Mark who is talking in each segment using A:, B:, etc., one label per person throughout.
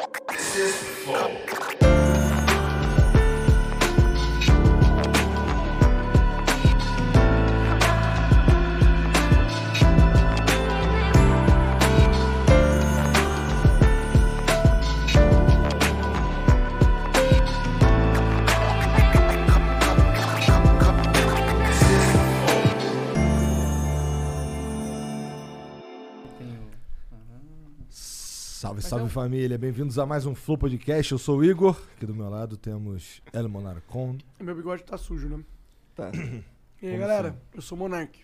A: Francis Flow.
B: Salve,
C: é
B: salve família, bem-vindos a mais um Flow Podcast. Eu sou o Igor, aqui do meu lado temos El Monarcon.
C: Meu bigode tá sujo, né?
D: Tá.
C: E aí,
B: Como
C: galera?
B: assim?
C: Eu sou Monark.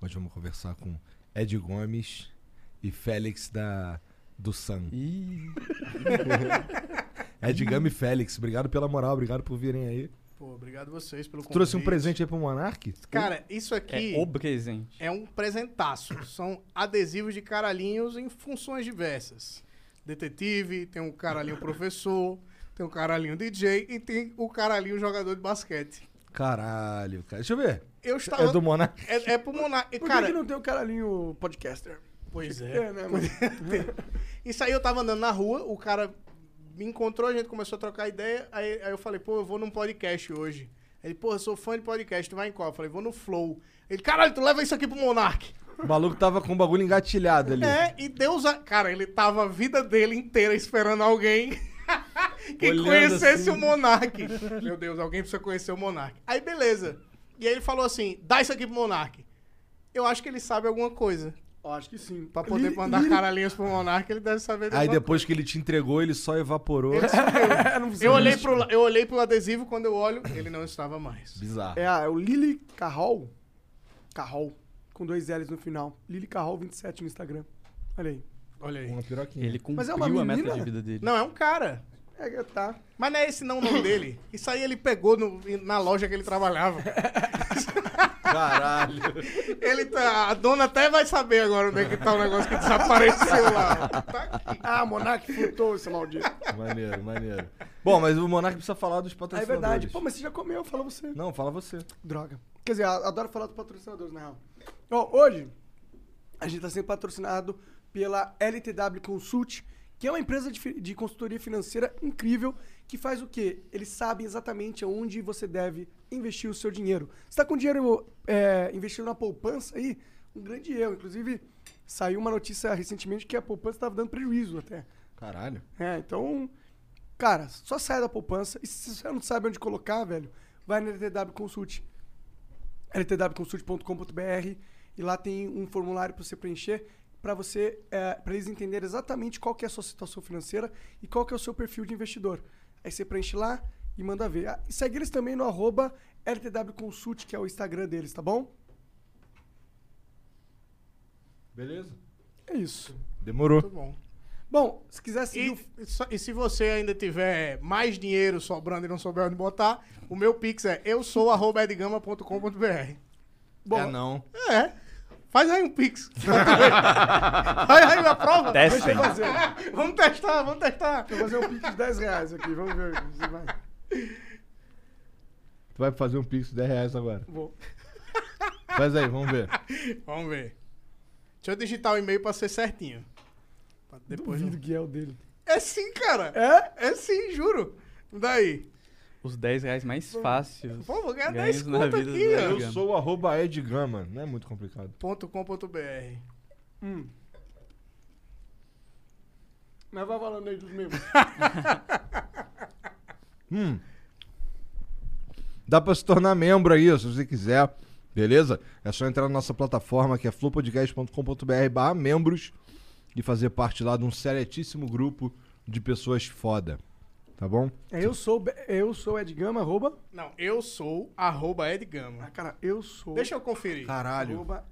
B: Hoje vamos conversar com Ed Gomes e Félix da do Sun.
D: Ih,
B: Ed Gomes e Félix, obrigado pela moral, obrigado por virem aí.
C: Pô, obrigado vocês pelo convite.
B: Trouxe um presente aí pro Monark?
E: Cara, isso aqui
D: é o presente.
E: é, um presentaço. São adesivos de caralhinhos em funções diversas. Detetive, tem um caralhinho professor, tem um caralhinho DJ e tem o caralhinho jogador de basquete.
B: Caralho, cara. Deixa eu ver.
E: Eu
C: Tá
E: estava...
B: É do Monark?
E: É, é pro Monar...
C: Por que
E: cara,
C: que não tem o caralhinho podcaster?
E: Pois
C: Tinha
E: é.
C: que ter, né, mano?
E: Isso aí eu tava andando na rua, o cara me encontrou, a gente começou a trocar ideia, aí, aí eu falei, pô, eu vou num podcast hoje. Ele, pô, eu sou fã de podcast, tu vai em qual? Eu falei, vou no Flow. Ele, caralho, tu leva isso aqui pro Monark.
B: O maluco tava com o bagulho engatilhado ali.
E: É, e Deus. A... Cara, ele tava a vida dele inteira esperando alguém que
B: Olhando
E: conhecesse
B: assim.
E: o Monark. Meu Deus, alguém precisa conhecer o Monark. Aí, beleza. E aí ele falou assim: dá isso aqui pro Monark. Eu acho que ele sabe alguma coisa.
C: Eu acho que sim.
E: Pra poder
C: Li-
E: mandar
C: li-
E: caralhinhas pro Monark, ele deve saber de
B: Aí
E: alguma
B: depois que ele te entregou, ele só evaporou.
C: É, não sei.
E: Eu olhei, pro, la- eu olhei pro adesivo, quando eu olho, ele não estava mais.
B: Bizarro.
C: É, a- é o Lili Carrol. Carrol. Com dois L's no final. Lili Carrol 27 no Instagram. Olha aí.
E: Olha aí.
B: Uma piroquinha.
D: Ele
C: Mas é
D: cumpriu
C: uma
D: a meta
C: menina?
D: de vida dele.
E: Não, é um cara.
C: É, tá.
E: Mas não é esse não o nome dele. Isso aí ele pegou no- na loja que ele trabalhava.
B: Caralho.
E: Ele tá, a dona até vai saber agora onde é que tá o negócio que desapareceu lá. Tá aqui.
C: Ah, Monark furtou esse maldito.
B: maneiro, maneiro. Bom, mas o Monark precisa falar dos
C: Ah, é
B: patrocinadores.
C: verdade. Pô, mas você já comeu, fala você.
B: Não, fala você.
C: Droga. Quer dizer, eu adoro falar dos patrocinadores, na real. Ó, hoje, a gente está sendo patrocinado pela LTW Consult, que é uma empresa de, fi- de consultoria financeira incrível, que faz o quê? Eles sabem exatamente onde você deve investir o seu dinheiro. Você está com dinheiro é, investido na poupança aí? Um grande erro. Inclusive, saiu uma notícia recentemente que a poupança estava dando prejuízo até.
B: Caralho.
C: É, então, cara, só sai da poupança. E se você não sabe onde colocar, velho, vai na LTW Consult. ltwconsult.com.br e lá tem um formulário para você preencher para você para eles entenderem exatamente qual que é a sua situação financeira e qual que é o seu perfil de investidor. Aí você preenche lá e manda ver. Ah, e segue eles também no arroba LTW Consult, que é o Instagram deles, tá bom?
B: Beleza.
C: É isso.
B: Demorou.
E: Muito tá bom.
C: Bom, se quiser seguir
E: E,
C: o
E: e só- e se você ainda tiver mais dinheiro sobrando e não souber onde botar, o meu pix é eu sou edgama.com.br.
C: Bom,
B: é não.
E: É. Faz aí um pix. Faz aí uma prova.
B: é
D: Testem.
C: Deixa eu fazer.
E: vamos testar, vamos testar.
C: Vou fazer um pix de 10 reais aqui, vamos ver se vai.
B: Tu vai fazer um pix de 10 reais agora.
C: Vou.
B: Faz aí, vamos ver.
E: Vamos ver. Deixa eu digitar o e-mail pra ser certinho. Pra depois não-
C: Duvido que é o dele.
E: É sim, cara.
C: É?
E: É sim, juro. Daí.
D: Os 10 reais mais fáceis.
E: Pô, vou ganhar
D: ganhos
E: 10
D: na
E: conto
D: vida
E: aqui,
D: do
E: velho.
B: Eu
D: Gama.
B: sou o arroba Ed Gama. Não é muito complicado.
E: .com.br.
C: Hum. Mas vai falando aí dos mesmos.
B: Hum. Dá pra se tornar membro aí, se você quiser. Beleza? É só entrar na nossa plataforma que é flowpodcast.com.br barra membros e fazer parte lá de um seletíssimo grupo de pessoas foda. Tá bom?
C: É Eu sou, Be- eu sou Ed Gama, arroba.
E: Não, eu sou arroba
C: Ah,
E: edgama.
C: cara, eu sou.
E: Deixa eu conferir.
B: Caralho.
C: Arroba.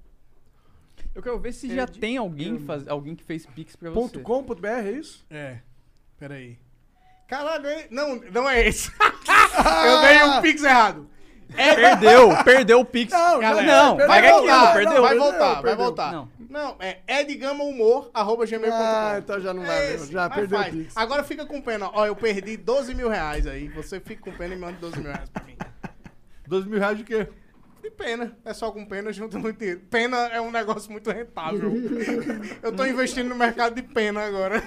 D: Eu quero ver se já
C: Ed-
D: tem alguém, faz... alguém que fez pix pra você.
C: Ponto com, ponto BR, é isso?
E: É. Peraí. Caralho, é- não, não é esse. eu dei um pix errado.
D: Perdeu, perdeu o pix.
C: Não,
E: Galera,
D: não,
C: perdeu,
D: vai
C: não,
D: ganhar,
C: não,
D: perdeu.
C: não,
E: vai
C: perdeu,
E: voltar, vai
C: perdeu.
E: voltar.
D: Não.
E: Não, é edgamahumor.gmail.com.
C: Ah, então já não vai mesmo. Já
E: É mas
C: perdeu o
E: faz.
C: Pix.
E: Agora fica com pena. Ó, eu perdi 12 mil reais aí. Você fica com pena e manda 12 mil reais pra mim.
B: 12 mil reais de quê?
E: De pena. É só com pena junta muito dinheiro. Pena é um negócio muito rentável. eu tô investindo no mercado de pena agora.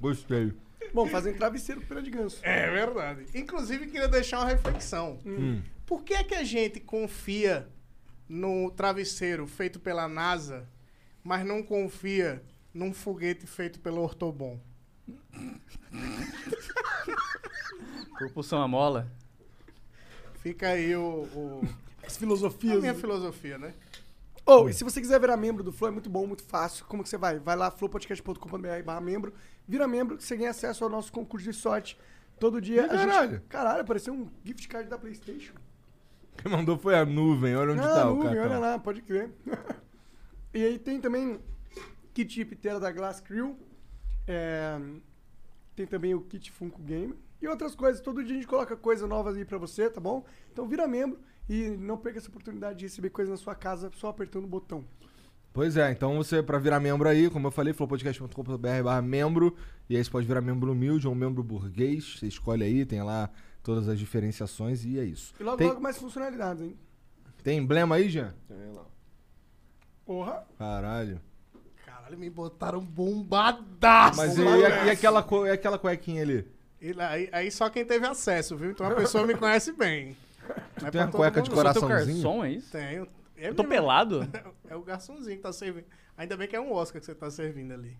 B: Gostei.
C: Bom, fazem travesseiro com pena de ganso.
E: É verdade. Inclusive, queria deixar uma reflexão.
B: Hum.
E: Por que é que a gente confia no travesseiro feito pela NASA, mas não confia num foguete feito pelo Ortobon?
D: Propulsão a é mola.
E: Fica aí o... o-
C: As
E: A
C: filosofias.
E: minha filosofia, né?
C: Ou, e se você quiser virar membro do Flow, é muito bom, muito fácil. Como que você vai? Vai lá, flowpodcast.com.br barra membro. Vira membro, que você ganha acesso ao nosso concurso de sorte. Todo dia.
B: Ih,
C: a gente-
B: caralho.
C: Caralho, apareceu um gift card da Playstation.
B: Quem mandou foi a nuvem, olha onde
C: ah,
B: tá
C: nuvem,
B: o cara.
C: olha lá, pode crer. e aí tem também kit de piteira da Glass Crew. é, tem também o kit Funko Game. E outras coisas. Todo dia a gente coloca coisa nova aí pra você, tá bom? Então vira membro e não perca essa oportunidade de receber coisa na sua casa só apertando o botão.
B: Pois é, então você, pra virar membro aí, como eu falei, flowpodcast.com.br barra membro, e aí você pode virar membro humilde ou membro burguês, você escolhe aí, tem lá todas as diferenciações e é isso.
C: E logo,
B: tem,
C: logo mais funcionalidades, hein?
B: tem emblema aí, Jean?
C: Porra!
B: Caralho.
E: Caralho, me botaram bombadaço.
B: Mas e,
E: lá,
B: e,
E: né?
B: e aquela, co- e aquela cuequinha ali?
E: E lá- aí, aí só quem teve acesso, viu? Então a pessoa me conhece bem. Tu
B: tem uma cueca de
D: Eu sou teu
B: Coraçãozinho?
D: garçom, é isso?
E: Tenho. É
D: Eu tô
E: mesmo.
D: pelado?
E: É o garçomzinho que tá servindo. Ainda bem que é um Oscar que você tá servindo ali.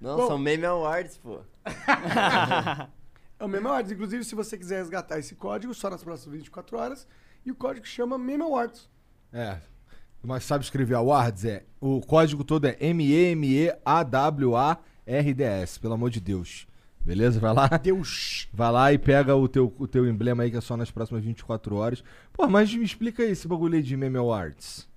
A: Não,
C: Bom.
A: são meme awards, pô.
C: É o Meme Awards. Inclusive, se você quiser resgatar esse código, só nas próximas 24 horas. E o código chama Meme Awards.
B: É. Mas sabe escrever awards? É. O código todo é M-E-M-E-A-W-A-R-D-S, pelo amor de Deus. Beleza? Vai lá.
C: Deus!
B: Vai lá e pega o teu, o teu emblema aí, que é só nas próximas 24 horas. Pô, mas me explica aí esse bagulho aí de Meme Awards.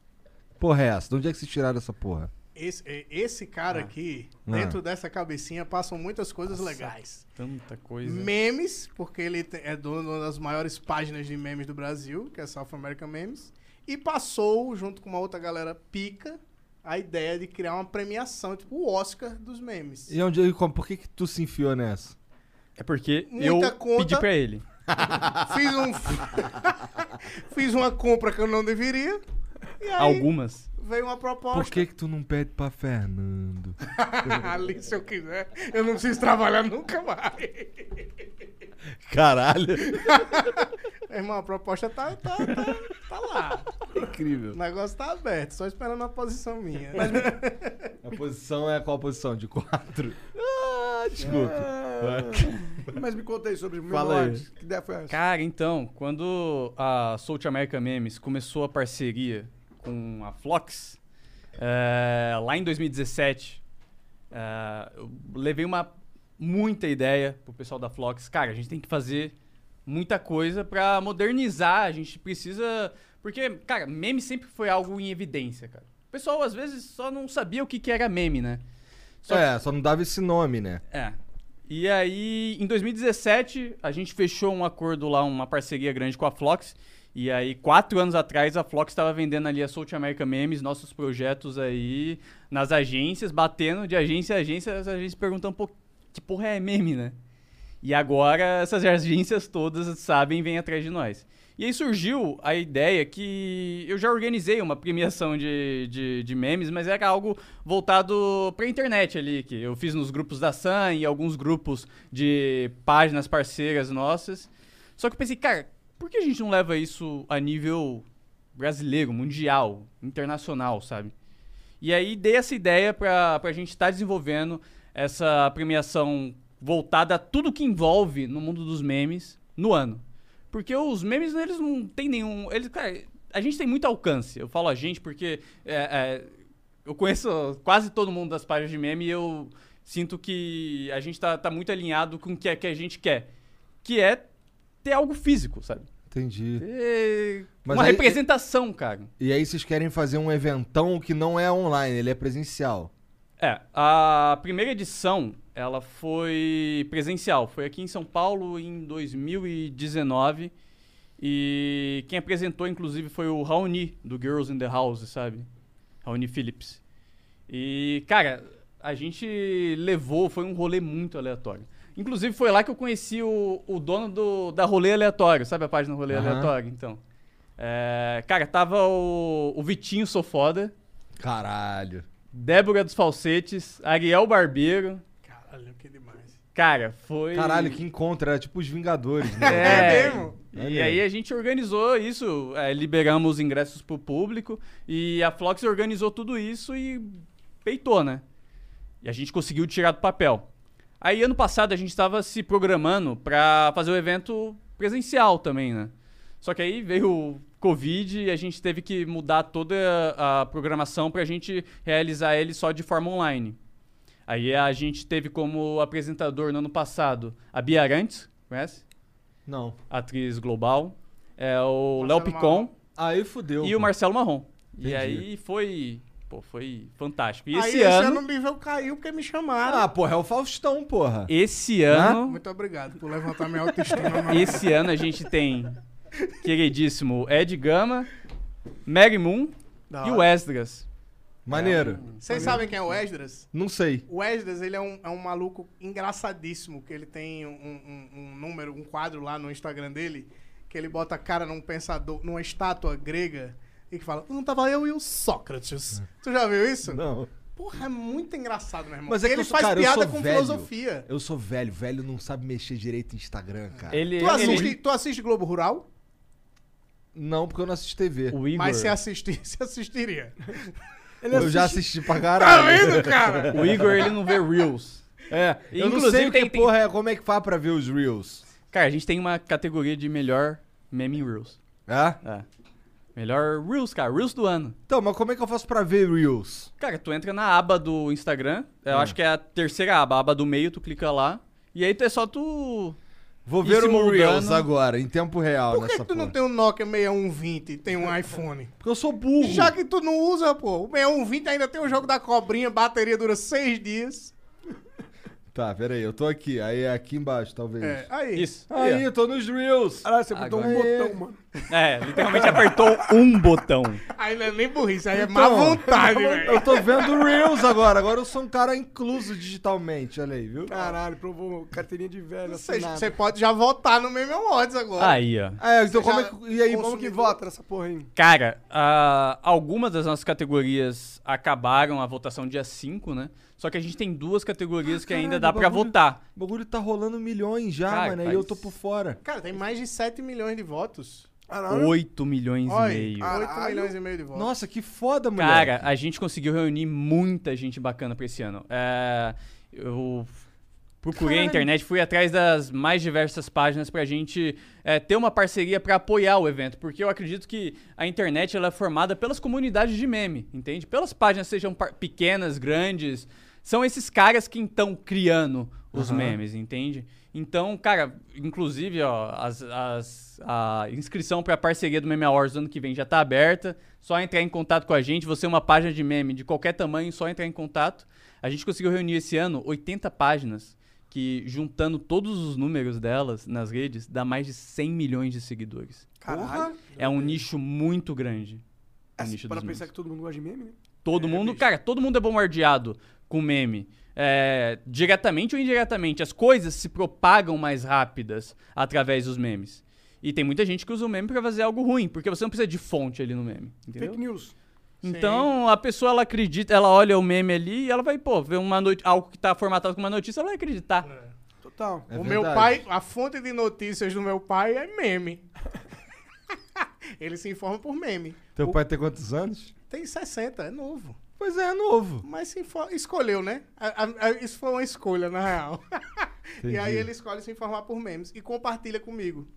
B: Porra é essa? De onde é que vocês tiraram essa porra?
E: Esse, é- esse cara aqui,
B: Ah.
E: dentro dessa cabecinha, passam muitas coisas
D: Nossa.
E: legais.
D: Tanta
B: é.
D: coisa.
E: Memes, porque ele te- é dono de uma das maiores páginas de memes do Brasil, que é South American Memes. E passou, junto com uma outra galera pica, a ideia de criar uma premiação, tipo o Oscar dos memes.
B: E onde e como- por que que tu se enfiou nessa?
D: É porque
E: Muita
D: eu
E: conta.
D: pedi pra ele.
E: Fiz um. Fiz uma compra que eu não deveria. E aí
D: Algumas.
E: veio uma proposta.
B: Por que que tu não pede pra Fernando?
E: Ali, se eu quiser, eu não preciso trabalhar nunca mais.
B: Caralho.
E: Meu Irmão, a proposta tá, tá, tá, tá lá.
B: Incrível.
E: O negócio tá aberto, só esperando a posição minha.
B: A posição é qual posição? De quatro? Ah, desculpa.
C: Mas me conta aí sobre o Meme
B: Fala aí.
C: Awards. Que ideia foi essa?
D: Cara, então, quando a South America Memes começou a parceria com a Flox, é, lá em 2017, é, eu levei uma muita ideia pro pessoal da Flox. Cara, a gente tem que fazer muita coisa pra modernizar, a gente precisa... Porque, cara, meme sempre foi algo em evidência, cara. O pessoal, às vezes, só não sabia o que, que era meme, né? Só
B: É, só não dava esse nome, né?
D: É. E aí, em 2017, a gente fechou um acordo lá, uma parceria grande com a Flox. E aí, quatro anos atrás, a Flox estava vendendo ali a South America Memes, nossos projetos aí, nas agências, batendo de agência a agência, as agências perguntando, pô, que porra é meme, né? E agora essas agências todas sabem e vêm atrás de nós. E aí surgiu a ideia que eu já organizei uma premiação de, de, de memes, mas era algo voltado pra internet ali, que eu fiz nos grupos da Sun e alguns grupos de páginas parceiras nossas. Só que eu pensei, cara, por que a gente não leva isso a nível brasileiro, mundial, internacional, sabe? E aí dei essa ideia pra, pra gente estar desenvolvendo essa premiação voltada a tudo que envolve no mundo dos memes no ano. Porque os memes, eles não tem nenhum... Eles, cara, a gente tem muito alcance. Eu falo a gente porque é, é, eu conheço quase todo mundo das páginas de meme e eu sinto que a gente tá, tá muito alinhado com o que é que a gente quer. Que é ter algo físico, sabe?
B: Entendi.
D: Ter
B: Mas
D: uma
B: aí-
D: representação, cara.
B: E aí vocês querem fazer um eventão que não é online, ele é presencial.
D: É, a primeira edição, ela foi presencial. Foi aqui em São Paulo em 2019. E quem apresentou, inclusive, foi o Raoni, do Girls in the House, sabe? Raoni Phillips. E, cara, a gente levou, foi um rolê muito aleatório. Inclusive, foi lá que eu conheci o, o dono do, da Rolê Aleatório, sabe a página Rolê
B: Aham.
D: Aleatório? Então, é, cara, tava o, o Vitinho Sou Foda,
B: Caralho.
D: Débora dos Falsetes, Ariel Barbeiro,
E: Caralho, que demais.
D: Cara, foi.
B: Caralho, que encontro. Era tipo os Vingadores, né?
D: É,
E: É mesmo?
B: É
D: E
B: mesmo.
D: aí a gente organizou isso, é, liberamos os ingressos pro público e a Flox organizou tudo isso e peitou, né? E a gente conseguiu tirar do papel. Aí ano passado a gente estava se programando pra fazer o evento presencial também, né? Só que aí veio o Covid e a gente teve que mudar toda a a programação pra gente realizar ele só de forma online. Aí a gente teve como apresentador no ano passado a Bia Arantes, conhece?
B: Não.
D: atriz global, é
E: Marcelo
D: o Léo Picon
B: Aí fudeu.
D: e o
B: pô.
D: Marcelo Marrom. E
B: Entendi.
D: aí foi, pô, foi fantástico. E
E: Aí
D: esse ano,
E: o nível caiu porque me chamaram.
B: Ah, porra, é o Faustão, porra.
D: esse ano,
E: Muito obrigado por levantar minha autoestima. mano.
D: esse ano a gente tem queridíssimo Ed Gama, Mary Moon
E: Da
D: e
E: hora.
D: o Esdras.
B: Maneiro.
E: Vocês sabem quem é o Esdras?
B: Não sei.
E: O Esdras, ele é um, é um maluco engraçadíssimo, que ele tem um, um- um número, um quadro lá no Instagram dele, que ele bota a cara num pensador, numa estátua grega, e que fala, não tava eu e o
B: É.
E: Sócrates. Tu já viu isso?
B: Não.
E: Porra, é muito engraçado, meu irmão.
B: Mas é que
E: ele
B: eu sou-
E: faz
B: cara, eu
E: piada
B: sou
E: com
B: velho.
E: filosofia.
B: Eu sou velho. Velho não sabe mexer direito em Instagram, cara.
D: Ele,
E: Tu assiste,
D: ele-
E: tu assiste Globo Rural?
B: Não, porque eu não assisto TV.
D: o Igor,
E: Mas se assistir, se assistiria.
C: Ele
B: Eu já
C: assiste-
B: assisti pra caralho.
E: cara?
D: o Igor ele não vê reels.
B: É, eu não
D: Inclusive,
B: sei o que
D: tem- tem-
B: porra é, como é que faz pra ver os Reels.
D: Cara, a gente tem uma categoria de melhor meme em reels.
B: É?
D: É. Melhor reels, cara, reels do ano.
B: Então, mas como é que eu faço pra ver Reels?
D: Cara, tu entra na aba do Instagram, eu acho que é a terceira aba, a aba do meio, tu clica lá, e aí tu é só tu.
B: Vou
D: E
B: ver
D: se
B: um
D: moldando?
B: Reels agora, em tempo real
E: Por que,
B: nessa
E: que tu não
B: porra.
E: tem um Nokia 6120 e tem um iPhone?
B: Porque eu sou burro.
E: Já que tu não usa, pô, o 6120 ainda tem o jogo da cobrinha, bateria dura seis dias.
B: Tá, peraí, eu tô aqui. Aí é aqui embaixo, talvez.
E: É, aí.
D: Isso.
B: Aí, eu tô nos Reels.
C: Caralho, você botou um
B: Agora-
C: botão, mano.
D: É, literalmente apertou um botão.
E: Aí não é nem burrice, aí é
B: Então,
E: má vontade,
B: Eu
E: velho.
B: tô vendo Reels agora. Agora eu sou um cara incluso digitalmente, olha aí, viu?
C: Caralho, provou carteirinha de velho.
E: Você
C: assinada.
E: você pode já votar no Meme Awards agora.
D: Aí, ó.
B: É, então
E: Você
B: como
E: já
B: é que... E aí,
C: Como que vota nessa porra aí?
D: Cara, ah, algumas das nossas categorias acabaram a votação dia 5, né? Só que a gente tem duas categorias que ainda
B: caralho,
D: dá pra
B: bagulho.
D: votar.
B: O bagulho tá rolando milhões já,
D: Cara,
B: mano, e
D: faz-
B: eu tô por fora.
E: Cara, tem mais de 7 milhões de votos.
C: Caralho.
D: 8 milhões
E: Olha,
D: e meio.
C: ah,
E: 8
C: Caralho.
E: milhões e meio de votos.
B: Nossa, que foda, mulher.
D: Cara, a gente conseguiu reunir muita gente bacana pra esse ano. É, eu procurei a internet, fui atrás das mais diversas páginas pra gente é, ter uma parceria pra apoiar o evento, porque eu acredito que a internet ela é formada pelas comunidades de meme, entende? Pelas páginas, sejam par- pequenas, grandes, são esses caras que estão criando os memes, entende? Então, cara, inclusive, ó, as- as- a inscrição pra parceria do Meme Awards do ano que vem já tá aberta. Só entrar em contato com a gente. Você é uma página de meme de qualquer tamanho, só entrar em contato. A gente conseguiu reunir esse ano 80 páginas que, juntando todos os números delas nas redes, dá mais de 100 milhões de seguidores.
C: Caralho.
D: É um nicho muito grande. O nicho
C: Para
D: dos memes.
C: pensar que todo mundo gosta de meme, né?
D: Todo mundo, cara, todo mundo é bombardeado com meme. É, diretamente ou indiretamente, as coisas se propagam mais rápidas através dos memes. E tem muita gente que usa o meme pra fazer algo ruim, porque você não precisa de fonte ali no meme, entendeu?
C: Fake news.
D: Então, a pessoa ela acredita, ela olha o meme ali e ela vai, pô, ver uma noti- algo que tá formatado como uma notícia, ela vai acreditar.
C: Total.
B: É
E: o meu
B: verdade.
E: pai, a fonte de notícias do meu pai é meme. Ele se informa por meme.
B: Teu pai tem quantos anos?
E: Tem 60, é novo.
B: Pois é, é novo.
E: Mas se infor- escolheu, né? A- a- a- isso foi uma escolha, na real.
B: Entendi.
E: E aí ele escolhe se informar por memes e compartilha comigo.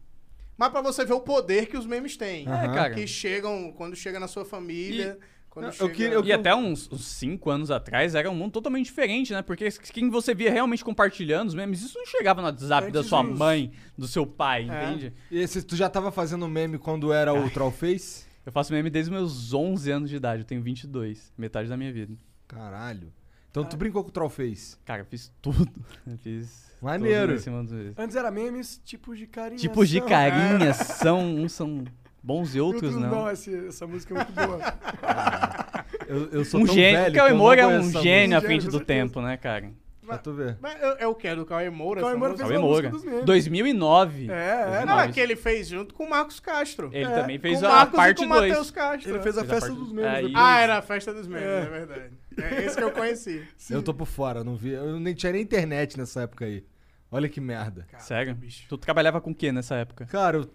E: Mas pra você ver o poder que os memes têm.
B: Aham.
D: É, cara.
E: Que chegam, quando chega na sua família, quando
B: Não, eu
E: chega...
B: queria- eu-
D: E até uns, uns cinco anos atrás era um mundo totalmente diferente, né? Porque quem você via realmente compartilhando os memes, isso não chegava no WhatsApp da
C: Antes
D: sua
C: disso.
D: mãe, do seu pai, entende?
B: E esse, tu já tava fazendo meme quando era o Trollface?
D: Eu faço meme desde os meus 11 anos de idade, eu tenho 22, metade da minha vida.
B: Caralho. Então tu brincou com o Trollface.
D: Cara, eu fiz tudo. Eu fiz
B: Maneiro.
D: tudo em cima dos memes.
C: Antes era memes, tipos de carinha.
D: Tipos de
C: são.
D: carinha são, uns são bons e outros
C: Outros
D: não.
C: não, um esse- essa música é muito boa.
B: Eu, eu sou
D: Um
B: tão
D: gênio,
B: velho
D: porque o
B: eu não
D: Emor é um
B: conheço essa
D: gênio à
C: música.
D: frente do
C: Gênio, com
D: tempo, né, cara?
B: Pra tu ver.
E: Mas é, é o que? É do Cauê Moura?
C: Cauê
E: essa
C: Moura
E: música?
D: Cauê
C: uma
D: Moura.
C: música dos memes.
D: 2009.
C: É, é.
E: Não, é
D: Mas-
E: que ele fez junto com o Marcos Castro.
D: Ele
C: É,
D: também fez
E: com
D: a,
E: o
D: a
E: Marcos e
D: parte
E: com o Matheus
D: 2.
E: Castro.
C: né? Ele fez a
D: Fez a
C: festa
D: parte
C: dos
D: do-
C: memes. né?
D: Aí-
C: depois.
E: Ah, era a festa dos memes, é, verdade. É esse que eu conheci.
B: Eu tô por fora, eu não vi. Eu nem tinha nem internet nessa época aí. Olha que merda.
D: Sério? Tu trabalhava com o que nessa época?
B: Cara, eu-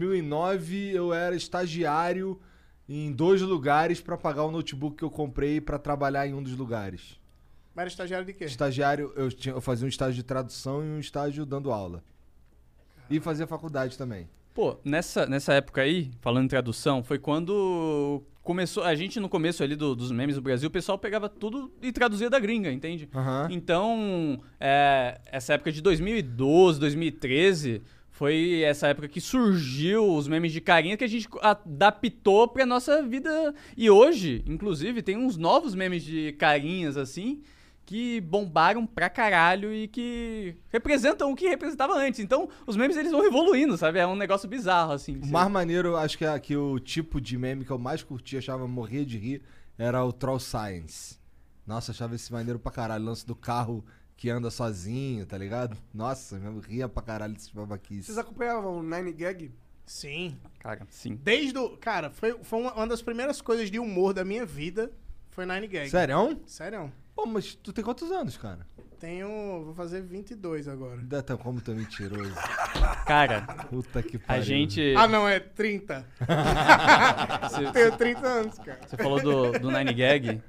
B: 2009 eu era estagiário em dois lugares pra pagar o notebook que eu comprei pra trabalhar em um dos lugares.
E: Mas era estagiário de
B: É.
E: quê?
B: Estagiário, eu, tinha, eu fazia um estágio de tradução e um estágio dando aula. E fazia faculdade também.
D: Pô, nessa, nessa época aí, falando em tradução, foi quando começou. A gente, no começo ali do- dos memes do Brasil, o pessoal pegava tudo e traduzia da gringa, entende?
B: Aham.
D: Então, é, essa época de 2012, 2013, foi essa época que surgiu os memes de carinha que a gente adaptou pra nossa vida. E hoje, inclusive, tem uns novos memes de carinhas assim. Que bombaram pra caralho e que representam o que representava antes. Então, os memes eles vão evoluindo, sabe? É um negócio bizarro, assim.
B: O mais maneiro, eu acho que, é, que o tipo de meme que eu mais curti, achava morrer de rir, era o Troll Science. Nossa, achava esse maneiro pra caralho. O lance do carro que anda sozinho, tá ligado? Nossa, eu ria pra caralho desses babaquices.
C: Vocês acompanhavam o Nine Gag?
E: Sim.
D: Cara, sim.
E: Desde o. Cara, foi, foi uma, uma das primeiras coisas de humor da minha vida. Foi Nine Gag.
B: Sério? é um?
E: Sério.
B: Pô, mas tu tem quantos anos, cara?
E: Tenho. Vou fazer 22 agora.
B: Ainda tá- Como tu é mentiroso.
D: Cara,
B: Puta que pariu.
D: a gente.
E: Ah, não, é 30. Ah,
D: se-
E: Tenho 30 anos, cara.
D: Você falou do, do Nine Gag.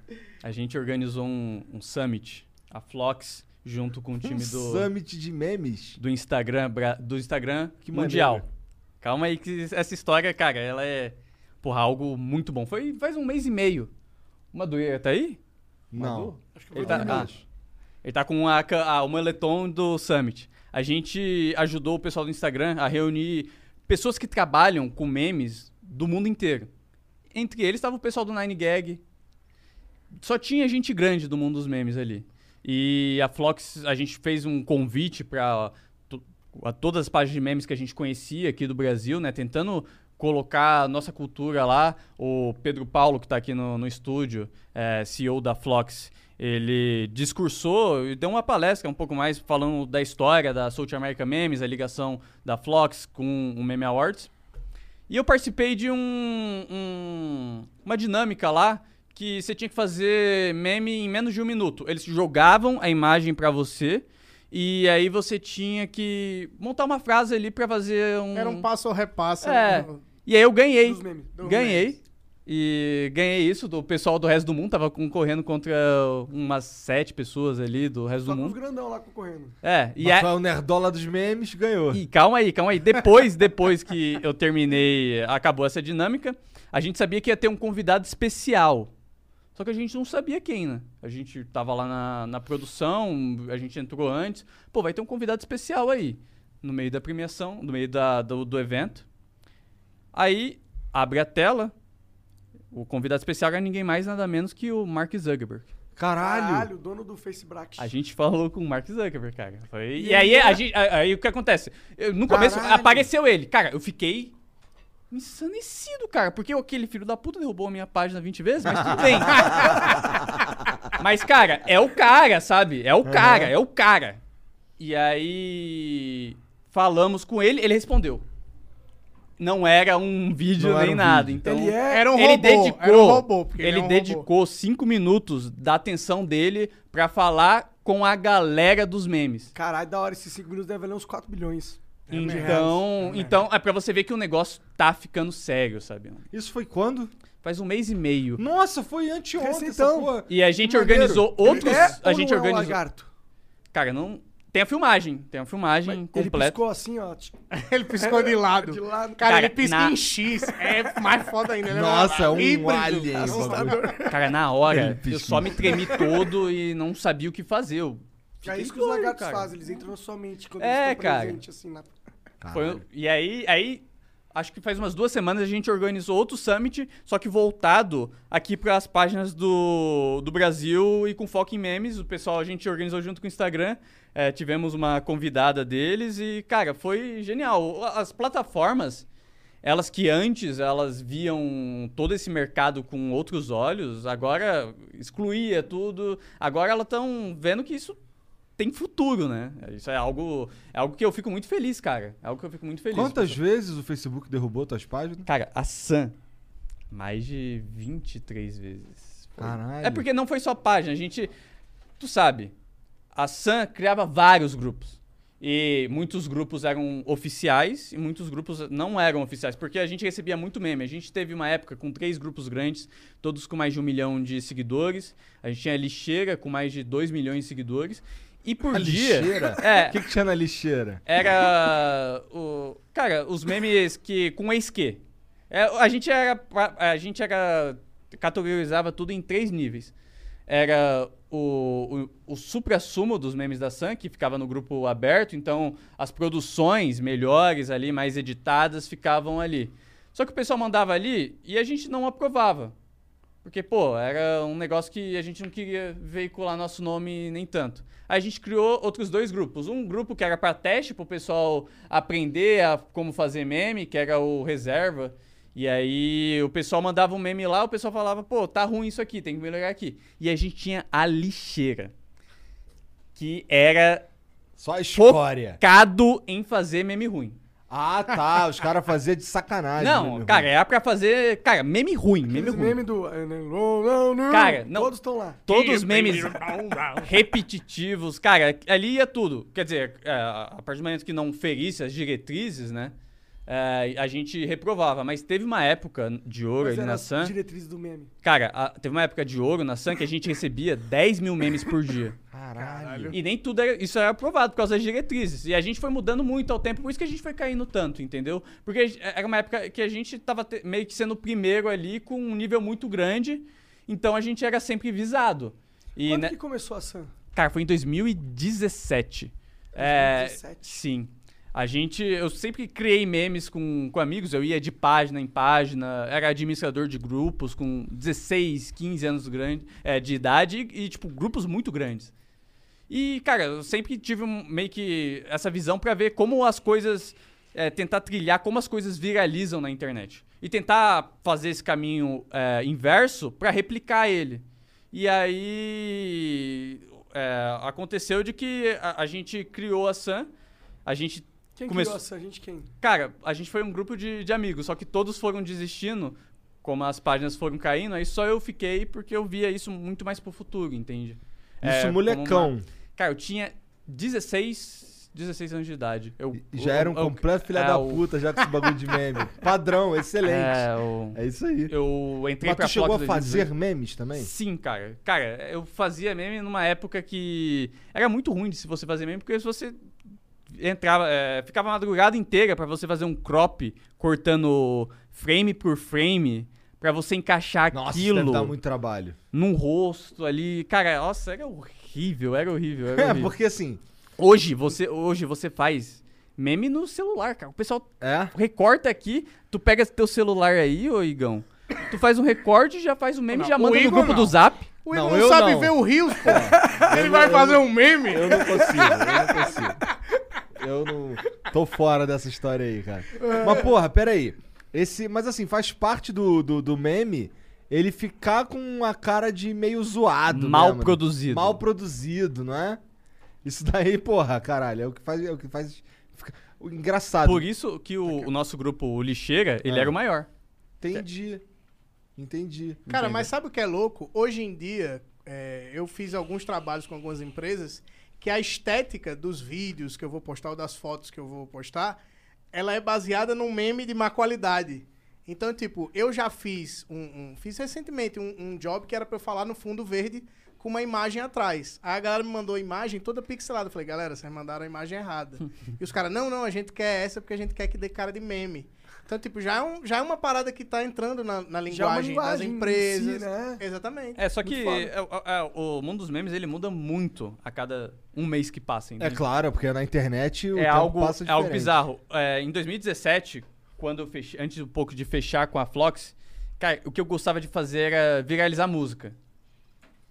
D: A gente organizou um, um summit, a Flox, junto com o
B: Um
D: time do,
B: summit de memes.
D: do Instagram, bra- do Instagram
B: Que
D: Mundial.
B: maneiro.
D: Calma aí que essa história, cara, ela é, porra, algo muito bom. Foi faz um mês e meio. Uma doeira tá aí?
B: Não.
C: Acho que
D: Ele
C: eu
D: tá,
C: vou
D: ah,
C: lembrar.
D: ele tá com a, ca- a- o moletom do Summit. A gente ajudou o pessoal do Instagram a reunir pessoas que trabalham com memes do mundo inteiro. Entre eles estava o pessoal do Nine Gag. Só tinha gente grande do mundo dos memes ali. E a Flox, a gente fez um convite para a todas as páginas de memes que a gente conhecia aqui do Brasil, né? Tentando colocar a nossa cultura lá. O Pedro Paulo, que está aqui no, no estúdio, é, CEO da Flox, ele discursou e deu uma palestra um pouco mais falando da história da South America Memes, a ligação da Flox com o Meme Awards. E eu participei de um, um- uma dinâmica lá que você tinha que fazer meme em menos de um minuto. Eles jogavam a imagem pra você e aí você tinha que montar uma frase ali pra fazer um.
E: Era um passo ou repassa.
D: É.
E: no-
D: E aí eu ganhei.
C: Dos memes. né?
E: do
D: Ganhei.
E: mês.
D: E ganhei isso do pessoal do resto do mundo. Tava concorrendo contra umas sete pessoas ali do resto
C: Só
D: do
C: com os
D: mundo.
C: grandão lá concorrendo.
D: É, e, a,
B: Rafael Nerdola dos memes ganhou.
D: e calma aí, calma aí. Depois, depois que eu terminei, acabou essa dinâmica, a gente sabia que ia ter um convidado especial. Só que a gente não sabia quem, né? A gente tava lá na, na produção, a gente entrou antes. Pô, vai ter um convidado especial aí. No meio da premiação, no meio da, do, do evento. Aí, abre a tela. O convidado especial era ninguém mais, nada menos que o Mark Zuckerberg.
B: Caralho.
C: o dono do Facebrack.
D: A gente falou com o Mark Zuckerberg, cara. Foi- E aí, a gente, a- aí o que acontece? Eu- no começo
B: é? Caralho.
D: apareceu ele. Cara, eu fiquei insanecido, cara. Porque aquele filho da puta derrubou a minha página 20 vezes, mas tudo bem. mas, cara, é o cara, sabe? É o cara, é o cara. E aí falamos com ele, ele respondeu. Não era um vídeo
B: Não era
D: nem
B: um
D: nada.
B: vídeo.
D: Então,
C: Ele é
E: Era um
D: ele
E: robô.
D: dedicou,
E: era um robô, porque
D: ele
E: é um robô.
D: dedicou cinco minutos da atenção dele pra falar com a galera dos memes.
C: Caralho, da hora. Esses 5 minutos devem valer uns 4 bilhões.
E: É mesmo.
D: então,
E: É
D: então é pra você ver que o negócio tá ficando sério, sabe?
B: Isso foi quando?
D: Faz um mês e meio.
B: Nossa, foi anteontem essa
C: Recentão.
B: porra.
D: E a gente
B: Que maneiro.
D: organizou outros,
C: É
D: a
C: ou
D: gente
C: não é um
D: organizou.
C: lagarto?
D: Cara, não tem a filmagem, tem a filmagem
C: Ele
D: completa.
C: piscou assim, ó. tch-
E: Ele piscou de lado.
C: De lado.
E: Cara,
D: Cara,
E: ele pisca
D: na-
E: em X. É mais foda ainda. Ele
B: Nossa,
E: é
B: um
E: híbrido,
B: alien,
E: assustador.
D: Cara, na
B: Ele
D: hora, eu
B: piscou.
D: só me tremi todo e não sabia o que fazer. Eu
C: É
D: fiquei
C: isso que os
D: doido,
C: lagartos
D: cara.
C: fazem. Eles entram na sua mente quando
D: É,
C: eles estão
D: cara.
C: presentes, assim. Na...
D: Foi- um-
B: Caralho.
D: e aí, aí, acho que faz umas duas semanas a gente organizou outro summit, só que voltado aqui para as páginas do, do Brasil e com foco em memes. O pessoal a gente organizou junto com o Instagram. é, tivemos uma convidada deles e, cara, foi genial. As plataformas, elas que antes elas viam todo esse mercado com outros olhos, agora excluía tudo. Agora elas estão vendo que isso tem futuro, né? Isso é algo, é algo que eu fico muito feliz, cara. É algo que eu fico muito feliz.
B: Quantas vezes o Facebook derrubou tuas páginas?
D: Cara, a Sam, mais de 23 vezes. Foi.
B: Caralho.
D: É porque não foi só página, a gente. Tu sabe, a Sam criava vários grupos. E muitos grupos eram oficiais e muitos grupos não eram oficiais, porque a gente recebia muito meme. A gente teve uma época com três grupos grandes, todos com mais de um milhão de seguidores. A gente tinha a lixeira com mais de dois milhões de seguidores. E por
B: A
D: um dia.
B: lixeira?
D: É,
B: O que, que tinha na lixeira?
D: era o cara os memes que com ex que É, a gente era pra- a gente era categorizava tudo em três níveis era o, o, o supra-sumo dos memes da Sun, que ficava no grupo aberto, então as produções melhores ali, mais editadas, ficavam ali. Só que o pessoal mandava ali e a gente não aprovava. Porque, pô, era um negócio que a gente não queria veicular nosso nome nem tanto. Aí a gente criou outros dois grupos. Um grupo que era para teste, pro pessoal aprender a como fazer meme, que era o reserva. E aí o pessoal mandava um meme lá, o pessoal falava, pô, tá ruim isso aqui, tem que melhorar aqui. E a gente tinha a lixeira. Que era
B: Só a escória.
D: cado em fazer meme ruim.
B: Ah, tá. Os caras faziam de sacanagem. né, meu
D: não,
B: irmão?
D: cara, era pra fazer. Cara, meme ruim, meme
C: Aqueles
D: ruim.
C: meme do. eh, Não, não, não.
D: Cara, não.
C: Todos estão lá.
D: Todos os memes repetitivos, cara, ali ia tudo. Quer dizer, é, a partir do momento que não ferisse as diretrizes, né? é, a gente reprovava, mas teve uma época de ouro
C: Mas
D: ali
C: era
D: na Sam.
C: as diretrizes do meme.
D: Cara, a- teve uma época de ouro na Sam que a gente recebia 10 mil memes por dia.
B: Caralho.
D: E nem tudo era, isso era aprovado por causa das diretrizes. E a gente foi mudando muito ao tempo, por isso que a gente foi caindo tanto, entendeu? Porque a gen- era uma época que a gente tava te- meio que sendo o primeiro ali com um nível muito grande, então a gente era sempre visado. E,
C: Quando
D: né-
C: que começou a Sam?
D: Cara, Tá, foi em 2017. É,
C: 2017.
D: sim. A gente, eu sempre criei memes com, com amigos, eu ia de página em página, era administrador de grupos com 16, 15 anos grande, é, de idade e, e, tipo, grupos muito grandes. E, cara, eu sempre tive um- meio que essa visão pra ver como as coisas. é, tentar trilhar como as coisas viralizam na internet. E tentar fazer esse caminho é, inverso pra replicar ele. E aí. é, aconteceu de que a, a gente criou a Sun. A gente.
C: Quem
D: Começou-
C: criou a Sam? A gente quem?
D: Cara, a gente foi um grupo de, de amigos, só que todos foram desistindo. Como as páginas foram caindo, aí só eu fiquei porque eu via isso muito mais pro futuro, entende? É,
B: Isso,
D: como
B: molecão.
D: uma- Cara, eu tinha 16, 16 anos de idade. Eu,
B: E Já era um
D: eu- eu-
B: completo filha
D: é,
B: da
D: o-
B: puta, já com esse bagulho de meme. Padrão, excelente.
D: É, o-
B: É, isso aí.
D: eu entrei
B: Mas
D: pra
B: tu chegou
D: Fox
B: a
D: 2018.
B: fazer memes também?
D: Sim, cara. Cara, eu fazia meme numa época que era muito ruim de se você fazer meme, porque se você entrava, é, ficava a madrugada inteira pra você fazer um crop cortando frame por frame pra você encaixar
B: Nossa,
D: aquilo
B: deve dar muito trabalho.
D: num rosto ali. Cara, nossa, era horrível, era horrível, era
B: É,
D: horrível.
B: porque assim,
D: Hoje você, hoje você faz meme no celular, cara. O pessoal
B: é,
D: recorta aqui, tu pega teu celular aí, ô Igão. Tu faz um recorte, já faz o meme,
E: Não,
D: já
E: o
D: manda no
E: Igor
D: grupo
E: não.
D: do Zap.
E: O Igor
B: Não,
E: não,
B: eu
E: sabe
B: não.
E: ver o Rios, pô. Ele vai fazer um meme.
B: eu não consigo, eu não consigo. Eu não tô fora dessa história aí, cara. Mas porra, peraí. Esse, mas assim, faz parte do, do, do meme ele ficar com uma cara de meio zoado,
D: Mal
B: né, mano?
D: produzido.
B: Mal produzido, não é? Isso daí, porra, caralho, é o que faz, é o que faz fica- o engraçado.
D: Por isso que o, o nosso grupo, o Lixeira, ele
B: É.
D: era o maior.
B: Entendi. Entendi.
E: Cara, mas sabe o que é louco? Hoje em dia, é, eu fiz alguns trabalhos com algumas empresas que a estética dos vídeos que eu vou postar ou das fotos que eu vou postar, ela é baseada num meme de má qualidade. Então, tipo, eu já fiz um, um- fiz recentemente um, um job que era pra eu falar no fundo verde com uma imagem atrás. Aí a galera me mandou a imagem toda pixelada. Eu falei, galera, vocês mandaram a imagem errada. e os caras, não, não, a gente quer essa porque a gente quer que dê cara de meme. Então, tipo, já é, um- já é uma parada que tá entrando na, na linguagem,
C: Já é uma
E: das
C: linguagem em
E: empresas.
C: si, né?
E: Exatamente.
D: É, só
C: Muito
D: que
C: foda.
D: é, é, é, o mundo dos memes, ele muda muito a cada um mês que passa,
B: É
D: entende?
B: claro, porque na internet o
D: é
B: tempo
D: algo,
B: passa
D: é algo
B: diferente.
D: bizarro. É, em 2017, quando eu fechei, antes um pouco de fechar com a Flox, cara, o que eu gostava de fazer era viralizar música.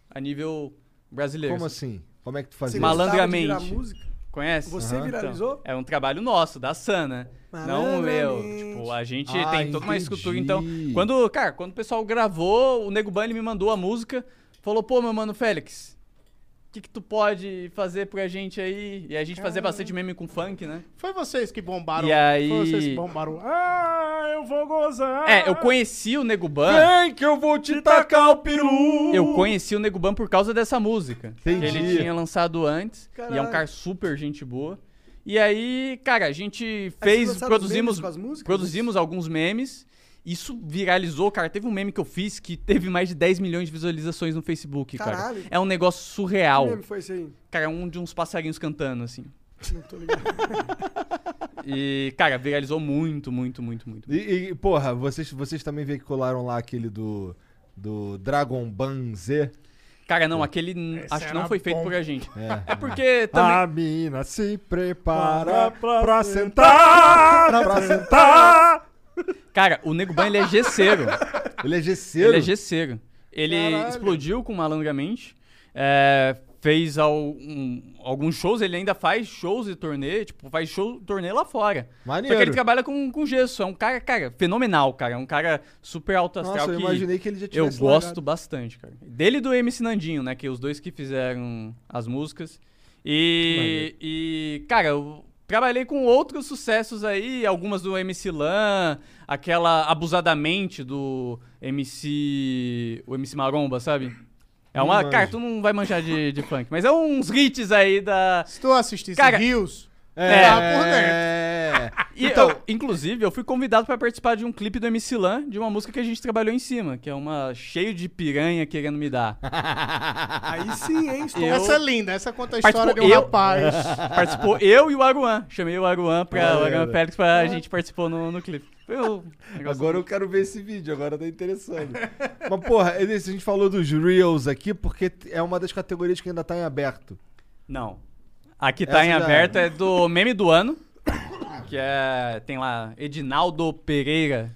D: A nível brasileiro.
B: Como assim? Como é que tu
C: Você
B: fazia?
D: Malandro.
C: gostava de virar
D: Malandramente.
C: música?
D: Conhece?
C: Você
B: Aham.
C: viralizou?
D: É um trabalho nosso, da Sana. Não meu.
C: Malandramente.
D: Tipo, a gente
B: Ah,
D: tem toda uma estrutura. Então,
B: entendi.
D: quando, cara, quando o pessoal gravou, o Nego Bunny me mandou a música, falou, pô, meu mano Félix, o que, que tu pode fazer pra gente aí? E a gente fazia bastante meme com funk, né?
E: Foi vocês que bombaram.
D: E aí-
E: Foi vocês que bombaram. Ah, eu vou gozar.
D: É, eu conheci o Nego Ban.
B: Vem que eu vou te tacar o peru!
D: Eu conheci o Nego Ban por causa dessa música.
B: Entendi.
D: Que ele tinha lançado antes. E é um
C: Caralho.
D: cara super gente boa. E aí, cara, a gente
C: Aí vocês
D: fez,
C: lançaram os memes
D: produzimos,
C: com as músicas?
D: produzimos alguns memes. Isso viralizou, cara. Teve um meme que eu fiz que teve mais de 10 milhões de visualizações no Facebook,
C: Caralho.
D: cara. É um negócio
C: Que
D: surreal.
C: meme foi esse aí?
D: Cara, é um de uns passarinhos cantando, assim.
C: Não tô ligado.
D: E, cara, viralizou muito, muito, muito, muito.
B: E, e, porra, vocês, vocês também veicularam lá aquele do. Do Dragon Ban Z.
D: Cara, não, aquele n-
E: Esse
D: acho que
E: era
D: não foi feito
E: bom.
D: por a gente.
B: É.
D: É porque também.
B: A mina se prepara pra, sentar, pra sentar.
D: Cara, o Nego Ban ele é gesseiro.
B: Ele é gesseiro.
D: ele é gesseiro. Ele
E: Caralho.
D: explodiu com malandramente. é, fez al- um- alguns shows, ele ainda faz shows e turnê, tipo, faz show turnê lá fora. Só que é ele
B: Maneiro.
D: trabalha com, com gesso. É um cara, cara, fenomenal, cara. É um cara super alto astral
B: Nossa, eu
D: que
B: imaginei que ele já
D: eu
B: tivesse
D: gosto
B: largado.
D: bastante, cara. Dele e do MC Nandinho, né? Que os dois que fizeram as músicas. E, e cara, eu trabalhei com outros sucessos aí, algumas do MC Lan, aquela abusadamente do MC. O MC Maromba, sabe? É
B: Não
D: uma.
B: manjo.
D: Cara, tu não vai manjar de, de funk, mas é uns hits aí da.
E: Se tu assistisse
D: Cara-
E: Rios,
B: É,
D: Tá
E: por dentro.
B: é.
D: E
B: Então-
D: eu- inclusive, eu fui convidado pra participar de um clipe do MC Lan de uma música que a gente trabalhou em cima, que é uma cheio de piranha querendo me dar.
C: Aí sim, hein? Estou...
D: Eu-
E: essa é linda, essa conta a
D: Participou
E: história de um
D: eu-
E: rapaz.
D: Participou eu e o Aruan. Chamei o Aruan pra o Aruan
B: Maneiro.
D: Félix pra a gente participou no, no clipe. Foi um negócio-
B: Agora eu quero ver esse vídeo, agora tá interessante. Mas, porra, Elias, a gente falou dos Reels aqui porque é uma das categorias que ainda tá em aberto.
D: Não. Aqui
B: Essa
D: tá em
B: já
D: aberto, é do meme do ano. Que é. Tem lá, Edinaldo Pereira.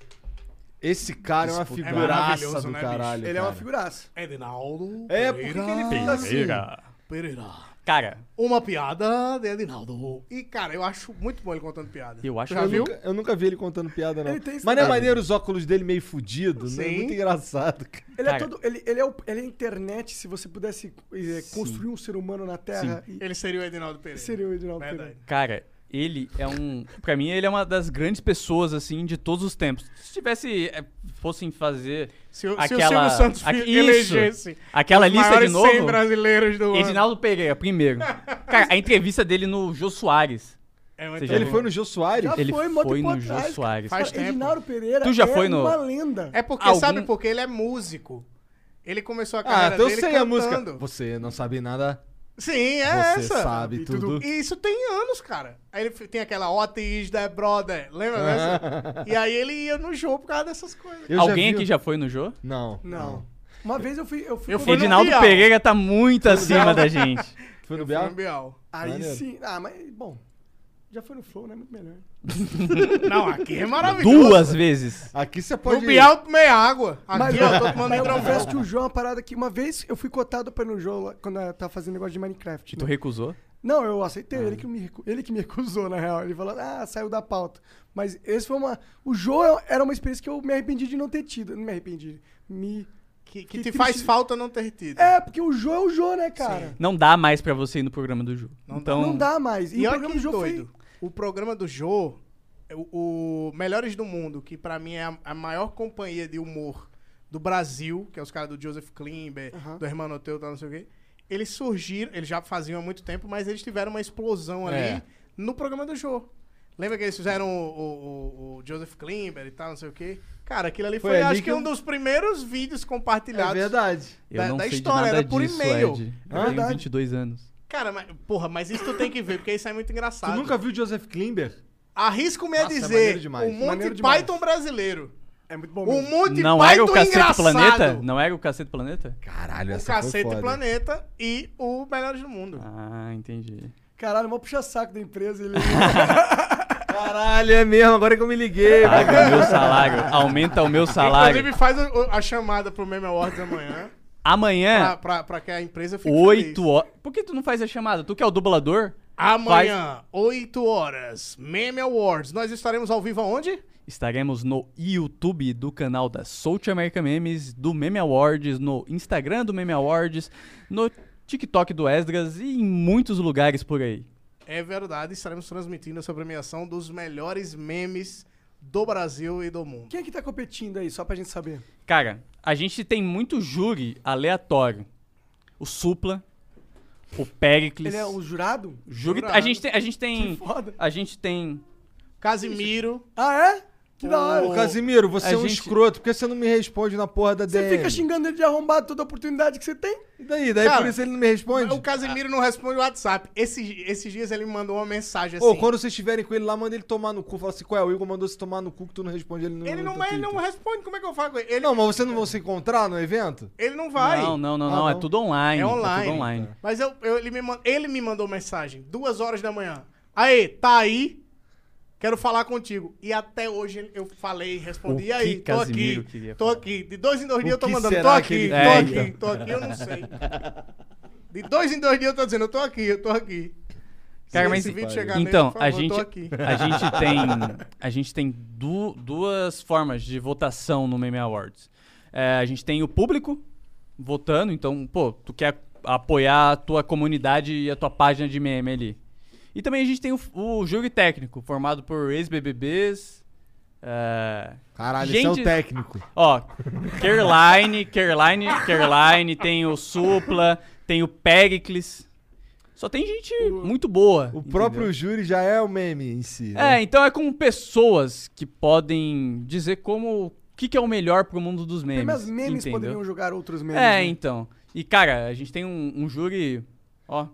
B: Esse cara é uma
E: Disputa. É
B: figuraça
E: maravilhoso,
B: do
E: né, bicho?
B: caralho.
C: Ele é uma
B: cara.
C: figuraça.
E: Edinaldo.
B: É, por que que ele fez assim?
E: Pereira.
D: Cara,
E: Uma piada de Edinaldo. E, cara, eu acho muito bom ele contando piada.
D: Eu
E: Tu
D: acho
E: já
B: Eu
E: viu?
B: nunca, eu nunca vi ele contando piada, não.
C: Ele tem
B: Mas não é
C: stand-up.
B: maneiro os óculos dele meio fudido, né? É
E: Sim.
B: muito engraçado, cara.
C: Ele é
D: Cara.
C: todo. Ele, ele, é o, ele é a internet, se você pudesse eh, construir um ser humano na Terra, e-
E: Ele seria o Edinaldo Pereira.
C: seria o Edinaldo
E: Verdade.
C: Pereira.
D: cara, ele é um. Pra mim, ele é uma das grandes pessoas, assim, de todos os tempos. Se tivesse. é, fossem fazer.
E: Se, o- se o
D: Aquela,
E: Silvio Santos
D: aqu-
E: fi-
D: isso,
E: elegesse
D: aquela
E: os
D: lista de
E: maiores 100
D: novo.
E: brasileiros do ano.
D: Edinaldo Pereira, primeiro. Cara, a entrevista dele no Jô Soares.
E: É muito
D: Seja
E: bom.
B: Ele foi no Jô Soares?
C: Já
D: Ele
C: foi, mó
D: foi
C: tempo
D: no Jô
C: atrás,
D: Soares.
E: Faz
C: Cara,
E: tempo.
C: Edinaldo Pereira
D: Tu já
C: é
D: foi no-
C: uma lenda.
E: É porque,
D: Algum-
E: sabe porque ele é músico. Ele começou a
B: Ah,
E: carreira
B: então eu
E: dele
B: sei a música.
E: cantando.
B: Você não sabe nada,
E: Sim, é
B: você
E: essa.
B: sabe
C: tudo.
B: tudo.
E: E isso tem anos, cara. Aí ele f- tem aquela What is that, brother? Lembra dessa? e aí ele ia no jogo por causa dessas coisas.
B: Eu já
D: Alguém
B: vi-
D: aqui já foi no Jô?
B: Não.
C: Não. Uma vez eu fui. Eu fui,
E: Eu fui no-
D: Edinaldo
E: Bial.
D: Pereira tá muito acima da gente.
B: Foi no
E: Foi
B: Bial?
E: no Bial.
C: Aí
B: Maneiro.
C: sim. Ah, mas, bom. Já foi no Flow, né? Muito melhor.
E: Não, aqui é maravilhoso.
D: Duas vezes.
B: Aqui você pode
E: No
B: ir.
E: Bial meia água. Aqui,
C: Mas-
E: ó, tô tomando um
C: Mas eu confesso
E: hidromel.
C: que o João é uma parada que uma vez eu fui cotado pra ir no João lá, quando eu tava fazendo negócio de Minecraft.
D: E tu
C: né?
D: recusou?
C: Não, eu aceitei,
D: Ah.
C: ele, que me, recu- ele que me recusou, na real. Ele falou, ah, saiu da pauta. Mas esse foi uma. O João era uma experiência que eu me arrependi de não ter tido. Não me arrependi. Me.
E: Que, que
C: Que
E: te
C: triste.
E: faz falta não ter tido.
C: É, porque o João é o João, né, cara?
D: Não dá mais pra você ir no programa do Jô.
E: Não dá,
D: então,
C: Não dá mais. E,
E: E
C: o
E: olha
C: programa
E: que
C: do João
E: doido.
C: foi.
E: O programa do Jô, é o, o Melhores do Mundo, que pra mim é a, a maior companhia de humor do Brasil, que é os caras do Joseph Klimber,
C: Aham.
E: do Hermano Teu, tal, não sei o quê. Eles surgiram, eles já faziam há muito tempo, mas eles tiveram uma explosão ali
B: É.
E: no programa do Jô. Lembra que eles fizeram o, o- o- o Joseph Klimber e tal, não sei o quê? Cara, aquilo ali
B: Foi
E: foi,
B: ali
E: acho que,
B: que eu-
E: um dos primeiros vídeos
B: É
E: compartilhados.
B: verdade.
D: eu
E: da-
D: não
E: da
D: sei
E: história,
D: de nada
E: era por
D: disso,
E: e-mail.
C: É
D: Ed. Eu tenho
C: verdade.
D: 22 anos.
E: Cara, mas, porra, mas isso tu tem que ver, porque isso é muito engraçado.
B: Tu nunca viu Joseph Klimber?
E: Arrisco-me a
B: Nossa, é
E: dizer,
B: maneiro demais.
E: o Monty
C: Maneiro demais.
E: Python brasileiro.
C: É muito bom.
E: O
C: mesmo.
E: Monty
D: Não
E: Python
D: era o Cacete
E: engraçado.
D: Planeta? Não era o Cacete Planeta?
B: Caralho,
E: O
B: essa foi
E: Cacete
B: foda.
E: Planeta e o Melhores do Mundo.
D: Ah, entendi.
C: Caralho, mó puxa-saco da empresa. Ele...
B: Caralho, é mesmo, agora que eu me liguei.
D: Paga o meu salário. Aumenta o meu salário.
E: Inclusive, faz o- o- a, chamada pro Meme Awards amanhã, pra,
D: Amanhã,
E: pra, pra que a empresa fique
D: 8
E: Ah, feliz.
D: É. horas. Por que tu não faz a chamada? Tu que é o dublador?
E: Amanhã, 8 horas, Meme Awards. Nós estaremos ao vivo aonde?
D: Estaremos no YouTube do canal da South America Memes, do Meme Awards, no Instagram do Meme Awards, no TikTok do Esdras e em muitos lugares por aí.
E: É verdade, estaremos transmitindo essa premiação dos melhores memes do Brasil e do mundo.
C: Quem é que tá competindo aí, só pra gente saber?
D: Cara, a gente tem muito júri aleatório. O Supla, o Pericles.
C: Ele é um jurado?
D: júri.
E: jurado.
D: A gente tem. A gente
C: Que
D: tem.
C: foda.
D: A gente tem.
E: Casimiro,
C: Ah, é? Que da hora.
B: Ô, Casimiro, você
D: A
B: é um
D: gente-
B: escroto. Por que você não me responde na porra da
C: Você
B: DM?
C: fica xingando ele de arrombado toda oportunidade que você tem?
B: E daí? Daí
E: Cara,
B: por isso ele não me responde?
E: o Casimiro não responde o WhatsApp. Esses, esses dias ele me mandou uma mensagem assim.
B: Ô, quando vocês estiverem com ele lá, manda ele tomar no cu. Fala assim, qual é? O Igor mandou você tomar no cu que tu não responde ele no
E: ele, não,
B: no
E: mas ele não
B: Twitter."
E: responde, como é que eu falo com ele? Ele
B: Não, mas vocês não vão se encontrar no evento?
E: Ele não vai.
D: Não, não, não,
B: Ah,
D: não. É
B: não.
D: tudo online.
E: É online.
D: tudo online.
E: Mas eu, eu- ele, me, man- ele me mandou mensagem, duas horas da manhã. Aê, tá aí? Quero falar contigo. E até hoje eu falei, respondi.
D: O
E: e aí,
D: que
E: tô
D: Casimiro
E: aqui.
D: queria
E: Tô
D: falar?
E: aqui. De dois em dois dias eu tô
B: que
E: mandando. Tô
B: será
E: aqui,
B: que ele-
E: tô
D: É,
E: aqui,
D: então.
E: tô aqui, eu não sei. De dois em dois dias eu tô dizendo, eu tô aqui, eu tô aqui. Se
D: Cara, mas-
E: esse vídeo chegar
D: Então,
E: nele, por
D: a
E: favor, eu
D: gente,
E: tô aqui.
D: a gente tem, a gente tem du- duas formas de votação no Meme Awards. É, a gente tem o público votando, então, pô, tu quer apoiar a tua comunidade e a tua página de meme ali. E também a gente tem o, o júri técnico, formado por ex-BBBs, é,
B: Caralho,
D: Gente-
B: esse é o técnico.
D: Ó, Caroline, Caroline, Caroline, tem o Supla, tem o Pericles. Só tem gente muito boa.
B: O
D: entendeu?
B: próprio júri já é o meme em si. né?
D: É, então é com pessoas que podem dizer como o que, que é o melhor pro mundo dos memes.
C: Mas memes
D: entendeu?
C: poderiam jogar outros memes.
D: É,
C: né?
D: então. E cara, a gente tem um, um júri, ó,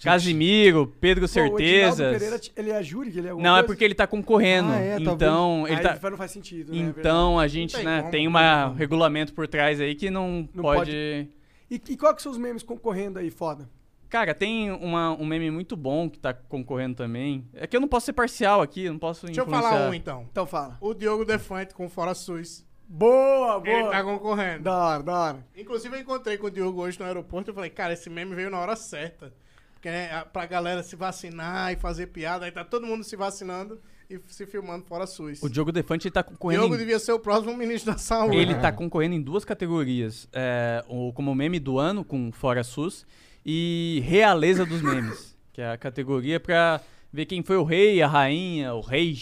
D: Casimiro,
C: Pô,
D: Pedro
C: o Edinaldo
D: Certezas.
C: Pereira, ele é júri? Ele é alguma
D: Não, é
C: coisa?
D: porque ele tá concorrendo.
B: Ah, é, talvez.
D: então, ele
C: Aí
D: tá
C: não faz sentido, né? é verdade.
D: então a gente
E: tem
D: né,
E: como,
D: tem
E: não
D: uma- um regulamento por trás aí que não,
C: Não
D: pode...
C: E, e qual que são os memes concorrendo aí, foda?
D: Cara, tem uma- um meme muito bom que tá concorrendo também. É que eu não posso ser parcial aqui, eu não posso
E: Deixa eu
D: influenciar.
E: falar um então.
C: Então fala.
E: O Diogo Defante com o Fora SUS.
C: Boa, boa.
E: Ele tá concorrendo.
C: Da hora, da hora.
E: Inclusive, eu encontrei com o Diogo hoje no aeroporto e falei, cara, esse meme veio na hora certa. Porque, né, a- pra galera se vacinar e fazer piada, aí tá todo mundo se vacinando e f- se filmando fora SUS.
D: O
E: O
D: Diogo Defante ele tá concorrendo.
E: Diogo
D: em...
E: devia ser o próximo ministro da saúde.
D: Ele tá concorrendo em duas categorias. É, o, como meme do ano, com Fora SUS, e Realeza dos Memes, que é a categoria pra ver quem foi o rei, a rainha, o rei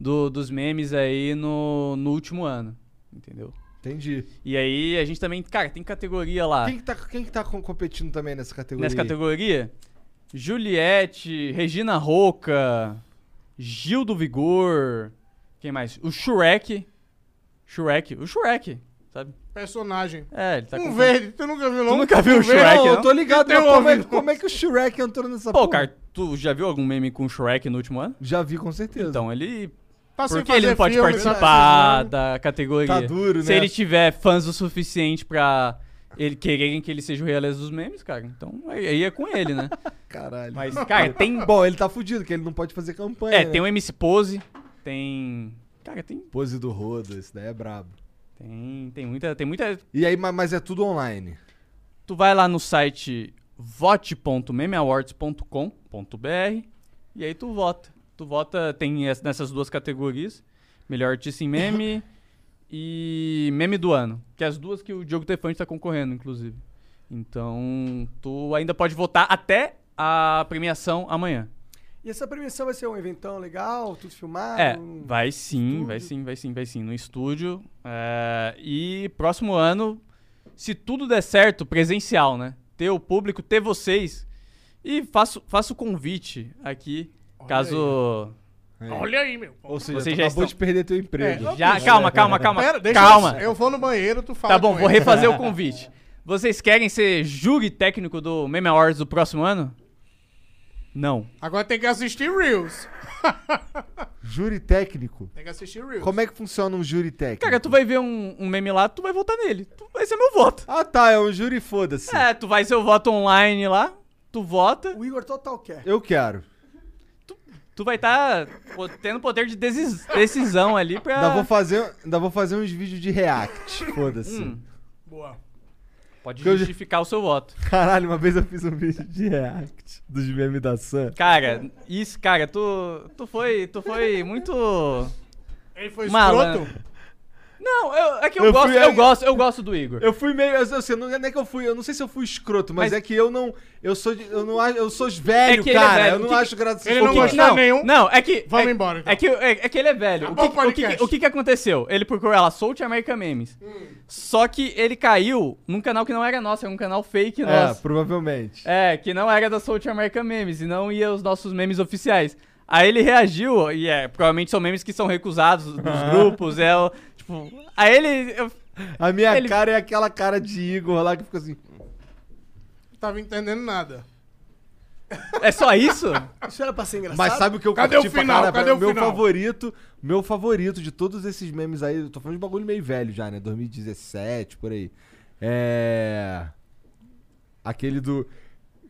D: do- dos memes aí no, no último ano. Entendeu?
B: Entendi.
D: E aí a gente também, cara, tem categoria lá.
B: Quem que tá, quem que tá com- competindo também nessa categoria?
D: Ah. Nessa
B: aí?
D: categoria, Juliette, Regina Roca, Gil do Vigor, quem mais? O Shrek. Shrek, o Shrek, sabe?
E: Personagem.
D: É, ele tá
E: um
D: com-
E: verde, tu nunca viu, não?
D: Tu nunca viu o
E: verde?
D: Shrek, né?
B: Não, eu
D: não?
B: tô ligado,
E: Eu
B: mas como é,
E: ouvi.
B: como é que o Shrek entrou nessa
D: Pô,
B: porra?
D: cara, tu já viu algum meme com o Shrek no último ano?
B: Já vi, com certeza.
D: Então, ele.
E: Tá sem
D: Por que ele
E: fazer
D: não pode
E: filme, tá
D: participar
E: sem-
D: da categoria?
B: Tá duro,
D: Se
B: né?
D: ele tiver fãs o suficiente pra ele quererem que ele seja o realeza dos memes, cara. Então aí aí é com ele, né?
B: Caralho.
D: Mas, cara, tem.
B: Bom, ele tá fudido, que ele não pode fazer campanha,
D: É,
B: né?
D: tem um o MC Pose, tem. Cara, tem.
B: Pose do rodo, esse daí é brabo.
D: Tem, tem muita. Tem muita.
B: E aí, ma- mas é tudo online.
D: Tu vai lá no site vote.memeawards.com.br e aí tu vota. Tu vota, tem es- nessas duas categorias: melhor artista em meme e meme do ano, que é as duas que o Diogo Defante tá concorrendo, inclusive. Então, tu ainda pode votar até a premiação amanhã.
C: E essa premiação vai ser um eventão legal, tudo filmado?
D: É,
C: um-
D: vai sim, vai
C: estúdio.
D: sim, vai sim, vai sim, no estúdio. É, e próximo ano, se tudo der certo, presencial, né? Ter o público, ter vocês. E faço, faço o convite aqui, caso.
B: Aí.
E: né? Olha aí, meu.
B: Ou seja,
D: Vocês
B: tu
D: já
B: acabou
D: estão-
B: de perder teu emprego.
E: né? É
D: Já, calma, calma, calma.
E: Pera, deixa
D: calma.
E: Eu, eu vou no banheiro, tu fala
D: Tá bom,
E: com
D: vou
E: ele.
D: refazer o convite. Vocês querem ser júri técnico do Meme Awards do próximo ano? Não.
E: Agora tem que assistir Reels.
B: Júri técnico.
E: Tem que assistir Reels.
B: Como é que funciona um júri técnico?
D: Cara, tu vai ver um, um meme lá, tu vai votar nele. Tu vai ser meu voto.
B: Ah, tá, é um júri foda-se.
D: É, tu vai ser o voto online lá, tu vota.
C: O Igor total quer.
B: Eu quero.
D: Tu vai estar tendo poder de desis- decisão ali pra.
B: Ainda vou fazer, ainda vou fazer uns vídeos de react. Foda-se.
D: Hum,
E: Boa.
D: pode
B: Que eu já-
D: justificar o seu voto.
B: Caralho, uma vez eu fiz um vídeo de react dos memes da Sam.
D: Cara, isso, cara, tu, tu foi. Tu foi muito.
E: Ele foi
D: Malandro.
E: escroto?
D: Não, eu- é que eu,
B: Eu
D: gosto,
B: fui-
D: eu gosto, eu gosto do Igor.
B: Eu fui meio. eu- Assim, não não é que eu fui. Eu não sei se eu fui escroto, mas,
D: Mas-
B: é que eu não. Eu sou. de- Eu não acho. Eu sou velho,
D: É que ele é
B: cara.
D: velho.
B: Eu não
D: O que-
B: acho graça ser
E: Ele não
B: fofinho.
E: gostou.
D: não,
E: nenhum.
D: Não, é que.
E: Vamos
D: é-
E: embora, então.
D: É que, é, é que ele é velho. O que,
E: Acabou o
D: o, que,
E: podcast.
D: o que que aconteceu? Ele procurou ela, Soul America Memes. Só que ele caiu num canal que não era nosso, era um canal fake
B: É,
D: nosso.
B: provavelmente.
D: É, que não era da Soul America Memes e não ia os nossos memes oficiais. Aí ele reagiu, e é, provavelmente são memes que são recusados dos grupos, é o. Tipo. Aí ele. eu-
B: A minha
D: Ele-
B: cara é aquela cara de Igor lá que fica assim.
E: Não tava entendendo nada.
D: é só isso?
C: Isso era pra ser engraçado.
B: Mas sabe o que eu
E: Tá Cadê
B: curti
E: o final?
B: pra caralho?
E: Cadê o
B: meu
E: final?
B: favorito, meu favorito de todos esses memes aí, eu tô falando de bagulho meio velho já, né? 2017, por aí. É aquele do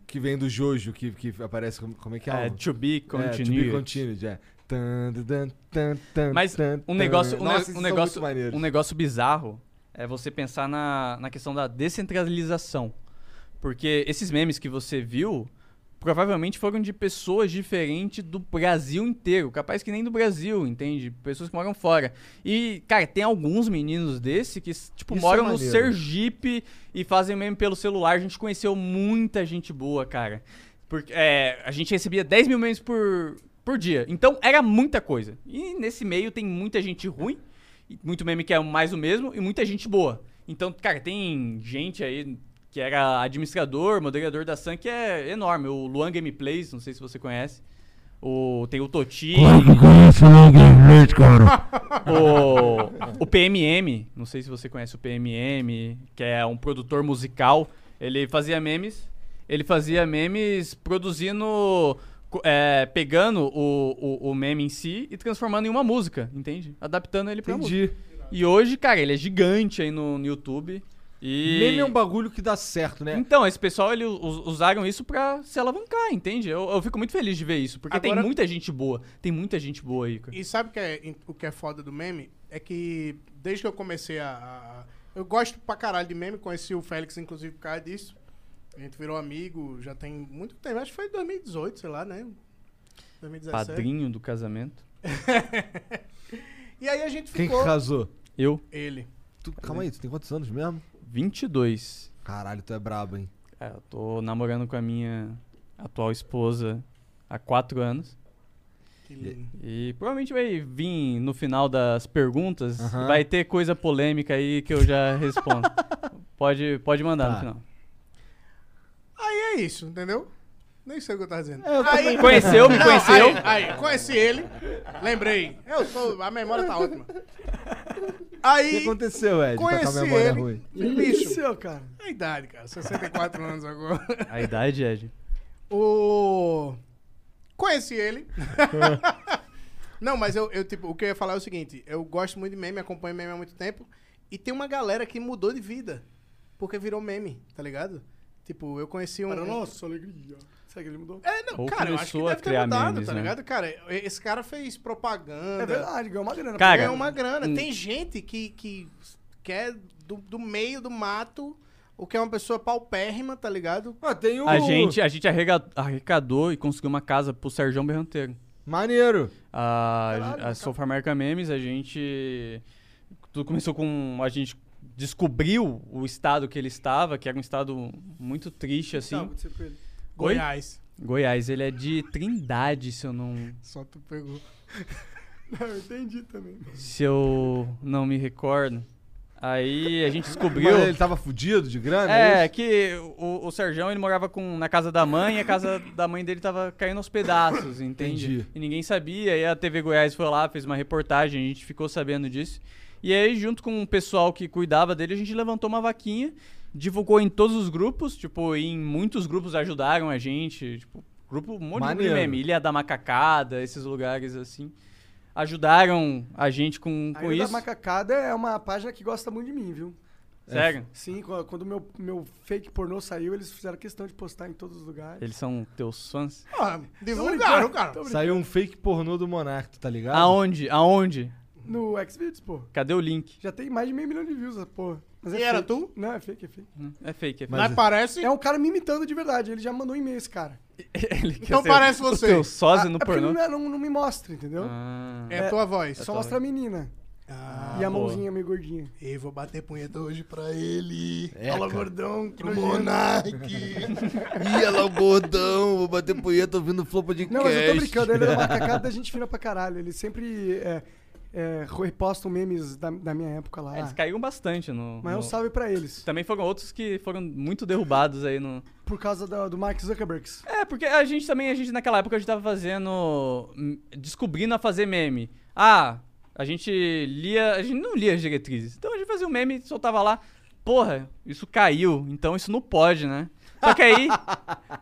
B: que vem do Jojo, que, que aparece como, como é que é?
D: É,
B: o-
D: to be
B: É, to be
D: continued.
B: continued, é. Tan, tan, tan, tan,
D: Mas
B: tan,
D: um
B: tan.
D: negócio, um,
B: Nossa,
D: ne-
B: esses
D: um
B: são muito
D: negócio,
B: maneiros.
D: um negócio bizarro é você pensar na, na questão da descentralização. Porque esses memes que você viu provavelmente foram de pessoas diferentes do Brasil inteiro. Capaz que nem do Brasil, entende? Pessoas que moram fora. E, cara, tem alguns meninos desse que, tipo,
B: Isso é
D: moram no
B: maneiro.
D: Sergipe e fazem meme pelo celular. A gente conheceu muita gente boa, cara. Porque é, a gente recebia 10 mil memes por, por dia. Então era muita coisa. E nesse meio tem muita gente ruim, e muito meme que é mais o mesmo, e muita gente boa. Então, cara, tem gente aí que era administrador, moderador da Sun, que é enorme. O Luan Gameplays, não sei se você conhece. O, tem o Toti. o, o PMM, não sei se você conhece o PMM, que é um produtor musical. Ele fazia memes. Ele fazia memes produzindo. co- é, pegando o, o, o meme em si e transformando em uma música, entende? Adaptando ele pra música.
B: Entendi.
D: E hoje, cara, ele é gigante aí no, no YouTube. E...
B: Meme é um bagulho que dá certo,
E: É.
B: né?
D: Então, esse pessoal, eles usaram isso pra se alavancar, entende? Eu, eu fico muito feliz de ver isso, porque tem
E: Agora-
D: muita gente boa. Tem muita gente boa aí, cara.
E: E sabe o que é, o que é foda do meme? É que desde que eu comecei a, a- Eu gosto pra caralho de meme, conheci o Félix, inclusive, por causa disso. A gente virou amigo, já tem muito tempo, acho que foi 2018, sei lá, né? 2017.
D: Padrinho do casamento.
E: E aí a gente
B: Quem
E: ficou.
B: que casou?
D: Eu,
E: Ele.
B: Tu- calma aí, tu tem quantos anos mesmo?
D: 22.
B: Caralho, tu é brabo, hein?
D: É, eu tô namorando com a minha atual esposa há quatro anos.
E: Que lindo.
D: E provavelmente vai vir no final das perguntas.
B: Aham.
D: Vai ter coisa polêmica aí que eu já respondo. pode, pode mandar
B: Tá.
D: no final.
E: Aí é isso, entendeu? Nem sei o que eu tava dizendo.
B: É, eu
E: aí...
D: Conheceu, me
E: Não,
D: conheceu.
E: Aí, aí, conheci ele. Lembrei. Eu sou. A memória tá ótima. Aí.
B: O que aconteceu, Ed? Tá com a
E: Conheci
B: memória
E: ele.
B: ruim.
E: Bicho,
C: Seu, cara.
E: a idade, cara. 64 anos agora.
D: A idade, Ed.
E: O... Conheci ele. Não, mas eu, eu, tipo, o que eu ia falar é o seguinte. Eu gosto muito de meme, acompanho meme há muito tempo. E tem uma galera que mudou de vida. Porque virou meme, tá ligado? Tipo, eu conheci um...
C: Para nossa alegria. Será que ele mudou?
E: É, não,
D: Ou
E: cara, eu acho que
D: começou a
E: deve ter
D: criar
E: mudado,
D: memes,
E: tá
D: né?
E: ligado? Cara, e- esse cara fez propaganda.
C: É verdade, ganhou uma grana.
D: Cara,
E: ganhou uma grana.
D: hum.
E: Tem gente que, que quer do, do meio do mato, o que é uma pessoa paupérrima, tá ligado?
B: Ah, tem o...
D: A gente, a gente arrega- arrecadou e conseguiu uma casa pro Sérgio Berranteiro.
B: Maneiro.
D: A, a South America Memes, a gente. Tudo começou com. A gente descobriu o estado que ele estava, que era um estado muito triste, assim.
C: Tá, aconteceu com ele.
D: Oi?
E: Goiás.
D: Goiás, ele é de Trindade, se eu não.
E: Só tu pegou.
C: Não, eu entendi também.
D: Se eu não me recordo. Aí a gente descobriu.
B: Mas ele tava fudido de grana, é
D: É,
B: isso?
D: que o, o Serjão ele morava com, na casa da mãe e a casa da mãe dele tava caindo aos pedaços, entende?
B: Entendi.
D: E ninguém sabia. E a TV Goiás foi lá, fez uma reportagem, a gente ficou sabendo disso. E aí, junto com o pessoal que cuidava dele, a gente levantou uma vaquinha, divulgou em todos os grupos, tipo, e em muitos grupos ajudaram a gente, tipo, grupo, um monte
B: Maneiro.
D: de meme, Ilha da Macacada, esses lugares assim. Ajudaram a gente com,
C: A
D: com
C: Ilha da
D: isso.
C: Macacada é uma página que gosta muito de mim, viu?
D: Sério?
C: Sim, qu- quando meu, meu fake pornô saiu, eles fizeram questão de postar em todos os
B: É.
C: lugares.
D: Eles são teus fãs?
E: Ah,
C: brincando,
E: divulgaram, cara.
C: tô brincando.
B: Saiu um fake pornô do Monark, tá ligado?
D: Aonde? Aonde?
C: No Xvideos, pô.
D: Cadê o link?
C: Já tem mais de meio milhão de views, essa porra. Mas
E: E era
C: fake.
E: tu?
C: Não, é fake, é fake.
D: É fake, é fake.
B: Mas-
E: Mas parece.
C: É um cara me imitando de verdade, ele já mandou um e-mail esse cara.
D: Ele quer
E: Então
D: ser
E: parece
D: o
E: você.
D: teu sósia
C: Ah,
D: no
C: é porque
D: pornô.
C: Não, é- não, não me mostra, entendeu?
D: Ah.
E: É a tua voz.
C: Só mostra a menina.
E: Ah,
C: e a mãozinha meio gordinha.
E: Ei, vou bater punheta hoje pra ele.
A: É,
E: Fala,
A: cara.
E: gordão, que
A: Pro
E: nojento.
A: Monark! Ih, olha lá o gordão, vou bater punheta ouvindo o Flow Podcast.
C: Não, mas eu tô brincando, ele é uma cacada da gente fina pra caralho. Ele sempre é, é, repostam memes da, da minha época lá.
D: Eles caíram bastante no.
C: Mas é
D: no-
C: um salve pra eles.
D: Também foram outros que foram muito derrubados aí no.
C: Por causa do, do Mark Zuckerberg.
D: É, porque a gente também, a gente naquela época, a gente tava fazendo. hum, descobrindo a fazer meme. Ah, a gente lia. A gente não lia as diretrizes. Então a gente fazia um meme, soltava lá. Porra, isso caiu, então isso não pode, né? Só que aí.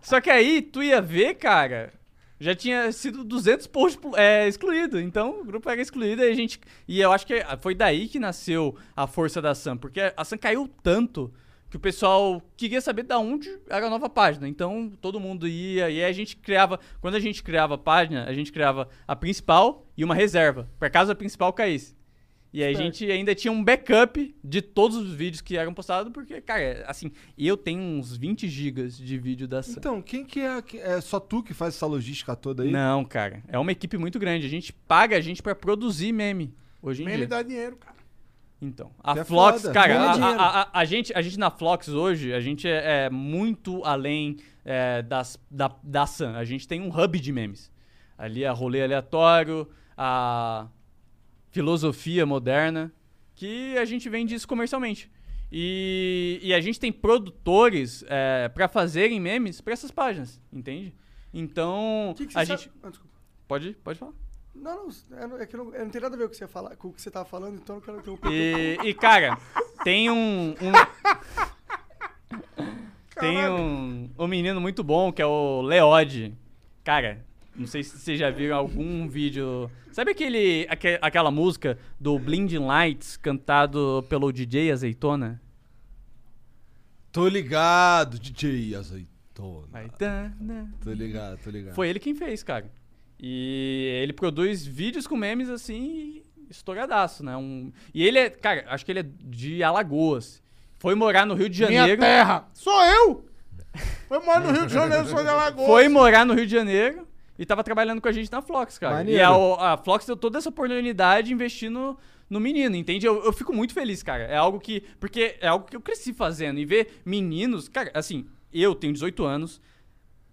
D: só que aí, tu ia ver, cara. Já tinha sido 200 posts pu- é, excluído, então o grupo era excluído e a gente. E eu acho que foi daí que nasceu a força da Sam, porque a Sam caiu tanto que o pessoal queria saber da onde era a nova página. Então todo mundo ia e aí a gente criava, quando a gente criava a página, a gente criava a principal e uma reserva, para caso a principal caísse. E aí a gente ainda tinha um backup de todos os vídeos que eram postados, porque, cara, assim, eu tenho uns 20 gigas de vídeo da Sam.
B: Então, quem que é, que- é só tu que faz essa logística toda aí?
D: Não, cara, é uma equipe muito grande. A gente paga a gente pra produzir meme hoje em
E: Meme
D: dia.
E: dá dinheiro, cara.
D: Então, a
B: Que é
D: Flox,
B: foda.
D: cara,
C: Meme é
D: a,
C: dinheiro.
D: a- a- a gente, a gente na Flox hoje, a gente é, é muito além é, das, da, da Sun. A gente tem um hub de memes. Ali a rolê aleatório, a filosofia moderna, que a gente vende isso comercialmente. E, e a gente tem produtores é, para fazerem memes pra essas páginas, entende? Então,
C: O que, que você
D: a
C: sabe-
D: gente...
C: Ah, desculpa.
D: Pode, pode falar.
C: Não, não, é, não- é que não, é, não tem nada a ver com o que você, ia falar, com o que você tava falando, então eu não quero interromper.
D: E, e, cara, tem um. um- tem um, um menino muito bom que é o Leod. Cara, não sei se vocês já viram algum vídeo. Sabe aquele, aque- aquela música do Blinding Lights cantado pelo DJ Azeitona?
B: Tô ligado, DJ Azeitona.
D: Aí, tá, né?
B: Tô ligado, tô ligado.
D: Foi ele quem fez, cara. E ele produz vídeos com memes assim, estouradaço, né? Um, e ele é, cara, acho que ele é de Alagoas. Foi morar no Rio de Janeiro.
E: Minha terra. Sou eu. Eu moro no Rio de Janeiro, sou de Alagoas.
D: Foi morar no Rio de Janeiro e tava trabalhando com a gente na Flox, cara.
B: Maneiro.
D: E a, a Flox deu toda essa oportunidade investindo no menino, entende? Eu, eu fico muito feliz, cara. É algo que. Porque é algo que eu cresci fazendo. E ver meninos. Cara, assim, eu tenho 18 anos.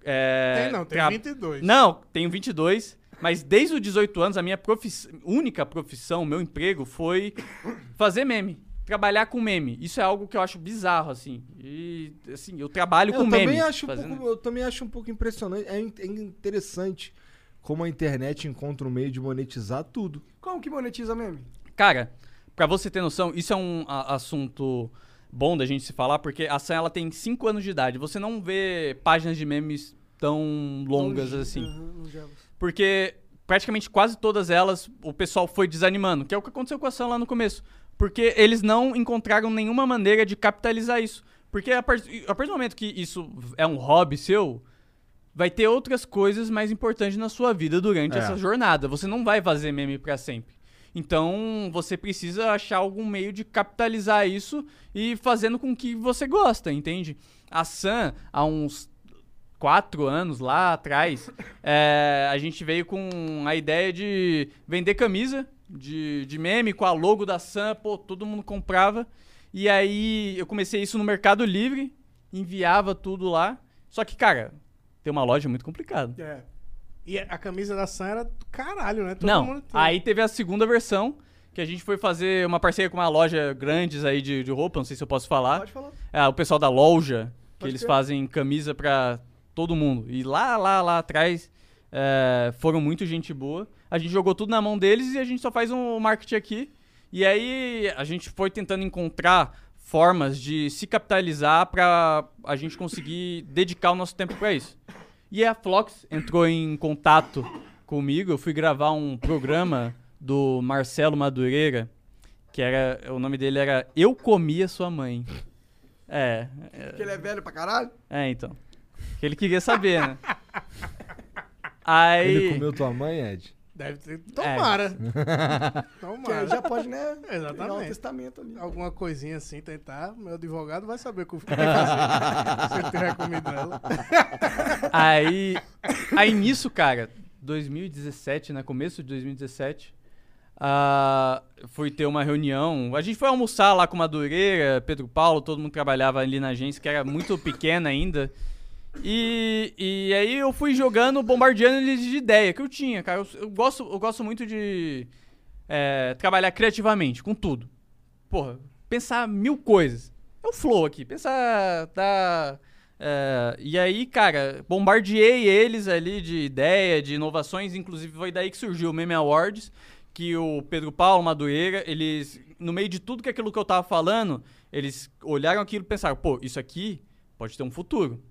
D: É,
E: Tem não, tem
D: tra-
E: 22.
D: Não, tenho 22. Mas desde os 18 anos, a minha profiss- única profissão, meu emprego, foi fazer meme. Trabalhar com meme. Isso é algo que eu acho bizarro, assim. E, assim, eu trabalho
B: É,
D: com
B: eu
D: meme.
B: também acho um
D: fazendo-
B: pouco, eu também acho um pouco impressionante, é, in- é interessante como a internet encontra um meio de monetizar tudo.
C: Como que monetiza meme?
D: Cara, pra você ter noção, isso é um a- assunto bom da gente se falar, porque a Sam ela tem 5 anos de idade. Você não vê páginas de memes tão longas assim.
C: Aham, não jogos.
D: Porque praticamente quase todas elas o pessoal foi desanimando, que é o que aconteceu com a Sam lá no começo. Porque eles não encontraram nenhuma maneira de capitalizar isso. Porque a partir, a partir do momento que isso é um hobby seu, vai ter outras coisas mais importantes na sua vida durante
B: É.
D: essa jornada. Você não vai fazer meme pra sempre. Então, você precisa achar algum meio de capitalizar isso e fazendo com que você gosta, entende? A Sam, há uns quatro anos lá atrás, é, a gente veio com a ideia de vender camisa de, de meme com a logo da Sam, pô, todo mundo comprava. E aí eu comecei isso no Mercado Livre, enviava tudo lá. Só que, cara, ter uma loja é muito complicado.
C: É.
E: E a camisa da Sam era do caralho, né? Todo
D: Não,
E: mundo tem.
D: aí teve a segunda versão, que a gente foi fazer uma parceria com uma loja grandes aí de, de roupa, não sei se eu posso falar.
C: Pode falar.
D: É, o pessoal da loja, que
C: Pode
D: eles
C: ser.
D: fazem camisa pra todo mundo. E lá, lá, lá atrás, é, foram muito gente boa. A gente jogou tudo na mão deles e a gente só faz um marketing aqui. E aí a gente foi tentando encontrar formas de se capitalizar pra a gente conseguir dedicar o nosso tempo pra isso. E a Flox entrou em contato comigo. Eu fui gravar um programa do Marcelo Madureira, que era o nome dele era Eu Comia Sua Mãe. É,
C: Porque ele é velho pra caralho.
D: é então. Que ele queria saber, né? Aí
B: Ele comeu tua mãe, Ed?
E: Deve ter. Tomara.
C: Que aí
E: Tomara.
C: já pode, né?
E: Exatamente.
C: pegar um testamento ali.
E: Alguma coisinha assim, tentar. Meu advogado vai saber o que eu fiquei fazendo. se eu tiver né? comido ela.
D: Aí, aí nisso, cara, 2017, né? Começo de 2017, Ah, fui ter uma reunião. A gente foi almoçar lá com Madureira, Pedro Paulo, todo mundo trabalhava ali na agência, que era muito pequena ainda. E, e aí eu fui jogando, bombardeando eles de ideia que eu tinha, cara. Eu, eu gosto, eu gosto muito de é, trabalhar criativamente, com tudo. Porra, pensar mil coisas. É o flow aqui, pensar. Tá, é, e aí, cara, bombardeei eles ali de ideia, de inovações. Inclusive, foi daí que surgiu o Meme Awards, que o Pedro Paulo, Madureira, eles, no meio de tudo que é aquilo que eu tava falando, eles olharam aquilo e pensaram: pô, isso aqui pode ter um futuro.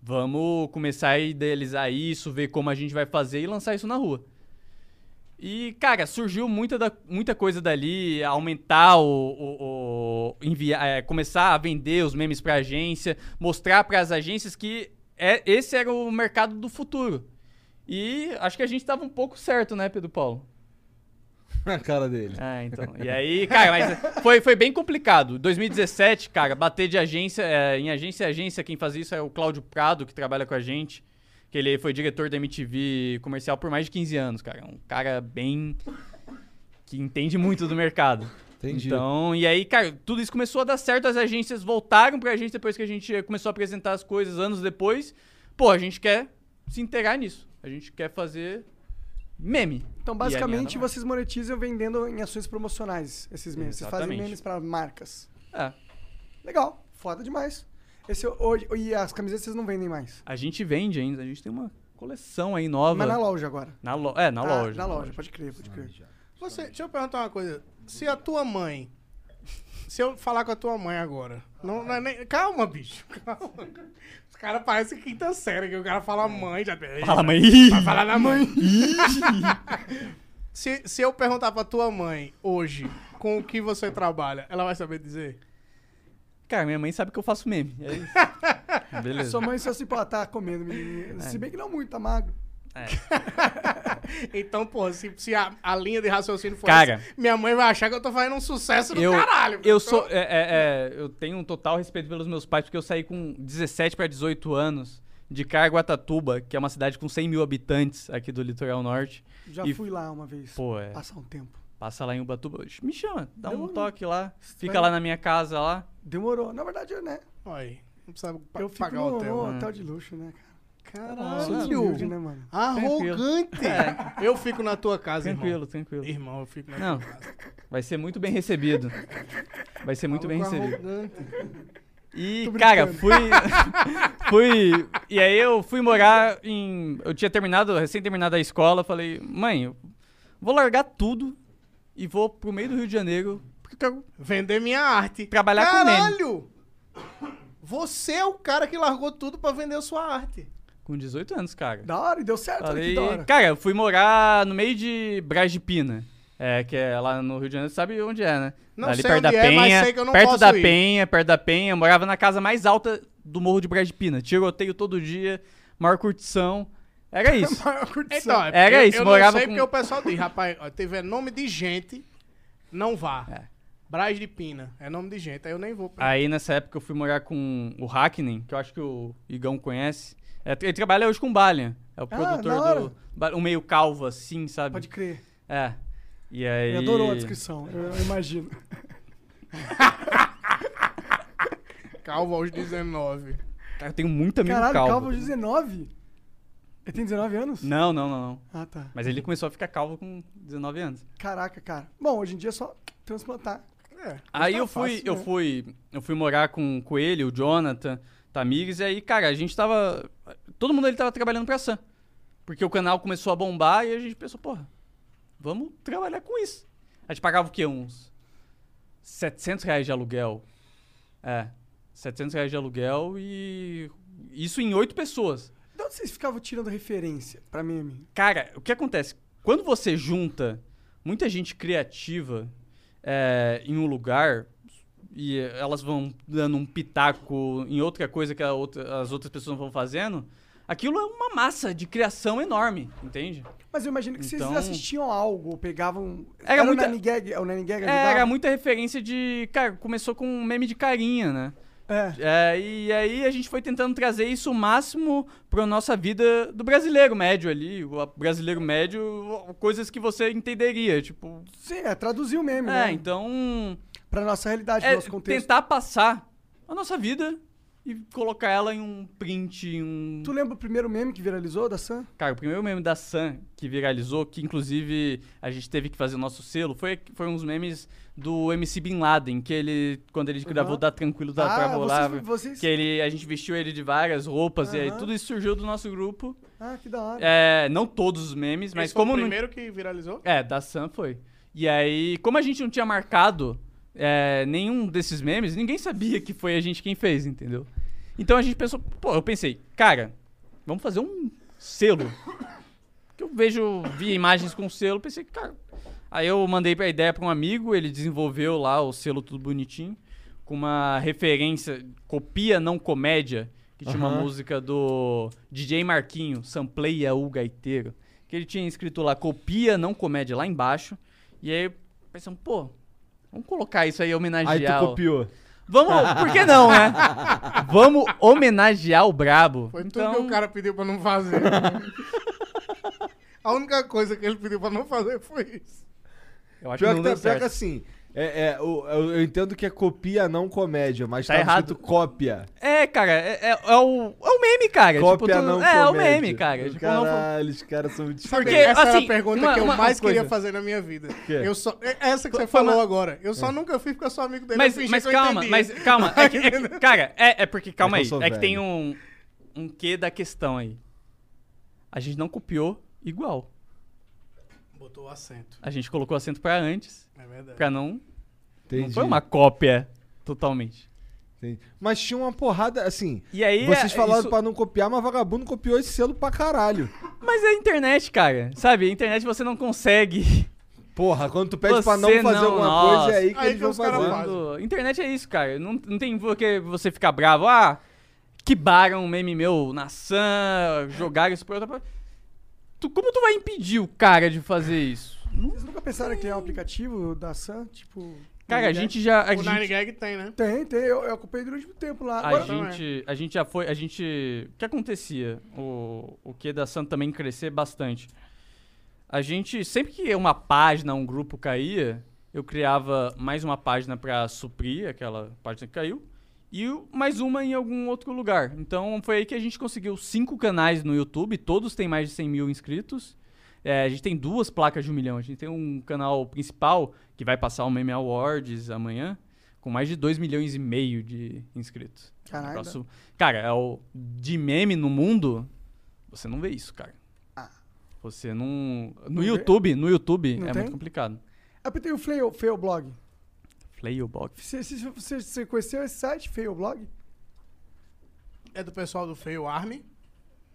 D: Vamos começar a idealizar isso, ver como a gente vai fazer e lançar isso na rua. E, cara, surgiu muita, da- muita coisa dali, aumentar o. o- o- enviar, é, começar a vender os memes pra agência, mostrar pras agências que é, esse era o mercado do futuro. E acho que a gente tava um pouco certo, né, Pedro Paulo?
B: Na cara dele.
D: Ah, então. E aí, cara, mas foi, foi bem complicado. 2017, cara, bater de agência, é, em agência a agência, quem fazia isso é o Cláudio Prado, que trabalha com a gente. Que ele foi diretor da MTV comercial por mais de 15 anos, cara. Um cara bem. que entende muito do mercado.
B: Entendi.
D: Então, e aí, cara, tudo isso começou a dar certo, as agências voltaram pra gente depois que a gente começou a apresentar as coisas anos depois. Pô, a gente quer se inteirar nisso. A gente quer fazer meme.
C: Então,
D: E é a linha
C: basicamente,
D: da
C: vocês monetizam vendendo em ações promocionais esses memes. Vocês fazem
D: Exatamente.
C: memes pra marcas.
D: marca. É.
C: Legal, foda demais. Esse, é hoje, e as camisetas vocês não vendem mais.
D: A gente vende ainda, a gente tem uma coleção aí nova.
C: Mas na loja agora.
D: Na lo- É, na
C: Ah,
D: loja.
C: Na loja, pode crer, pode crer.
E: Você, deixa eu perguntar uma coisa. Se a tua mãe. Se eu falar com a tua mãe agora. Não, não é nem- calma, bicho. Calma. Os caras parecem quinta série, que o cara fala mãe. Já,
D: Fala, mãe.
E: Vai falar na mãe. se, se eu perguntar pra tua mãe hoje com o que você trabalha, ela vai saber dizer?
D: Cara, minha mãe sabe que eu faço meme. É isso. Beleza.
C: Sua mãe só se pô, ela tá comendo, menininha. Se bem que não muito, tá magro.
E: Então, porra, se, se a, a linha de raciocínio for
D: Cara.
E: essa, minha mãe vai achar que eu tô fazendo um sucesso do
D: eu,
E: caralho.
D: eu sou. é, é, é, eu tenho um total respeito pelos meus pais, porque eu saí com 17 para 18 anos de Caraguatatuba, que é uma cidade com 100 mil habitantes aqui do litoral norte.
C: Já
D: E-
C: fui lá uma vez.
D: Pô, é.
C: Passar um tempo.
D: Passa lá em Ubatuba. Me chama, dá um
C: Demorou.
D: toque lá. Fica
C: Vai.
D: lá na minha casa lá.
C: Demorou. Na verdade, né?
E: Olha, não precisa pa-
C: eu fico
E: pagar
C: no,
E: o hotel.
C: no
D: né?
C: hotel de luxo, né, cara? Sou desumilde,
E: Caralho.
C: né, mano?
E: Arrogante. Eu fico na tua casa,
D: Tranquilo, tranquilo.
E: irmão. Irmão, eu fico na
D: Não,
E: tua casa.
D: vai ser muito bem recebido. Vai ser muito bem
E: Maluco
D: recebido.
E: arrogante.
D: E, cara, fui. fui. E aí eu fui morar em. Eu tinha terminado, recém terminado a escola, falei, mãe, eu vou largar tudo e vou pro meio do Rio de Janeiro. Porque eu quero.
E: Vender minha arte.
D: Trabalhar com meme.
E: Caralho! Você é o cara que largou tudo pra vender a sua arte.
D: Com 18 anos, cara.
C: Da hora, e deu certo. olha
D: Falei,
C: que da hora.
D: cara, eu fui morar no meio de Braz de Pina. É, que é lá no Rio de Janeiro, sabe onde é, né?
E: Não
D: Ali
E: sei
D: perto
E: onde
D: da
E: é, mas
D: Penha.
E: sei que eu não
D: perto
E: posso
D: da
E: ir.
D: Penha, perto da Penha. Morava na casa mais alta do Morro de Braz de Pina. Tiroteio todo dia, maior curtição. Era isso.
C: Maior curtição.
E: Então, é
D: Era
E: porque
D: isso,
E: eu
D: morava
E: não sei
D: com-
E: porque o pessoal diz, rapaz, ó, tiver nome de gente, não vá.
D: É.
E: Braz de Pina, é nome de gente, aí eu nem vou. pra-
D: Aí nessa época eu fui morar com o Hackney, que eu acho que o Igão conhece. É, ele trabalha hoje com o Balian. É o
C: Ah, da
D: produtor
C: hora.
D: do. Ba- Um meio calvo assim, sabe?
C: Pode crer.
D: É. E aí.
C: Ele adorou a descrição, eu eu imagino.
D: Ah.
E: Calvo aos 19.
D: Cara, eu tenho muito amigo
C: Caralho,
D: calvo.
C: calvo 19? Ele tem 19 anos?
D: Não, não, não, não.
C: Ah, tá.
D: Mas ele começou a ficar calvo com 19 anos.
C: Caraca, cara. Bom, hoje em dia é só transplantar.
E: É,
D: Aí
E: tá
D: eu fui,
E: fácil,
D: eu
E: né?
D: fui, eu fui morar com, com ele, o Jonathan, Tamires, e aí, cara, a gente tava. Todo mundo ali tava trabalhando pra Sam. Porque o canal começou a bombar e a gente pensou, porra, vamos trabalhar com isso. A gente pagava o quê? Uns 700 reais de aluguel. É, 700 reais de aluguel e. Isso em oito pessoas.
C: De onde vocês ficavam tirando referência pra meme?
D: Cara, o que acontece? Quando você junta muita gente criativa é, em um lugar e elas vão dando um pitaco em outra coisa que a outra- as outras pessoas vão fazendo, aquilo é uma massa de criação enorme, entende?
C: Mas eu imagino que vocês
D: Então-
C: assistiam algo, ou pegavam...
D: Era
C: era
D: muita-
C: o Nanny Gag, o Nanny Gag
D: É,
C: ajudava?
D: era muita referência de. Cara, começou com um meme de carinha, né?
C: É.
D: É, e aí a gente foi tentando trazer isso o máximo pra nossa vida do brasileiro médio ali. O brasileiro médio, coisas que você entenderia, tipo...
C: Sim, é traduzir o meme,
D: É,
C: né?
D: então...
C: Pra nossa realidade,
D: É,
C: pro nosso contexto.
D: tentar passar a nossa vida e colocar ela em um print, em um...
C: Tu lembra o primeiro meme que viralizou da Sam?
D: Cara, o primeiro meme da Sam que viralizou, que inclusive a gente teve que fazer o nosso selo, foi, foi uns memes do MC Bin Laden, que ele, quando ele gravou Dá Tranquilo, Dá
C: ah,
D: Travolável,
C: vocês, vocês...
D: que ele, a gente vestiu ele de várias roupas, e aí
C: Aham.
D: tudo isso surgiu do nosso grupo.
C: Ah, que da hora.
D: É, não todos os memes, mas
E: Esse foi
D: como...
E: o
D: não-
E: primeiro que viralizou?
D: É, da Sam foi. E aí, como a gente não tinha marcado é, nenhum desses memes, ninguém sabia que foi a gente quem fez, entendeu? Então a gente pensou, pô, eu pensei, cara, vamos fazer um selo. Que eu vejo, vi imagens com selo, pensei, cara. Aí eu mandei a ideia pra um amigo, ele desenvolveu lá o selo tudo bonitinho, com uma referência, copia não comédia, que tinha uma
B: Aham.
D: música do DJ Marquinho, Sampleia o Gaiteiro, que ele tinha escrito lá, copia não comédia, lá embaixo. E aí pensamos, pô, vamos colocar isso aí, homenagear.
B: Aí tu
D: o-
B: copiou.
D: Vamos, por que não, né? Vamos homenagear o brabo.
E: Foi
D: então,
E: tudo que o cara pediu pra não fazer. a única coisa que ele pediu pra não fazer foi isso.
D: eu acho
B: Pior
D: que
B: que, tá- pior
D: não deu
B: que
D: certo.
B: assim, é, é, o- eu, eu entendo que é copia, não comédia, mas
D: Tá
B: tá,
D: errado.
B: escrito cópia.
D: É, cara, é, é- é o, é o meme, cara.
B: Cópia,
D: tipo, tu-
B: não
D: é,
B: comédia.
D: é o meme, cara. Tipo, não-
B: Caralho, os caras são muito
D: Porque,
E: essa era
D: assim,
E: a pergunta
D: uma-
E: que eu
D: uma
E: mais
D: coisa.
E: queria fazer na minha vida.
B: Quê?
E: Eu só, é essa que você
D: Foi uma-
E: falou agora. Eu só nunca fiz porque eu sou amigo dele. eu
D: mas,
E: fingi
D: mas
E: que eu
D: calma,
E: entendi.
D: mas calma. É que- é que- cara, é, é porque, calma aí.
B: Mas eu sou
D: É que tem
B: velho.
D: um, um quê da questão aí. A gente não copiou igual.
E: Botou o acento.
D: A gente colocou acento pra antes,
E: É verdade.
D: pra não...
B: Entendi,
D: Não foi uma cópia totalmente.
B: entendi. Mas tinha uma porrada, assim...
D: E aí...
B: Vocês
D: é-
B: falaram
D: isso-
B: pra não copiar, mas vagabundo copiou esse selo pra caralho.
D: Mas é a internet, cara. Sabe, a internet você não consegue...
B: Porra, quando tu pede
D: Você
B: pra não fazer
D: não,
B: alguma
D: nossa.
B: coisa, é aí que
E: Aí
B: eles
E: que
B: vão
E: os caras
B: fazer.
E: fazem.
D: Quando- Internet é isso, cara. Não, não tem por que você ficar bravo. Ah, que baram um meme meu na Sam, jogaram isso pra outra. pra- Tu, como tu vai impedir o cara de fazer isso? Não-
C: Vocês nunca pensaram em criar um aplicativo da Sam? Tipo.
D: Cara, a
C: Nine
D: gente já. A
E: O Nine
D: gente,
E: Gag tem, né?
C: Gag? Tem, tem. Eu, eu acompanhei durante muito tempo lá.
D: a,
C: Agora,
E: também.
D: gente, a gente já foi. A gente. O que acontecia? O, o que da Sam também crescer bastante. A gente. Sempre que uma página, um grupo caía, eu criava mais uma página pra suprir aquela página que caiu. e o- mais uma em algum outro lugar. Então foi aí que a gente conseguiu cinco canais no YouTube, todos têm mais de 100 mil inscritos. É, a gente tem duas placas de um milhão. A gente tem um canal principal que vai passar o Meme Awards amanhã, com mais de 2 milhões e meio de inscritos. É um
C: Caralho.
D: negócio- Cara, é o de meme no mundo, você não vê isso, cara. Você não. No
C: Ah. vê?
D: YouTube, no YouTube
C: Não
D: é
C: tem?
D: muito complicado.
C: Apertei o Fail, Fail Blog.
D: Playbox.
C: Você, você, você- você conheceu esse site, Fail Blog?
E: É do pessoal do Feio Army.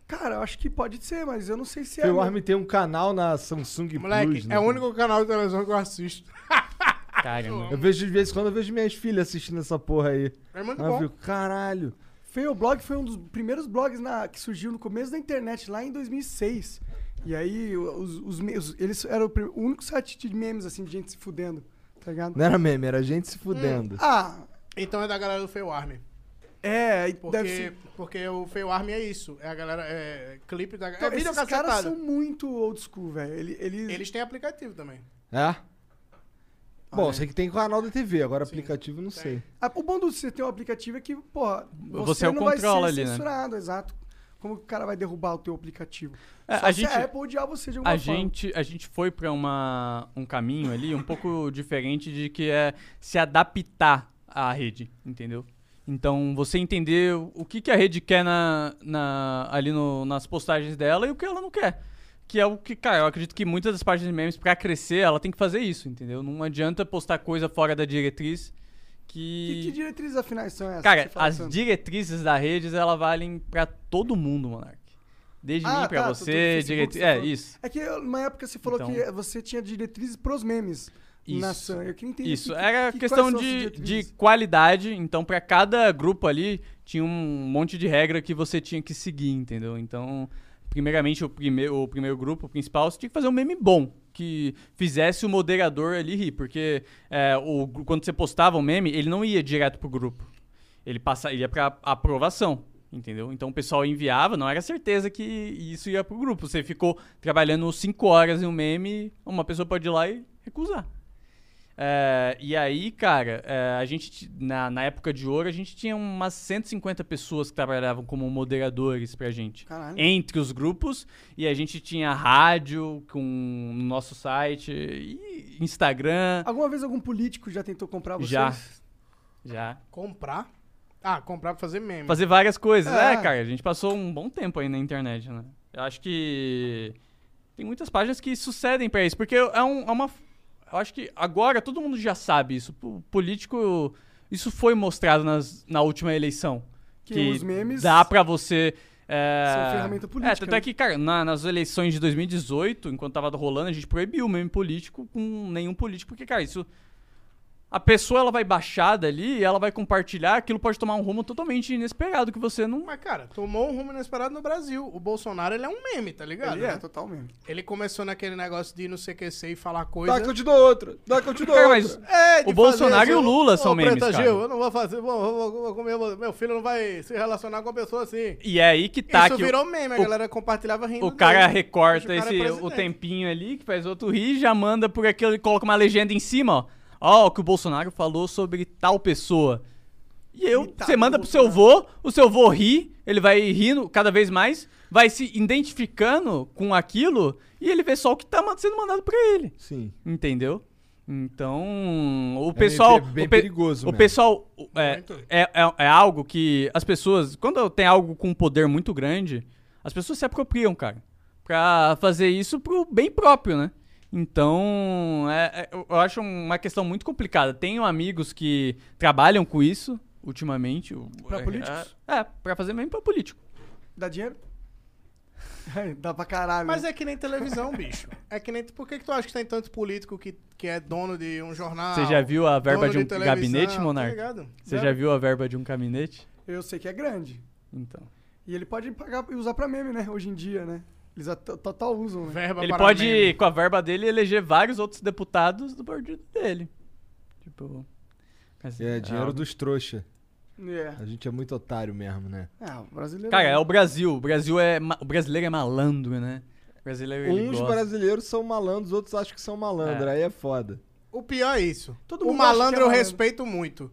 C: Cara, eu acho que pode ser, mas eu não sei se é.
B: Foi o
C: né?
B: Armin tem um canal na Samsung
E: Moleque,
B: Plus. né?
E: é o único canal de televisão que eu assisto.
C: Ah,
D: Cara, não.
B: Eu vejo de vez em quando, eu vejo minhas filhas assistindo essa porra aí.
E: É muito
B: Ah,
E: bom.
B: viu? Caralho.
C: Fail Blog foi um dos primeiros blogs na- que surgiu no começo da internet, lá em 2006. E aí, os, os, me- os- eles eram o, prim- o único site de memes, assim, de gente se fudendo, tá ligado?
B: Não era meme, era gente se fudendo.
C: Ah,
E: Então é da galera do Feio Army.
C: é, e deve
E: Porque,
C: ser.
E: porque o Feio Army é isso. É a galera. É clipe da
C: Então,
E: galera. É
C: esses
E: vídeo
C: caras são
E: cacetada.
C: muito old school, velho. Ele- Eles,
E: Eles têm aplicativo também.
B: É? Bom,
C: é.
B: sei que tem canal da TV, agora aplicativo não sei.
C: Ah, o bom do você ter um aplicativo é que, porra,
D: Você
C: você,
D: é o
C: não vai ser
D: controla ali, né?
C: censurado, exato. Como que o cara vai derrubar o teu aplicativo?
D: É,
C: Só
D: a
C: se
D: gente-
C: a Apple odiar você de alguma
D: a
C: forma.
D: gente a gente foi pra uma um caminho ali um pouco diferente de que é se adaptar à rede entendeu então você entender o- o que, que a rede quer na, na- ali no- nas postagens dela e o que ela não quer que é o que cara eu acredito que muitas das páginas de memes pra crescer ela tem que fazer isso entendeu não adianta postar coisa fora da diretriz
C: Que,
D: que,
C: que diretrizes afinais são essas?
D: cara
C: que você fala
D: as
C: tanto?
D: diretrizes da rede ela valem pra todo mundo monark desde
C: Ah,
D: mim pra
C: tá, tudo do
D: você
C: Facebook,
D: diretri...
C: você
D: é
C: falou.
D: isso
C: É que numa época você falou
D: Então-
C: que você tinha diretrizes pros memes na
D: Isso.
C: Sun. Eu queria entender.
D: Isso,
C: que- que-
D: era
C: que-
D: questão
C: quais são
D: de,
C: essas
D: de
C: diretrizes.
D: qualidade, então pra cada grupo ali tinha um monte de regra que você tinha que seguir, entendeu? Então, primeiramente, o primeiro, o primeiro grupo, o principal, você tinha que fazer um meme bom, que fizesse o um moderador ali rir, porque é, o, gru- quando você postava o meme, ele não ia direto pro grupo. ele passa, ele ia pra aprovação, entendeu? Então o pessoal enviava, não era certeza que isso ia pro grupo. Você ficou trabalhando 5 horas em um meme, uma pessoa pode ir lá e recusar. É, e aí, cara, é, a gente, ti- na, na época de ouro, a gente tinha umas 150 pessoas que trabalhavam como moderadores pra gente.
C: Caralho.
D: Entre os grupos, e a gente tinha rádio com no nosso site, e Instagram.
C: Alguma vez algum político já tentou comprar vocês?
D: Já. Já.
E: Comprar? Ah, comprar pra fazer meme.
D: Fazer várias coisas.
C: É.
D: É. cara, a gente passou um bom tempo aí na internet, né? Eu acho que tem muitas páginas que sucedem pra isso, porque é, um- é uma... Eu acho que agora todo mundo já sabe isso. O político... Isso foi mostrado nas- na última eleição.
C: Que os memes
D: Dá pra você... É...
C: são ferramenta política,
D: É, tanto é
C: né?
D: que, cara, na- nas eleições de 2018, enquanto tava rolando, a gente proibiu o meme político com nenhum político, porque, cara, isso... A pessoa ela vai baixar dali e ela vai compartilhar, aquilo pode tomar um rumo totalmente inesperado que você não.
E: Mas, cara, tomou um rumo inesperado no Brasil. O Bolsonaro, ele é um meme, tá ligado?
C: Ele é, total mesmo.
E: Ele começou naquele negócio de ir no CQC e falar
B: Dá
E: coisa.
B: que eu te dou outra. Dá que eu te dou
D: Cara,
B: outra.
D: mas
E: É, Tá de
D: O Bolsonaro
E: fazer
D: e o
E: isso.
D: Lula
E: Ô,
D: são memes,
E: Preta
D: cara.
E: Gil, eu não vou fazer. vou- vou- vou- vou- meu, meu filho não vai se relacionar com uma pessoa assim.
D: E é aí que tá
E: Isso
D: que o-
E: virou meme, a
D: o-
E: galera compartilhava rindo.
D: o cara
E: dele.
D: recorta
E: Hoje o cara é
D: esse, o
E: presidente.
D: tempinho ali, que faz outro rir, já manda por aquilo e coloca uma legenda em cima, ó. Ó, o que o Bolsonaro falou sobre tal pessoa. E eu,
C: Coitado
D: você manda
C: do
D: pro seu vô, o seu vô ri, ele vai rindo cada vez mais, vai se identificando com aquilo e ele vê só o que tá man- sendo mandado pra ele.
B: Sim.
D: Entendeu? Então,
B: bem-
D: o pessoal.
B: bem
D: o pe-
B: perigoso
D: O
B: mesmo.
D: pessoal. o- É,
E: Muito.
D: é, é, é algo que as pessoas. Quando tem algo com um poder muito grande, as pessoas se apropriam, cara. Pra fazer isso pro bem próprio, né? Então, é- é- eu eu acho uma questão muito complicada. Tenho amigos que trabalham com isso ultimamente. o-
C: Pra
D: é-
C: políticos?
D: É, pra fazer mesmo pra político.
C: Dá dinheiro? Ai, Dá pra caralho.
E: Mas
C: Mas
E: é que nem televisão, bicho. É que nem. Por que, que tu acha que tem tanto político que, que é dono de um jornal?
D: Você já viu a verba
E: dono
D: de um
E: televisão,
D: gabinete,
E: tá
D: Monarca?
E: ligado?
D: Você já viu a verba de um gabinete?
C: Eu sei que é grande.
D: Então.
C: E ele pode pagar e usar pra meme, né? Hoje em dia, né? Eles at- total usam, né?
E: Verba
D: Ele
E: para
D: pode,
E: meme.
D: com a verba dele, eleger vários outros deputados do partido dele. Tipo. mas
B: É, dinheiro
D: algo-
B: dos trouxa.
C: É.
B: A gente é muito otário mesmo, né?
C: Ah, o brasileiro...
D: Cara, é o Brasil. O Brasil é. ma- O brasileiro é malandro, né? O brasileiro ele
B: Uns
D: gosta.
B: brasileiros são malandros, outros acham que são malandro.
D: É.
B: Aí é foda.
E: O pior é isso.
C: Todo
E: o
C: mundo acha que é
E: malandro eu
C: malandro.
E: respeito muito.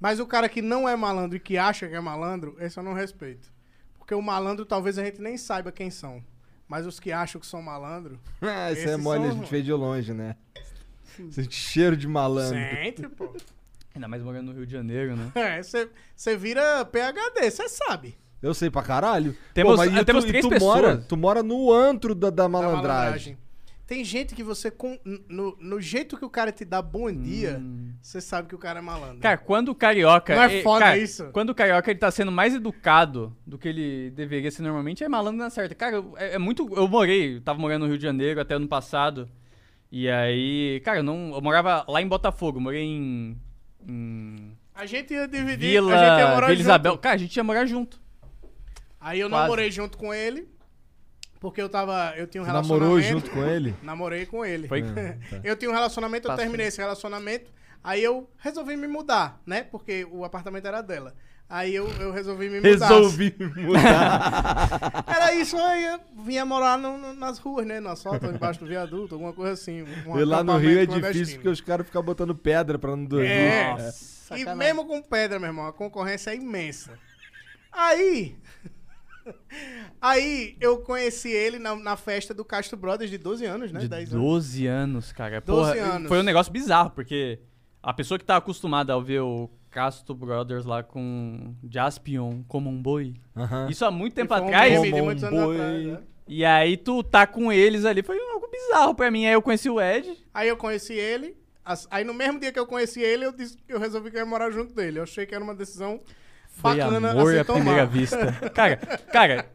E: Mas o cara que não é malandro e que acha que é malandro, esse eu não respeito. Porque o malandro talvez a gente nem saiba quem são. Mas os que acham que são malandro.
B: Ah, isso é
E: Esses
B: mole,
E: são
B: a gente
E: os-
B: vê de longe, né? Sente cheiro de malandro.
E: Sente, pô.
D: Ainda mais morando no Rio de Janeiro, né?
E: É, você vira PHD, você sabe.
B: Eu sei pra caralho.
D: Temos-
B: mas e
D: ah,
B: tu-
D: temos
B: e
D: três
B: tu
D: pessoas.
B: Mora, tu mora no antro da, da
E: da
B: malandragem.
E: Tem gente que você. com- No, no jeito que o cara te dá bom dia,
B: Hum.
D: Hum.
E: você sabe que o cara é malandro.
D: Cara, quando o carioca.
E: Não é
D: eh,
E: foda
D: cara,
E: isso?
D: Quando o carioca ele tá sendo mais educado do que ele deveria ser normalmente, é malandro na certa. Cara, eu- é, é muito. Eu morei, eu tava morando no Rio de Janeiro até ano passado. E aí, cara, eu, não, eu morava lá em Botafogo, morei em. em
E: a gente ia dividir.
D: Vila,
E: a gente ia morar
D: Vila
E: junto.
D: Isabel. Cara, a gente ia morar junto.
E: Aí eu não
D: Quase.
E: morei junto com ele, porque eu tava. Eu tinha um
B: Tu
E: relacionamento.
B: namorou junto com ele?
E: Namorei com ele.
D: Foi-
B: tá.
E: Eu tinha um relacionamento, eu
D: Passou.
E: terminei esse relacionamento. Aí eu resolvi me mudar, né? Porque o apartamento era dela. Aí eu, eu resolvi me mudar.
B: Resolvi mudar.
E: Era isso, aí eu vinha morar no- no- nas ruas, né? No asfalto, embaixo do viaduto, alguma coisa assim. um
B: e lá no Rio é
E: acampamento
B: difícil porque
E: clandestino.
B: os caras ficam botando pedra pra não dormir.
E: É.
D: Nossa.
E: E mesmo com pedra, meu irmão, a concorrência é imensa. Aí. Aí eu conheci ele na, na festa do Castro Brothers de 12 anos, né?
D: De
E: 10 anos.
D: 12 anos, cara.
E: 12
D: Porra,
E: anos.
D: Foi um negócio bizarro, porque a pessoa que tá acostumada a ver o Castro Brothers lá com Jaspion como um boi.
B: Aham.
D: Isso há muito tempo
E: Foi um
D: atrás.
E: meme de muitos anos
B: Bom boi.
E: atrás, né?
D: E aí tu tá com eles ali. Foi algo bizarro pra mim. Aí eu conheci o Ed.
E: Aí eu conheci ele. as- Aí no mesmo dia que eu conheci ele, eu, disse- eu resolvi que eu ia morar junto dele. Eu achei que era uma decisão
D: Foi
E: bacana assim a
D: amor
E: se
D: à
E: tomar.
D: primeira vista. Cara, cara,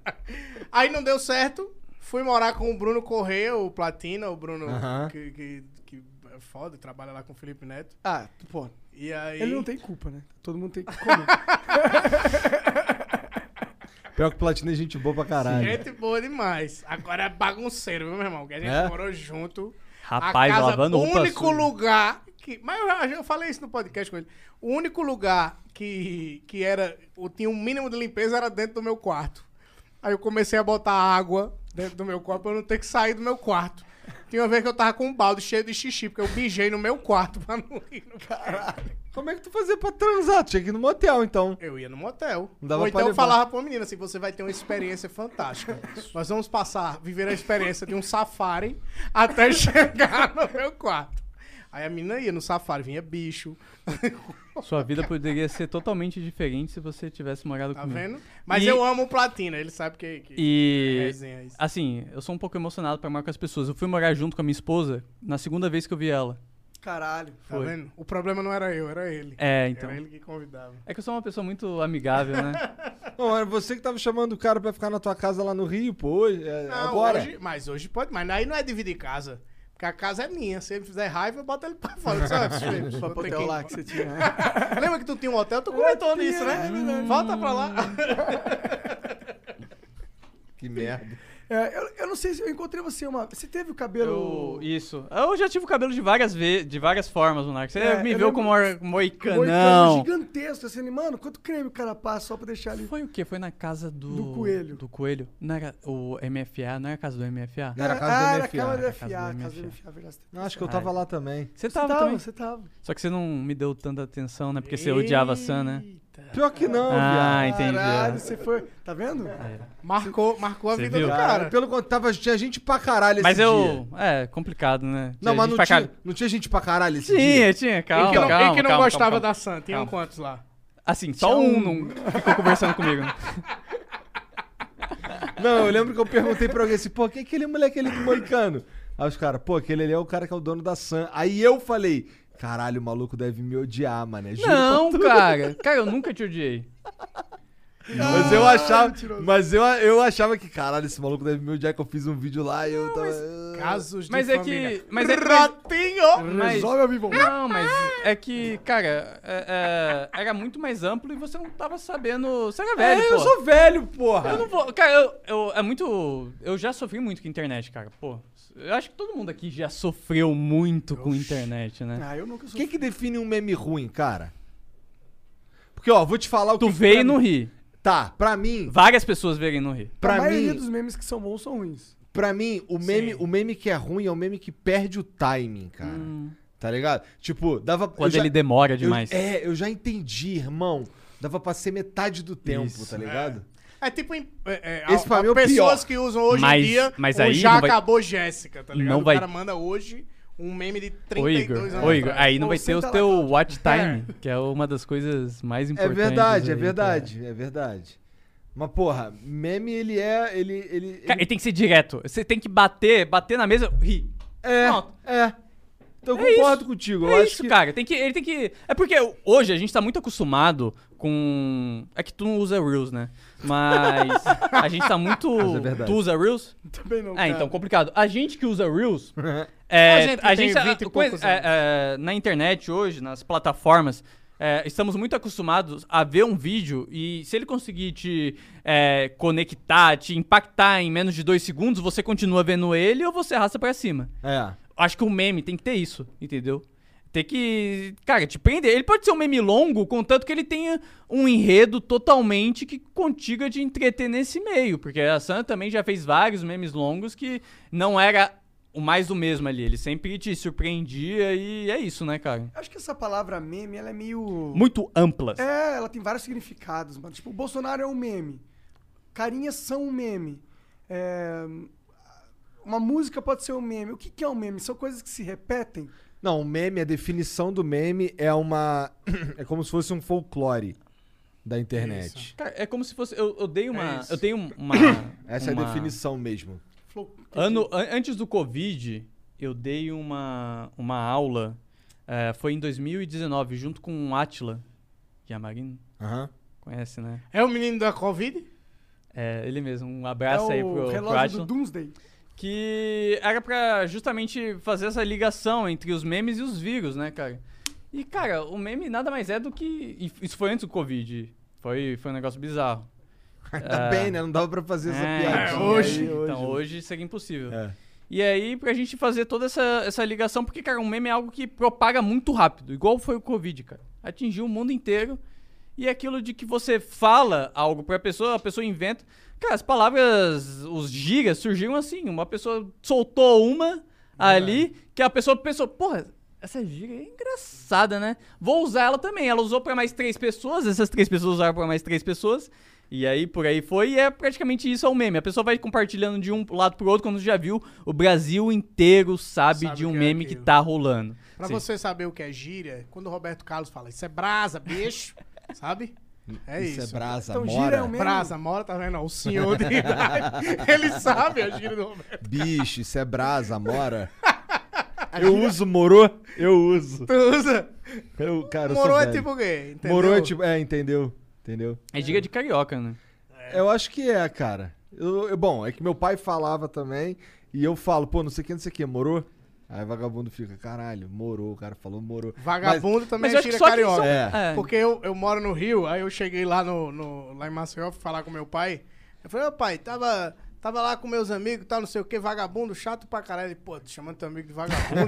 E: Aí não deu certo. Fui morar com o Bruno Corrêa, o Platina, o Bruno
B: Aham.
E: que, que, que é foda, trabalha lá com o Felipe Neto.
C: Ah, pô.
E: E aí.
C: Ele não tem culpa, né? Todo mundo tem que comer.
B: Pior que platina é gente boa pra caralho.
E: Gente boa demais. Agora é bagunceiro, viu, meu irmão? Que a gente
B: É?
E: morou junto.
D: rapaz,
E: a casa,
D: lavando
E: o
D: roupa
E: único
D: suja.
E: lugar que- mas eu, já- eu falei isso no podcast com ele. O único lugar que, que era. Eu tinha um mínimo de limpeza era dentro do meu quarto. Aí eu comecei a botar água dentro do meu quarto pra eu não ter que sair do meu quarto. Tinha uma vez que eu tava com um balde cheio de xixi, porque eu mijei no meu quarto pra não ir no Caralho.
B: Como é que tu fazia pra transar? Tinha que ir no motel, então.
E: Eu ia no motel.
B: Não dava
E: Ou
B: pra
E: então eu
B: levar.
E: falava pra uma menina assim: você vai ter uma experiência fantástica. Nós vamos passar, viver a experiência de um safari até chegar no meu quarto. Aí a menina ia no safari, vinha bicho.
D: Sua vida poderia ser totalmente diferente se você tivesse morado
E: Tá
D: comigo.
E: vendo? É, Mas
D: E-
E: eu amo o Platina, ele sabe que. que...
D: E
E: resenha isso.
D: assim, eu sou um pouco emocionado pra morar com as pessoas. Eu fui morar junto com a minha esposa na segunda vez que eu vi ela.
C: Caralho.
E: Tá
D: Foi.
E: vendo? O problema não era eu, era ele.
D: É, então.
E: Era ele que convidava.
D: É que eu sou uma pessoa muito amigável, né?
B: Não, era você que tava chamando o cara pra ficar na tua casa lá no Rio, pô. hoje, é,
E: Não,
B: agora.
E: Hoje, mas hoje pode, mas aí não é dividir casa. Porque a casa é minha. Se ele fizer raiva, eu boto ele pra fora. Sabe?
C: Só
E: Vou ter
C: hotel
E: que-
C: lá que você tinha.
E: Lembra que tu tinha um hotel? Tu comentou nisso, né?
D: Hum.
E: Volta pra lá.
B: Que merda.
C: É, eu, eu não sei se eu encontrei você uma. Você teve o cabelo.
D: Eu, isso. Eu já tive o cabelo de várias ve de várias formas, Monark. Você
C: É,
D: me
C: eu
D: viu
C: lembro- um
D: como um ar- moicanão.
C: moicano gigantesco, assim, mano, quanto creme o cara passa só pra deixar ali.
D: Foi o quê? Foi na casa do.
C: Do coelho.
D: Do coelho. Não era o MFA, não era a casa do MFA?
B: Não, era a casa
C: ah,
B: do
C: era a
B: MFA,
C: Câmara
B: era
C: do
D: a
C: FA,
D: casa do
C: casa do
D: MFA.
C: MFA, é verdade. Você
B: Não, acho que eu tava lá também.
D: Você tava,
C: tava,
D: também.
C: você tava.
D: Só que você não me deu tanta atenção, né? Porque você odiava a Sam, né?
B: Pior que não,
D: Ah,
B: viado.
D: entendi.
C: Caralho, você foi. Tá vendo?
D: É.
E: Marcou, marcou a
D: Você
E: vida
D: viu?
E: do
B: Cara,
E: cara.
B: pelo contrário, tava- tinha gente pra caralho
D: Mas
B: esse
D: eu.
B: dia.
D: É, complicado, né?
B: Não, mas
D: gente
B: não
D: pra
B: tinha,
D: car-
B: não tinha gente pra caralho esse dia.
D: Tinha, tinha,
E: e
D: calma.
E: que não,
D: calma,
E: e que não
D: calma,
E: gostava
D: calma,
E: da Sam? Tinham
D: Calma.
E: quantos lá?
D: calma. Assim, só um não ficou conversando comigo. né?
B: Não, eu lembro que eu perguntei pra alguém assim, pô, quem é aquele moleque ali do Moicano? Aí os caras, pô, aquele ali é o cara que é o dono da Sam. Aí eu falei, caralho, o maluco deve me odiar, é mané. Juro
D: Não,
B: pra tu.
D: cara. Cara, eu nunca te odiei.
B: Mas eu
D: é
B: achava, mas eu, eu achava que, caralho, esse maluco deve me odiar que eu fiz um vídeo lá e eu tava... "Ah."
E: Casos de
D: Mas é que.
E: família.
D: Mas é que.
E: Ratinho!
D: Mas-
C: Resolve ao vivo.
D: Não, mas é que, cara, é- é, era muito mais amplo e você não tava sabendo. Você era velho,
B: é,
D: pô.
B: eu sou velho, porra.
D: Eu não vou. Cara, eu, eu- é muito. Eu já sofri muito com internet, cara. Pô, eu acho que todo mundo aqui já sofreu muito com internet, né?
C: Ah, eu nunca sou.
B: O que que define um meme ruim, cara? Porque, ó, vou te falar o que...
D: Tu
B: que
D: vê
B: pra
D: e não
B: mim-
D: ri.
B: Tá, pra mim,
D: Várias pessoas verem e não rir.
C: a
B: pra
C: maioria
B: mim,
C: dos memes que são bons são ruins.
B: pra mim, o meme, o meme que é ruim é o meme que perde o timing, cara. Tá ligado? Tipo, dava... eu
D: Quando
B: já-
D: ele demora
B: eu-
D: demais.
B: é, eu já entendi, irmão. Dava pra ser metade do tempo,
D: Isso.
B: tá ligado?
E: É tipo em- é, é,
B: Esse
E: a-
B: pra
E: a
B: mim é o
E: pessoas
B: pior.
E: que usam hoje
D: Mas-
E: em dia
D: mas
E: o
D: aí
E: já
D: não vai-
E: acabou Jéssica, tá ligado?
D: Não
E: o
D: vai-
E: cara manda hoje um meme de
D: Ô,
E: 32
D: Igor,
E: anos.
D: ô, Igor,
E: atrás.
D: aí não
C: Pô,
D: vai ter o
C: senta
D: teu
C: lá,
D: watch time, que é uma das coisas mais
B: É
D: importantes.
B: verdade, é
D: aí,
B: verdade, é verdade. Mas, porra, meme, ele é... Ele, ele,
D: Cara, Cara, ele tem que ser direto. Você tem que bater, bater na mesa, rir.
B: É,
D: Pronto.
B: é. Então eu
D: É
B: concordo contigo. eu
D: é
B: acho
D: isso,
B: que...
D: cara. Tem que, ele tem que. É porque hoje a gente tá muito acostumado com. É que tu não usa Reels, né? Mas a gente tá muito.
B: é verdade.
D: tu usa Reels?
C: Também não.
D: Ah, então, complicado. A gente que usa Reels.
E: A
D: É,
E: gente que
D: a
E: tem
D: gente, tá-
E: 20 e
D: coisa-
E: poucos
D: é,
E: anos.
D: é, na internet hoje, nas plataformas, é, estamos muito acostumados a ver um vídeo e se ele conseguir te é, conectar, te impactar em menos de dois segundos, você continua vendo ele ou você arrasta pra cima.
B: É.
D: Acho que o meme tem que ter isso, entendeu? Tem que, cara, te prender. Ele pode ser um meme longo, contanto que ele tenha um enredo totalmente que contiga de entreter nesse meio. Porque a Sam também já fez vários memes longos que não era o mais do mesmo ali. Ele sempre te surpreendia e é isso, né, cara?
C: Acho que essa palavra meme, ela é meio.
D: Muito amplas.
C: É, ela tem vários significados, mano. Tipo, o Bolsonaro é um meme. Carinhas são um meme. É, Uma música pode ser um meme. O que, que é um meme? São coisas que se repetem?
B: Não, o meme, a definição do meme é uma. é como se fosse um folclore da internet.
D: Cara, é como se fosse. Eu, eu dei uma.
E: isso.
D: eu tenho uma.
B: Essa é a
D: uma-
B: definição mesmo.
D: é-
C: Flow-
D: Ano, an- antes do Covid, eu dei uma, uma aula. eh, foi em 2019, junto com o Atila, que a Marina
B: Aham.
D: conhece, né?
E: É o menino da Covid?
D: É, ele mesmo. Um
C: É
D: abraço aí pro,
C: o
D: pro
C: relógio
D: Atila.
C: do Doomsday.
D: Que era pra justamente fazer essa ligação entre os memes e os vírus, né, cara? E, cara, o meme nada mais é do que. e Isso foi antes do Covid. Foi, foi um negócio bizarro.
B: Ainda bem, né? Não dava pra fazer essa
D: É,
B: piadinha.
D: então,
B: aí né?
D: hoje, então hoje seria impossível.
B: É.
D: E aí, pra gente fazer toda essa, essa ligação, porque, cara, um meme é algo que propaga muito rápido, igual foi o Covid, cara. Atingiu o mundo inteiro. E é aquilo de que você fala algo pra pessoa, a pessoa inventa. Cara, as palavras, os gigas surgiram assim. Uma pessoa soltou uma ali, que a pessoa pensou, porra, essa giga é engraçada, né? Vou usar ela também. Ela usou pra mais três pessoas, essas três pessoas usaram pra mais três pessoas. E aí, por aí foi, e é praticamente isso é o meme. A pessoa vai compartilhando de um lado pro outro, quando já viu, o Brasil inteiro sabe,
E: Sabe
D: de
E: o
D: um
E: que é
D: meme que
E: aquilo.
D: tá rolando.
E: Pra
D: Sim.
E: você saber o que é gíria, quando o Roberto Carlos fala, isso é brasa, bicho, sabe? É isso. um
A: Isso é brasa,
C: Então, gira é
A: mora.
C: o mesmo.
E: Brasa, mora, tá vendo? O senhor de idade, ele sabe a gíria do Roberto.
A: Bicho, isso é brasa, mora.
B: Eu uso morô, eu uso.
E: Tu usa.
B: Eu, cara, eu sou
E: Morou é
B: velho.
E: tipo o quê? Entendeu?
B: Morô é tipo. É, entendeu? Entendeu?
D: É giga de carioca, né?
B: Eu acho que é, cara. Eu- eu- bom, é que meu pai falava também, e eu falo, pô, não sei o que, não sei o que, morou? Aí vagabundo fica, caralho, morou, o cara falou morou.
E: Vagabundo também
D: Mas eu
E: é
D: acho que
E: gíria
D: só quem
E: carioca.
D: são...
B: É.
D: é.
E: Porque eu, eu moro no Rio, aí eu cheguei lá, no, no- lá em Maceió, fui falar com meu pai. Eu falei, ô pai, tava, tava lá com meus amigos, tal, não sei o que, vagabundo, chato pra caralho. Ele, pô, tô chamando teu amigo de vagabundo.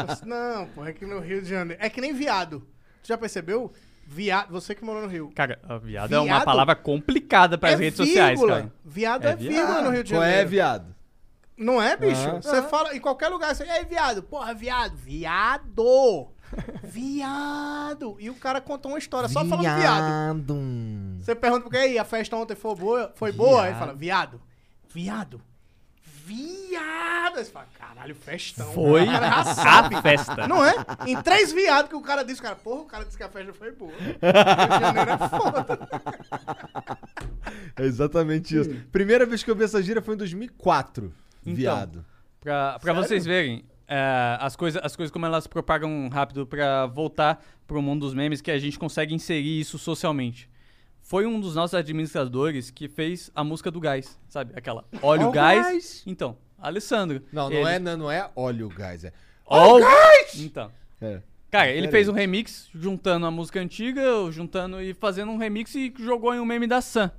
E: Eu disse, não, pô, é que no Rio de Janeiro. É que nem viado. Tu já percebeu? Viado, você que morou no Rio.
D: Cara, a viado, é
E: Viado?
D: uma palavra complicada para
E: é
D: as redes
E: vírgula.
D: sociais, cara.
E: Viado é,
D: É
E: vírgula no Rio de
B: Qual é,
E: Janeiro.
B: viado?
E: Não é, bicho?
B: Aham.
E: Você fala em qualquer lugar, você, e aí, viado? Porra, viado. Viado. Viado. E o cara contou uma história só falando viado. Você pergunta porque aí, a festa ontem foi boa, foi boa? Aí fala, viado, viado, viado. Aí você fala, caralho, festão.
D: Foi
E: O cara já
D: a festa.
E: Não é? Em três viados que o cara disse, cara, porra, o cara disse que a festa foi boa. Rio de Janeiro é foda.
B: É exatamente isso. Primeira vez que eu vi essa gíria foi em 2004,
D: Então.
B: viado.
D: Pra, pra vocês verem é, as, coisa, as coisas como elas propagam rápido pra voltar pro mundo dos memes, que a gente consegue inserir isso socialmente. Foi um dos nossos administradores que fez a música do gás, sabe? Aquela. Olha o
B: Ó o
D: gás.
B: gás.
D: Então, Alessandro.
A: Não, não
D: ele-
A: é, não, não é óleo, guys. É.
D: Olha o gás! Então.
B: É.
D: Cara, ele fez um remix juntando a música antiga, juntando e fazendo um remix e jogou em um meme da Sam.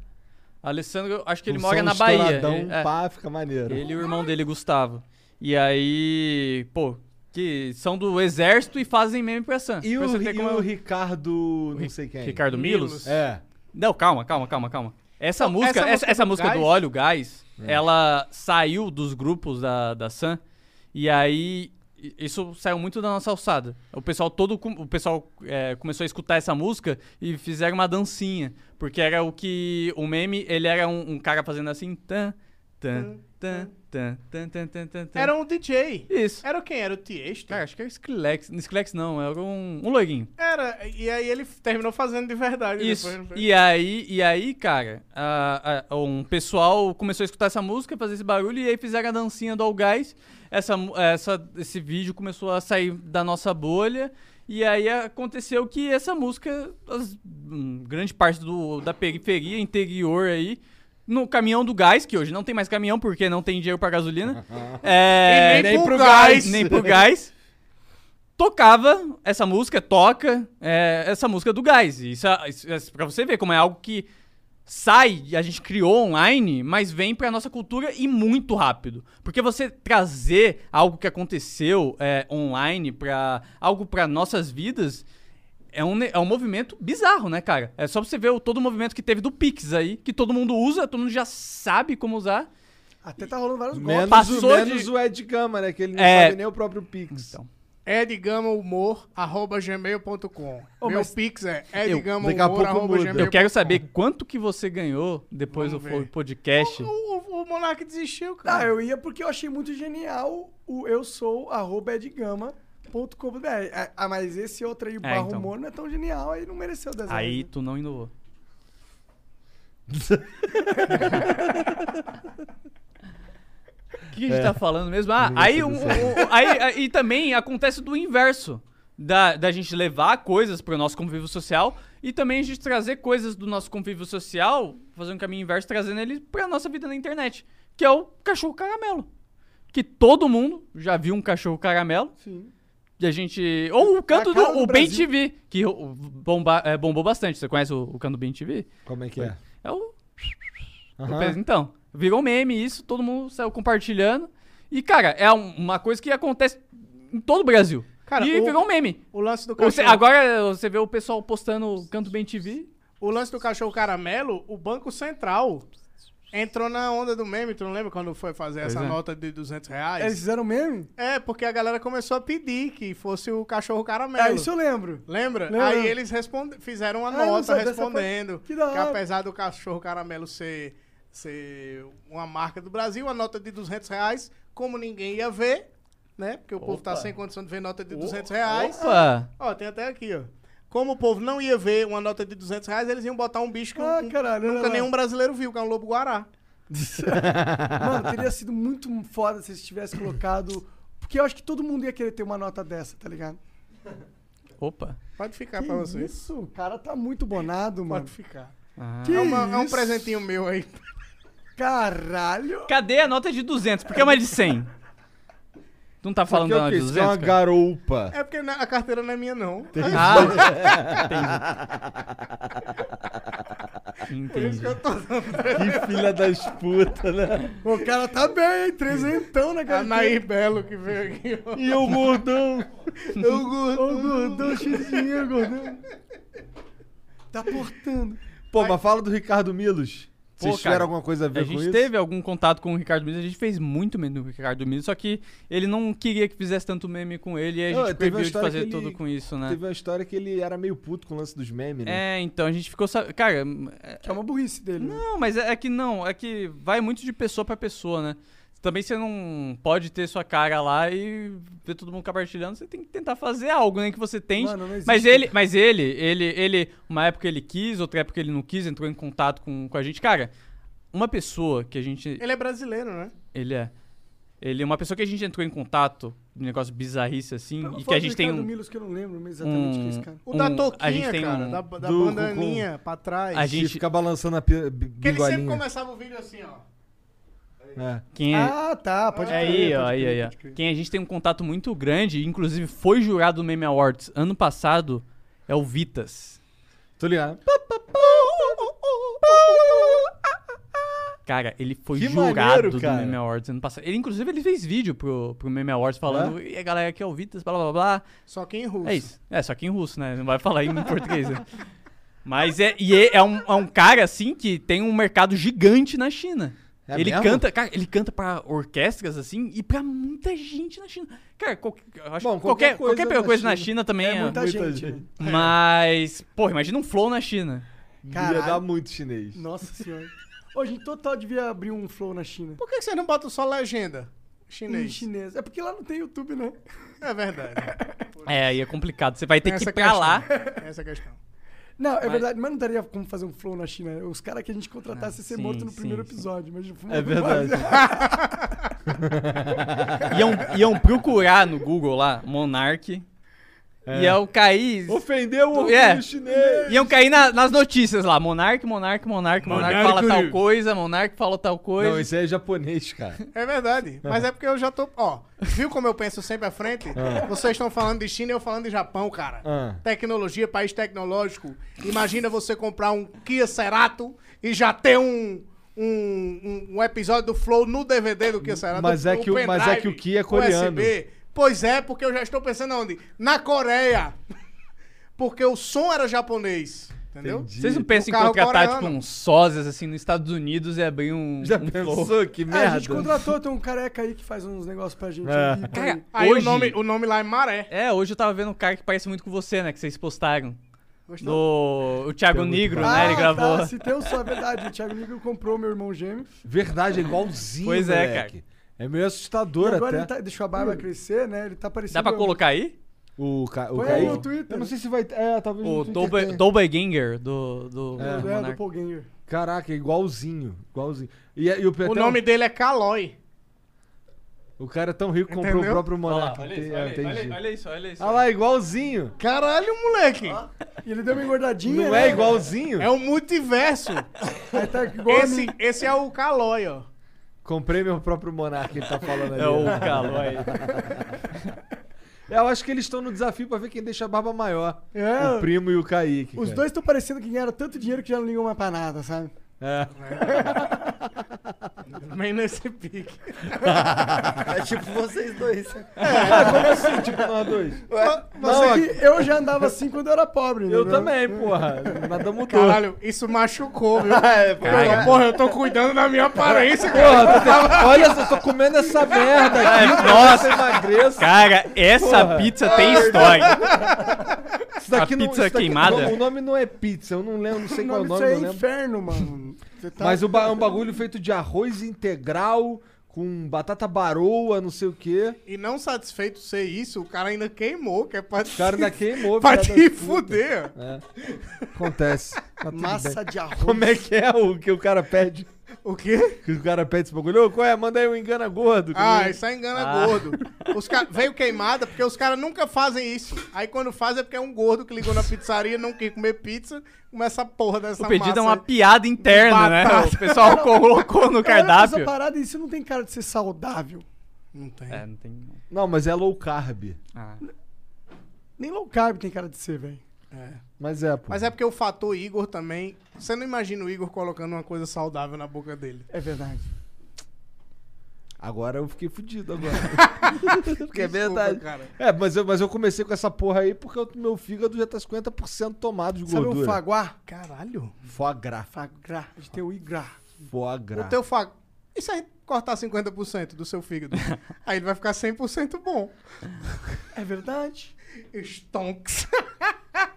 D: Alessandro, eu acho que ele
B: Um
D: mora
B: som
D: na Bahia.
B: estouradão,
D: Ele- é.
B: pá, fica maneiro.
D: Ele e o irmão dele, Gustavo. E aí, pô, que são do exército e fazem meme pra Sam.
B: E
D: Pra
B: o,
D: você ter
B: e
D: como é
B: o
D: o
B: Ricardo, não sei quem.
D: Ricardo Milos?
B: É.
D: Não, calma, calma, calma, calma. Essa
E: Não,
D: música,
E: essa
D: essa,
E: música
D: essa
E: do
D: música do
E: Gás?
D: Óleo Gás, ela saiu dos grupos da, da Sam. E aí, i- isso saiu muito da nossa alçada. O pessoal todo, com- o pessoal é, começou a escutar essa música e fizeram uma dancinha. Porque era o que, o meme, ele era um, um cara fazendo assim, tan, tan, tan, tan, tan, tan, tan, tan, tan.
E: Era um DJ.
D: Isso.
E: Era um quem? Era o Tiesto?
D: Cara, acho que era Skrillex. Skrillex não, era um, um loirinho.
E: Era. E aí ele terminou fazendo de verdade.
D: Isso.
E: Depois, não foi?
D: E aí, e aí cara, a- a- um pessoal começou a escutar essa música, fazer esse barulho, e aí fizeram a dancinha do All Guys. Essa, mu- essa, esse vídeo começou a sair da nossa bolha. E aí aconteceu que essa música, as- hum, grande parte do, da periferia, interior aí, no caminhão do gás, que hoje não tem mais caminhão porque não tem dinheiro pra gasolina. é,
E: E nem pro gás.
D: Nem pro gás. Tocava essa música, toca é, essa música do gás. Isso, é- isso, é pra você ver como é algo que sai, a gente criou online, mas vem pra nossa cultura e muito rápido. Porque você trazer algo que aconteceu é, online pra algo pra nossas vidas é um, ne- é um movimento bizarro, né, cara? É só você ver o, todo o movimento que teve do Pix aí, que todo mundo usa, todo mundo já sabe como usar.
C: Até tá rolando vários golpes.
B: Menos,
D: Passou
B: o, menos
D: de-
B: o Ed Gama, né? Que ele não
D: É.
B: sabe nem o próprio Pix.
D: Então,
E: edgamahumor.gmail.com.
C: Ô,
E: Meu
C: mas-
E: pix é
D: Eu-
B: daqui a pouco muda.
E: edgamahumor.gmail.com.
D: eu quero saber quanto que você ganhou depois
E: Vamos
D: do Flow
E: ver.
D: Podcast.
E: O, o, o Monark desistiu, cara.
C: Ah, eu ia porque eu achei muito genial o eu sou arroba edgama.com.br. Ah, ah, mas esse outro aí, o barro
D: então.
C: humor, não é tão genial, aí não mereceu dessa
D: Aí
C: vez, né?
D: tu não inovou. O que a gente tá falando mesmo? Ah, aí, um- um- aí, aí- e também acontece do inverso. Da, da gente levar coisas pro nosso convívio social e também a gente trazer coisas do nosso convívio social, fazer um caminho inverso, trazendo ele pra nossa vida na internet. Que é o cachorro caramelo. Que todo mundo já viu um cachorro caramelo.
C: Sim.
D: E a gente. Ou o canto do,
C: cara do
D: o Ben
C: Brasil.
D: TV, que o- bomba, é, bombou bastante. Você conhece o, o canto do Ben TV?
B: Como é que é?
D: É o. o
B: Aham.
D: tá Pedro. Então, virou meme isso, todo mundo saiu compartilhando. E, cara, é um- uma coisa que acontece em todo o Brasil.
E: Cara,
D: e
E: o-
D: virou um meme.
E: O lance do cachorro.
D: Você- agora você vê o pessoal postando o Canto Bem TV.
E: O lance do cachorro caramelo, o Banco Central entrou na onda do meme. Tu não lembra quando foi fazer essa
D: é.
E: nota de 200 reais?
C: Eles fizeram um meme?
E: É, porque a galera começou a pedir que fosse o cachorro caramelo.
C: É, isso eu lembro.
E: Lembra?
C: Lembro.
E: Aí eles responde... fizeram uma
C: Ah, eu não
E: nota
C: sabia dessa
E: respondendo
C: parte. Que da
E: que
C: hora.
E: apesar do cachorro caramelo ser, ser uma marca do Brasil, a nota de 200 reais, como ninguém ia ver, né? Porque o povo tá
D: Opa.
E: sem condição de ver nota de 200 reais.
D: Opa!
E: Ó, tem até aqui, ó. Como o povo não ia ver uma nota de 200 reais, eles iam botar um bicho que
C: Ah,
E: um-
C: caralho, olha
E: nunca
C: lá.
E: nenhum brasileiro viu, que é um lobo-guará.
C: Mano, teria sido muito foda se eles tivessem colocado. Porque eu acho que todo mundo ia querer ter uma nota dessa, tá ligado?
D: Opa!
E: Pode ficar É pra
C: Que
E: vocês.
C: isso, o cara tá muito bonado, mano.
E: Pode ficar.
D: Ah.
C: Que
E: É, uma- é um
C: isso?
E: presentinho meu aí.
C: Caralho!
D: Cadê a nota de 200? Por que é uma de 100? Tu não tá falando
B: Porque
D: da
B: o
D: nota
B: quê?
D: de
B: Isso aqui é
D: 200?
B: uma
D: cara?
B: garoupa.
E: É porque na- a carteira não é minha, não.
D: Ah, Ah. entendi. entendi.
A: Que filha das putas, né?
C: O cara tá bem, hein? Trezentão na
E: A
C: cara.
E: Nair Belo que veio aqui. ó.
A: E o gordão?
C: Ô, gordão, gordão, cheio de dinheiro, gordão. Tá portando.
B: Pô, mas fala do Ricardo Milos. Vocês
D: Pô,
B: tiveram
D: cara,
B: alguma coisa a ver
D: A
B: com
D: gente
B: isso?
D: teve algum contato com o Ricardo Mendes, a gente fez muito meme com o Ricardo Mendes, só que ele não queria que fizesse tanto meme com ele e a
B: Não,
D: gente
B: teve uma
D: proibiu de
B: história
D: fazer
B: que ele-
D: tudo com isso, né?
B: Teve uma história que ele era meio puto com o lance dos memes, né?
D: É, então a gente ficou. sa- Cara, é-
C: Que é uma burrice dele. né?
D: não, mas é é que não, é que vai muito de pessoa pra pessoa, né? Também você não pode ter sua cara lá e ver todo mundo compartilhando, você tem que tentar fazer algo, né? Que você tem.
C: Mano, não existe. Tá
D: Mas ele, mas ele, ele, ele, uma época ele quis, outra época ele não quis, entrou em contato com, com a gente. Cara, uma pessoa que a gente.
E: Ele é brasileiro, né?
D: Ele é. Ele é uma pessoa que a gente entrou em contato, um negócio bizarrice assim,
C: Fala
D: e que
C: do
D: a gente tem
C: Ricardo
D: um.
C: Milos que eu não lembro exatamente
D: um-
C: quem é esse cara.
E: O
D: Um-
E: da
D: a
E: touquinha,
D: gente tem
E: cara.
D: um-
E: da da
B: do-
E: bandaninha pra trás.
D: A
B: Que
D: gente-
B: fica balançando a pi- bi-
E: Porque ele sempre
B: bigolinha.
E: começava o vídeo assim, ó.
B: É.
D: Quem é...
C: Ah, tá, pode
D: É
C: crer,
D: aí,
C: pode
D: ó, aí,
C: crer,
D: aí, ó.
C: pode crer.
D: Quem a gente tem um contato muito grande, inclusive foi jurado no Meme Awards ano passado, é o Vitas.
B: Tô ligado.
D: Cara, ele foi
A: Que
D: jurado
A: maneiro,
D: do
A: cara.
D: Meme Awards ano passado. Ele, inclusive, ele fez vídeo pro, pro Meme Awards falando, e a galera aqui é o Vitas, blá blá blá.
E: Só que em russo.
D: É isso. É, só que em russo, né? Não vai falar em português. Né? Mas é, e é, é um, é um cara, assim, que tem um mercado gigante na China.
B: É
D: ele
B: mesmo?
D: canta, cara, ele canta pra orquestras, assim, e pra muita gente na China. Cara, qualquer, eu acho
B: Bom,
D: que
B: qualquer
D: qualquer,
B: coisa
D: qualquer
B: na
D: coisa na
B: China.
D: China também é.
C: Muita,
B: Muita
C: gente.
B: gente.
C: né?
D: Mas, pô, imagina um flow na China.
C: Caralho.
B: né? Ia dar muito chinês.
C: Nossa senhora. Hoje em total devia abrir um flow na China.
E: Por que que você não bota só legenda?
C: Em
E: Chinês.
C: chinês. É porque lá não tem YouTube, né?
E: É verdade.
D: É, aí é complicado. Você vai ter que
E: Essa
D: ir pra lá.
E: questão. Essa é a questão.
C: Não, é
D: Mas-
C: verdade, mas não daria como fazer um flow na China. Os caras que a gente
B: Ah,
C: contratasse ia ser
D: sim,
C: morto no
D: sim,
C: primeiro
D: sim.
C: episódio. Mas
B: É verdade.
D: Iam, iam procurar no Google lá, Monark.
B: É.
D: E Iam cair.
B: Ofendeu o orgulho
D: É.
B: chinês.
D: Iam cair na- nas notícias lá. Monark, Monark, Monark, Monark fala
E: Monark.
D: tal coisa, Monark fala tal coisa.
B: Não, isso aí é japonês, cara.
E: É verdade. Mas é porque eu já tô. Ó, viu como eu penso sempre à frente? Vocês estão falando de China e eu falando de Japão, cara.
B: Ah.
E: Tecnologia, país tecnológico. Imagina você comprar um Kia Cerato e já ter um. Um, um- um episódio do Flow no DVD do Kia Cerato.
B: Mas é que o- mas é que o Kia é coreano.
E: USB. Pois é, porque eu já estou pensando onde? Na Coreia. Porque o som era japonês. Entendeu?
B: Entendi.
D: Vocês não pensam em
E: carro
D: contratar,
E: coreano.
D: tipo, uns sósias, assim, nos Estados Unidos e abrir um,
B: Já
D: um
B: pensou?
D: flow?
B: Que
C: É,
B: merda.
C: a gente contratou, tem um careca aí que faz uns negócios pra gente.
B: É.
C: aqui, pra
D: Cara,
C: ele.
E: Aí
D: Hoje-
E: o, nome, o nome lá é Maré.
D: É, hoje eu tava vendo um cara que parece muito com você, né? Que vocês postaram.
E: Gostou?
D: Do... O Thiago
B: Pergunta
D: Negro,
B: pra-
D: né? Ele
C: Ah,
D: gravou.
C: Tá, se tem o só, é verdade. O Thiago Nigro comprou meu irmão gêmeo.
B: Verdade, é igualzinho,
D: Pois é,
B: moleque. É meio assustador
C: agora
B: até.
C: ele tá, deixou a barba crescer, né? Ele tá parecendo.
D: Dá pra colocar aí?
B: O, ca... o
C: Põe
B: Kaique-
C: aí no Twitter.
B: Eu não sei se vai... É, talvez
D: O
B: no Twitter
D: Dobe-
B: tenha.
D: Doppelganger do... do,
C: É,
D: do
C: do
D: Monark.
C: Doppelganger.
B: Caraca, é igualzinho. Igualzinho. E, e o,
E: O
B: Petel-
E: nome dele é Calói.
B: o cara é tão rico que comprou o
E: Entendeu?
B: próprio
D: Olha lá,
B: monarca. Entendi.
D: olha isso, olha, olha- olha isso, olha isso.
B: Olha lá, igualzinho.
E: Caralho, moleque!
C: E ele deu uma engordadinha.
B: Não
C: né?
B: é igualzinho?
E: É o multiverso!
C: Aí tá igual a
E: esse,
C: mim.
E: esse é o Calói, ó.
B: Comprei meu próprio monarca, ele tá falando ali.
D: É o Calói.
B: Eu acho que eles estão no desafio pra ver quem deixa a barba maior.
C: É,
B: O primo e o Kaique.
C: Os
B: cara.
C: dois estão parecendo que ganharam tanto dinheiro que já não ligam mais pra nada, sabe?
B: É.
E: Bem nesse pique.
F: É tipo vocês dois.
B: Como assim, tipo, nós dois?
F: Ué,
C: Mas
B: Não,
C: é que eu já andava assim quando eu era pobre, né?
B: Eu também, porra. Nada mudou.
E: Caralho, isso machucou, viu?
F: é, pô,
E: Porra, porra, eu tô cuidando da minha aparência, cara.
B: Porra, tô te- olha, eu tô comendo essa merda aqui. Nossa, emagreço.
D: Cara, essa
B: Porra.
D: pizza tem história.
B: Isso daqui
D: A
B: não-
D: pizza
B: isso daqui-
D: queimada?
B: o nome- O nome não é pizza, eu não lembro, não sei
C: O
B: qual é o
C: nome
B: nome,
C: disso
B: não
C: é
B: lembro.
C: inferno, mano. Você tá-
B: Mas o ba- é um bagulho feito de arroz integral, com batata baroa, não sei o quê.
E: E não satisfeito ser isso, o cara ainda queimou, que é pra,
B: O cara ainda queimou.
E: pra
B: filha da
E: te
B: puta.
E: fuder.
B: Acontece. Mas tudo bem.
C: Massa de arroz.
B: Como é que é o que o cara pede?
E: O quê?
B: Que o cara pede esse bagulho? Ô, qual é? Manda aí um engana gordo. é?
E: Ah, isso aí engana
D: Ah.
E: gordo. Os ca- Veio queimada porque os caras nunca fazem isso. Aí quando faz é porque é um gordo que ligou na pizzaria, não quer comer pizza, começa a porra dessa
D: O pedido é uma
E: massa.
D: piada interna, né?
E: Batata.
D: O pessoal colocou no
C: Eu olho pra Essa
D: cardápio.
C: parada, isso não tem cara de ser saudável.
E: Não tem.
D: É, não tem.
B: Não, mas é low carb.
D: Ah.
C: Nem low carb tem cara de ser, velho.
B: Mas é, pô.
E: Mas é porque o fator Igor também. Você não imagina o Igor colocando uma coisa saudável na boca dele.
C: É verdade.
B: Agora eu fiquei fudido agora.
E: Porque
B: é verdade.
E: Cara.
B: é, mas eu, mas eu comecei com essa porra aí porque o meu fígado já tá 50% tomado de
C: Sabe
B: gordura.
C: o faguá?
E: Caralho.
B: Foie gras.
C: Fagrá. A gente tem o igrá.
B: Foie gras.
E: O teu fa... E se a gente cortar 50% do seu fígado? Aí ele vai ficar 100% bom.
C: É verdade.
E: Stonks.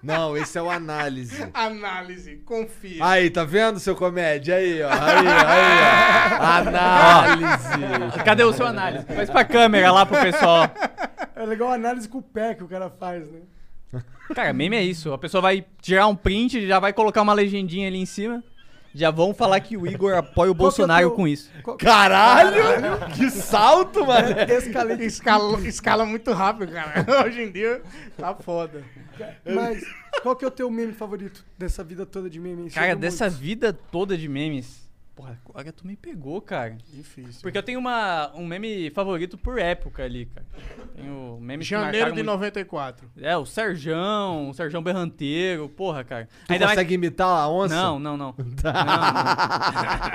G: Não, esse é o análise.
E: Análise. Confia.
B: Aí, tá vendo, seu comédia? Aí, ó. Aí, aí, ó. Análise.
D: Cadê o seu análise? Faz pra câmera lá pro pessoal.
C: É legal a análise com o pé que o cara faz, né?
D: Cara, meme é isso. A pessoa vai tirar um print, já vai colocar uma legendinha ali em cima. Já vão falar que o Igor apoia
C: Qual
D: o
C: que é o
D: Bolsonaro
C: teu-
D: com isso.
C: Qual-
B: Caralho! Que salto, mano!
C: É Escalei.
E: Escala, escala muito rápido, cara. Hoje em dia tá foda.
C: Mas qual que é o teu meme favorito dessa vida toda de meme? Ensina
D: Cara,
C: muito.
D: dessa vida toda de memes. Porra, agora tu me pegou, cara.
E: Difícil.
D: Porque eu tenho uma, um meme favorito por época ali, cara. Tenho memes que
E: Janeiro
D: marcaram
E: de
D: muito.
E: 94.
D: É, o Serjão, o Serjão Berranteiro, porra, cara.
B: Tu consegue imitar a onça?
D: Não, não, não. Não,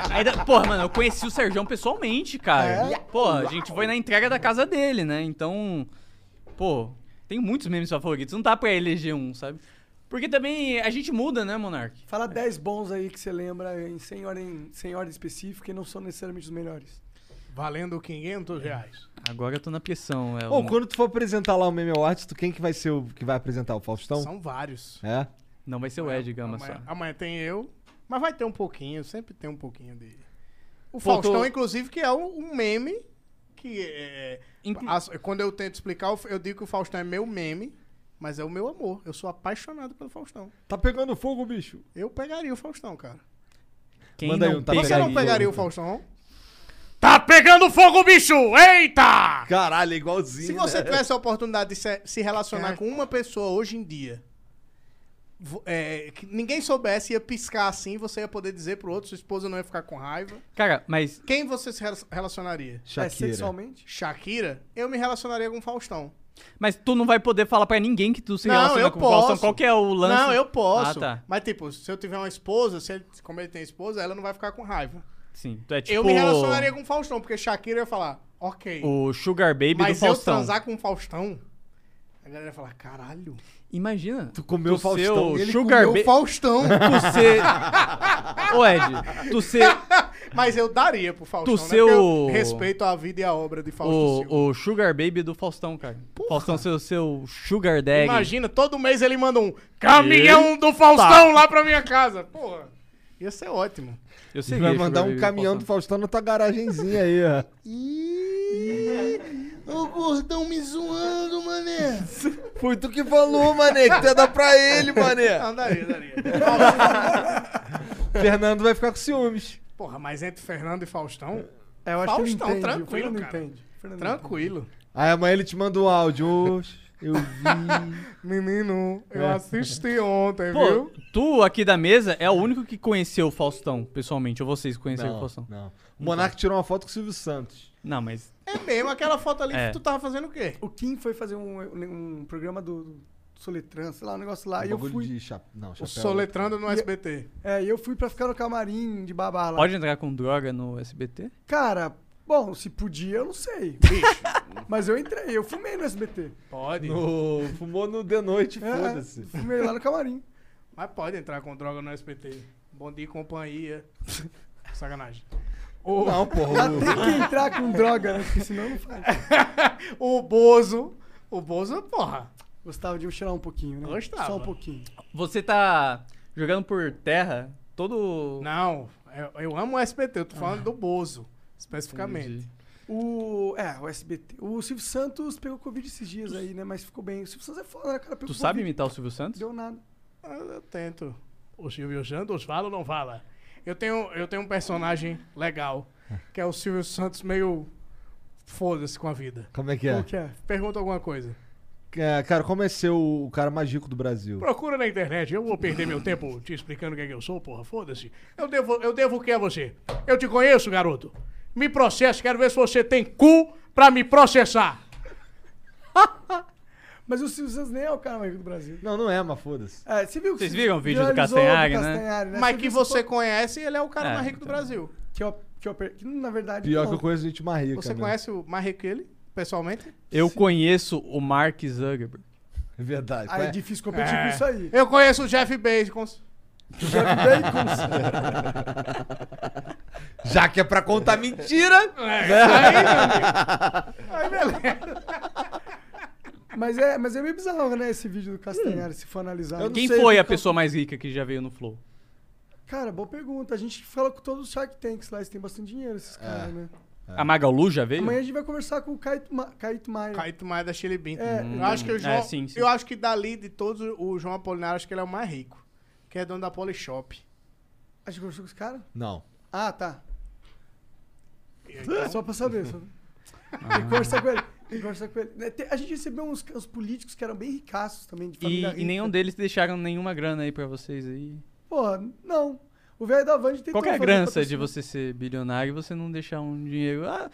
D: não. Ainda... Porra, mano, eu conheci o Serjão pessoalmente, cara. Porra, a gente foi na entrega da casa dele, né? Então, pô, tem muitos memes favoritos. Não dá pra eleger um, sabe? Porque também a gente muda, né, Monark?
C: Fala 10 bons aí que você lembra em sem ordem, sem ordem específica e não são necessariamente os melhores.
E: Valendo 500 reais.
D: Agora eu tô na pressão, é.
B: Ô,
D: um-
B: quando tu for apresentar lá o Meme Awards, tu, quem que vai ser o que vai apresentar? O Faustão?
E: São vários.
B: É?
D: Não vai ser o Ed Gama só.
E: amanhã, amanhã tem eu, mas vai ter um pouquinho, sempre tem um pouquinho de. O
D: Faltou-
E: Faustão, inclusive, que é um, um meme que é.
D: Inclu-
E: as- quando eu tento explicar, eu, eu digo que o Faustão é meu meme, mas é o meu amor. Eu sou apaixonado pelo Faustão.
B: Tá pegando fogo, bicho.
E: Eu pegaria o Faustão, cara.
D: Quem
B: Manda aí
D: não
B: um, tá
D: pega-
E: Você não
B: Pegaria.
E: pegaria o Faustão? Tá pegando fogo, bicho! Eita!
B: Caralho, é igualzinho.
E: Se você
D: né?
E: tivesse a oportunidade de se, se relacionar com uma pessoa hoje em dia, vo- é, que ninguém soubesse, ia piscar assim, você ia poder dizer pro outro, sua esposa não ia ficar com raiva.
D: Cara, mas.
E: Quem você se rela- relacionaria?
C: É sexualmente?
E: Shakira? Eu me relacionaria com Faustão.
D: Mas tu não vai poder falar pra ninguém que tu se
E: Não,
D: relaciona
E: eu
D: com o Faustão.
E: posso.
D: Qual que é o lance?
E: Não, eu posso.
D: Ah, tá.
E: Mas, tipo, se eu tiver uma esposa, se ele- como ele tem esposa, ela não vai ficar com raiva.
D: Sim, tu é tipo.
E: Eu me relacionaria com Faustão, porque Shakira ia falar, ok.
D: O Sugar Baby
E: mas
D: do
E: eu
D: Faustão.
E: transar com Faustão, a galera ia falar, caralho.
D: Imagina.
B: Tu comeu o
D: tu ser
B: Faustão.
D: o
B: Ele
D: Sugar
E: Meu
D: Baby.
E: Faustão.
D: Tu ser. Ô, Ed, tu ser
E: Mas eu daria pro Faustão,
D: Tu
E: né?
D: seu-
E: Porque eu respeito a vida e a obra de Fausto Silva.
D: o, o Sugar Baby do Faustão, cara. Faustão ser o seu Sugar Daddy.
E: Imagina, todo mês ele manda um caminhão do Faustão lá pra minha casa. Porra, ia ser ótimo.
D: Eu sei é
B: Ele vai mandar um caminhão do Faustão na tua garagenzinha aí, ó.
E: Ô gordão me zoando, mané.
H: Foi tu que falou, mané, que tu ia dar pra ele, mané.
E: Andaria, andaria.
B: Fernando vai ficar com ciúmes.
E: Porra, mas entre Fernando e Faustão,
C: É, eu acho que
E: Faustão,
C: não entende.
E: tranquilo,
C: o Fernando não
E: cara.
C: entende. O Fernando não
E: tranquilo.
B: Aí amanhã ele te manda um áudio. Oxe, eu vi.
E: Menino, eu assisti ontem,
D: É. Pô,
E: viu?
D: tu aqui da mesa é o único que conheceu o Faustão pessoalmente, ou vocês conheceram o Faustão.
B: não. O Monark tirou uma foto com o Silvio Santos.
D: Não, mas.
E: É mesmo, aquela foto ali
D: É.
E: que tu tava fazendo o quê?
C: entende. O Kim foi fazer um, um programa do, do Soletran, sei lá, um negócio lá.
B: Um
C: e eu
B: bagulho
C: fui.
B: de cha- Não,
E: O
B: chapéu.
E: soletrando no SBT.
C: É, e eu fui pra ficar no camarim de babar lá.
D: Pode entrar com droga no SBT?
C: Cara, bom, se podia, eu não sei. Mas eu entrei, eu fumei no SBT.
E: Pode.
B: No- Fumou no de noite,
C: É,
B: foda-se.
C: fumei lá no camarim.
E: Mas pode entrar com droga no SBT. Bom dia, companhia. Sacanagem. O,
B: Não, porra.
C: Mas tem que entrar com droga, né? Porque senão não faz.
E: o Bozo. O Bozo, porra.
C: Gostava de tirar um pouquinho, né?
E: Gostava.
C: Só um pouquinho.
D: Você tá jogando por terra todo.
E: Não, eu, eu amo o SBT, eu tô falando do Bozo, especificamente.
C: O. É, o SBT. O Silvio Santos pegou Covid esses dias aí, né? Mas ficou bem. O Silvio Santos é foda, né, cara? Pegou
D: Tu sabe
C: Covid,
D: imitar o Silvio Santos?
C: Deu nada.
E: Ah, Eu tento. O Silvio Santos fala ou não fala? Eu tenho, eu tenho um personagem legal, que é o Silvio Santos meio foda-se com a vida.
B: Como é que
C: Qual
B: é?
C: que é?
E: Pergunta alguma coisa.
B: É, Cara, como é ser o o cara mais rico do Brasil?
E: Procura na internet, eu vou perder meu tempo te explicando quem é que eu sou, porra, foda-se. Eu devo, eu devo o que a você? Eu te conheço, garoto. Me processa, quero ver se você tem cu pra me processar.
C: Mas o Silvio Santos nem é o cara mais rico do Brasil.
B: Não, não é, mas foda-se.
C: É, você viu que
D: Vocês
C: se
D: viram o vídeo do
C: viralizou
D: Castanhari, né?
E: Mas
C: Você
E: que
C: viu
E: você conhece, ele é o cara
D: É,
E: mais rico do
D: então.
E: Brasil.
C: Que eu, que eu per- que, na verdade.
B: Pior
C: não.
B: que eu conheço gente mais rica.
E: Você
B: né?
E: conhece o mais rico que ele, pessoalmente?
D: Eu conheço o Mark Zuckerberg.
B: É verdade.
C: Aí é
B: Conhe-
C: difícil competir com isso aí.
E: Eu conheço o Jeff Bezos.
B: é
C: Jeff Bezos.
B: Já que é pra contar mentira.
C: mas, é, mas é meio bizarro, né? Esse vídeo do Castanhari, se for analisar.
B: Eu não
D: Quem
B: sei,
D: foi
B: nunca-
D: a pessoa mais rica que já veio no Flow?
C: Cara, boa pergunta. A gente fala com todos os Shark Tanks lá, eles têm bastante dinheiro,
B: É.
C: esses caras, né?
D: A Magalu já veio?
C: Amanhã a gente vai conversar com o Caíto, Ma Caíto Maia.
E: Caíto Maia da Chile Binton.
C: É.
E: eu acho que o
D: Hum,
E: João,
D: é, sim, sim.
E: eu acho que dali de todos o João Apolinário acho que ele é o mais rico, que é dono da Polishop.
C: A gente conversou com esse cara?
B: Não.
C: Ah, tá.
E: E então-
C: Só pra saber. Só...
D: Ah.
C: Tem que conversar com ele. Tem que conversar com ele. Né, tem- A gente recebeu uns, uns políticos que eram bem ricaços também, de
D: E,
C: família
D: e
C: rica. Então,
D: nenhum deles deixaram nenhuma grana aí pra vocês aí.
C: Pô, não. O velho da Vand tem
D: Qual que é a grança de você ser bilionário e você não deixar um dinheiro? Ah,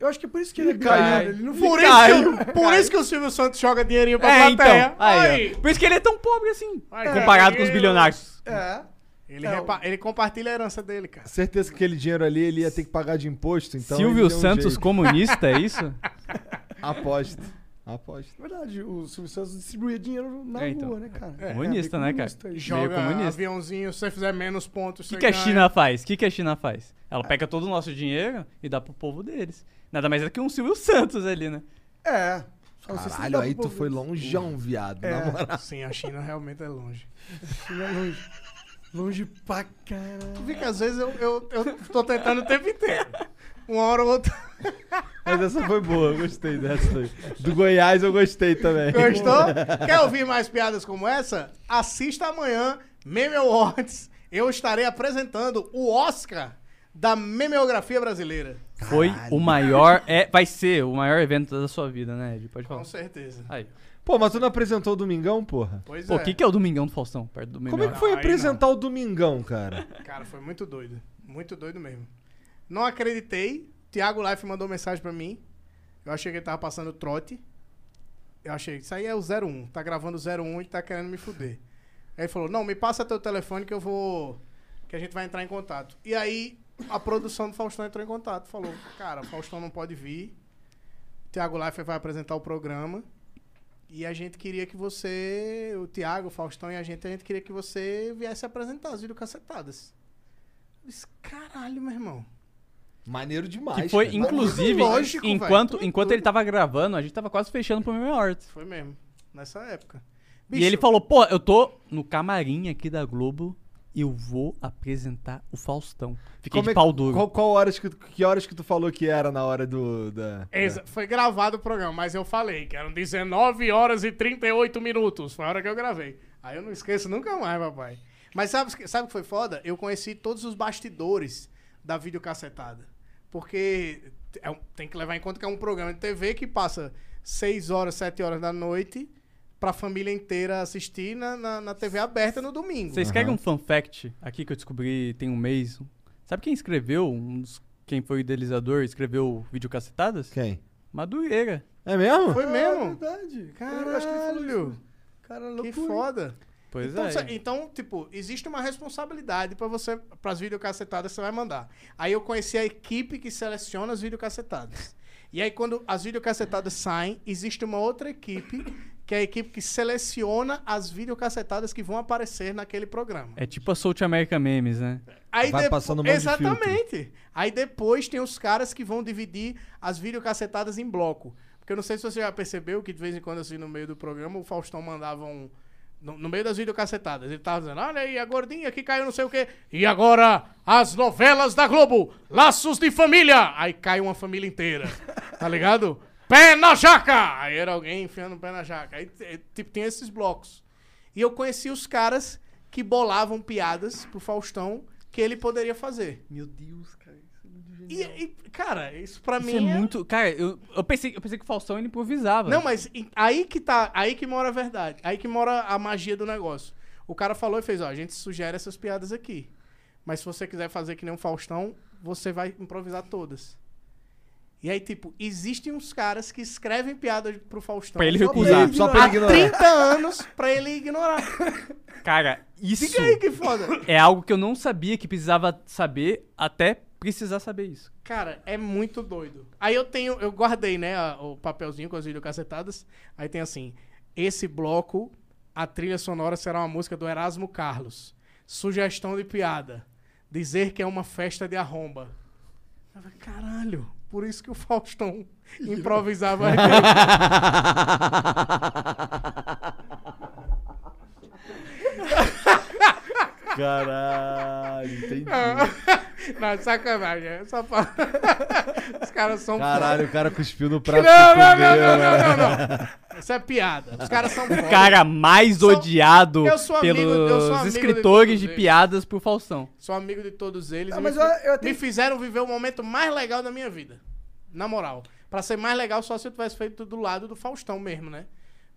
C: Eu acho que é por isso que ele, é
D: caiu.
C: bilionário. Ele não foi.
E: Por,
D: Ele
E: isso que,
D: caiu.
E: eu- por isso que o Silvio Santos joga dinheirinho pra
D: é,
E: plateia.
D: então. Aí, ó. Por isso que ele é tão pobre assim,
E: Aí,
D: comparado com os
E: dinheiro.
D: bilionários.
C: É.
E: Ele,
C: Não.
E: repa- ele compartilha a herança dele, cara.
B: Certeza que aquele dinheiro ali ele ia ter que pagar de imposto, então.
D: Silvio
B: ele deu um
D: Santos
B: jeito.
D: comunista, é isso?
B: Aposto. Aposto.
C: É verdade, o Silvio Santos distribuía dinheiro na rua,
D: É, então.
C: né, cara?
D: É, Comunista, né, cara?
C: aí.
D: Jo-
E: Joga
D: comunista.
E: aviãozinho, se você fizer menos pontos,
D: O
E: você
D: que, que a
E: ganha.
D: China faz? O que, que a China faz? Ela pega todo o nosso dinheiro e dá pro povo deles. Nada mais é que um Silvio Santos ali, né?
C: É. Só não sei se dá
B: Caralho,
C: pra
B: aí tu
C: povo-
B: foi longeão, viado. Na
C: É.
B: moral.
E: Sim, a China realmente é longe.
C: China é longe. Longe pra
E: Tu
C: caralho.
E: vê que às vezes eu, eu, eu tô tentando o tempo inteiro. Uma hora ou outra.
B: Mas essa foi boa, eu gostei dessa daí. Do Goiás eu gostei também.
E: Gostou? Quer ouvir mais piadas como essa? Assista amanhã, Meme Awards. Eu estarei apresentando o Oscar da Memeografia Brasileira.
D: Foi o maior. É, vai ser o maior evento da sua vida, né, Ed? Pode falar.
E: Com certeza.
D: Aí.
B: Pô, mas tu não apresentou o Domingão, porra?
E: Pois
D: Pô, o
E: é.
D: que, que é o Domingão do Faustão? Perto do
B: Como é que
D: Memorial?
B: foi
E: Não, aí
B: apresentar o Domingão, cara?
E: Cara, foi muito doido. Muito doido mesmo. Não acreditei. Tiago Life mandou mensagem pra mim. Eu achei que ele tava passando trote. Eu achei, isso aí é o 01. Tá gravando o 01 e tá querendo me fuder. Aí ele falou, não, me passa teu telefone que eu vou... Que a gente vai entrar em contato. E aí, a produção do Faustão entrou em contato. Falou, cara, Faustão não pode vir. Tiago Life vai apresentar o programa. E a gente queria que você, o Thiago, o Faustão e a gente, a gente queria que você viesse apresentar as videocacetadas. Eu disse, caralho, meu irmão.
B: Maneiro demais.
D: Ah, Que foi,
B: cara.
D: inclusive,
E: Lógico, velho,
D: enquanto,
E: tudo
D: enquanto
E: doido.
D: ele tava gravando, a gente tava quase fechando pro Meme Awards.
E: Foi mesmo, nessa época.
D: E ele falou, pô, eu tô no camarim aqui da Globo e eu vou apresentar o Faustão. Fiquei
B: Como é
D: de
B: que-
D: pau duro.
B: Qual, qual horas que, tu- que horas que tu falou que era na hora do. Da,
E: Exa- Foi gravado o programa, mas eu falei que eram 19 horas e 38 minutos. Foi a hora que eu gravei. Aí eu não esqueço nunca mais, papai. Mas sabe, o que- sabe o que foi foda? Eu conheci todos os bastidores da videocacetada. Porque é um- tem que levar em conta que é um programa de TV que passa 6 horas, 7 horas da noite pra família inteira assistir na, na, na TV aberta no domingo.
D: Vocês querem um fun fact aqui que eu descobri tem um mês? Sabe quem escreveu? Um dos- quem foi o idealizador escreveu videocacetadas?
B: Quem?
D: Madureira.
B: É mesmo?
E: Foi
C: É
E: mesmo?
C: verdade.
E: Caralho.
C: Eu acho que ele falou isso. Cara,
E: Que
C: loucura.
E: foda.
D: Pois
E: então,
D: é.
E: cê- então, tipo, existe uma responsabilidade pra você, pras videocacetadas que você vai mandar. Aí eu conheci a equipe que seleciona as videocacetadas. E aí, quando as videocacetadas saem, existe uma outra equipe, que é a equipe que seleciona as videocacetadas que vão aparecer naquele programa.
D: É tipo a South America Memes, né?
E: Aí
B: Vai
E: depo-
B: passando um monte de
E: Exatamente. Aí depois tem os caras que vão dividir as videocacetadas em bloco. Porque eu não sei se você já percebeu que de vez em quando, assim, no meio do programa, o Faustão mandava um. No, no meio das videocacetadas. Ele tava dizendo: olha aí, a gordinha que caiu não sei o quê. E agora, as novelas da Globo: Laços de Família. Aí cai uma família inteira. Tá ligado? Pé na jaca! Aí era alguém enfiando o pé na jaca. Aí, t- tipo, tem esses blocos. E eu conheci os caras que bolavam piadas pro Faustão que ele poderia fazer.
I: Meu Deus, cara. Isso é muito
E: E,
I: genial.
E: e, cara, isso pra
D: Isso
E: mim
D: é muito. Cara, eu, eu, pensei, eu pensei que o Faustão ele improvisava.
E: Não, mas e- aí que tá, aí que mora a verdade, aí que mora a magia do negócio. O cara falou e fez, ó, a gente sugere essas piadas aqui. Mas se você quiser fazer que nem um Faustão, você vai improvisar todas. E aí, tipo, existem uns caras que escrevem piadas pro Faustão.
D: Pra ele
E: Então só
D: recusar.
B: Só pra ele
E: Há
B: ignorar.
E: 30 anos pra ele ignorar.
D: Cara, isso
E: Diga aí que foda.
D: é algo que eu não sabia que precisava saber até precisar saber isso.
E: Cara, é muito doido. Aí eu tenho, eu guardei, né, a- o papelzinho com as videocacetadas. Aí tem assim: esse bloco, a trilha sonora será uma música do Erasmo Carlos. Sugestão de piada. Dizer que é uma festa de arromba. Eu falei, Caralho, por isso que o Faustão improvisava.
I: Caralho, entendi.
E: Ah, Não, sacanagem. É só pra... Os caras são
I: Caralho, o cara cuspiu no
E: Não,
I: prato.
E: não, não,
B: né?
E: não, não, não, não. Isso é piada. Os caras são foda.
D: O cara mais
E: Sou-
D: odiado
E: eu sou amigo- eu sou
D: pelos
E: amigo de
D: escritores
E: todos
D: de
E: eles.
D: piadas por Faustão.
E: Sou amigo de todos eles.
C: Ah,
E: e
C: mas
E: me,
C: eu-
E: fi-
C: eu até-
E: me fizeram viver o momento mais legal da minha vida. Na moral. Pra ser mais legal, só se eu tivesse feito do lado do Faustão mesmo, né?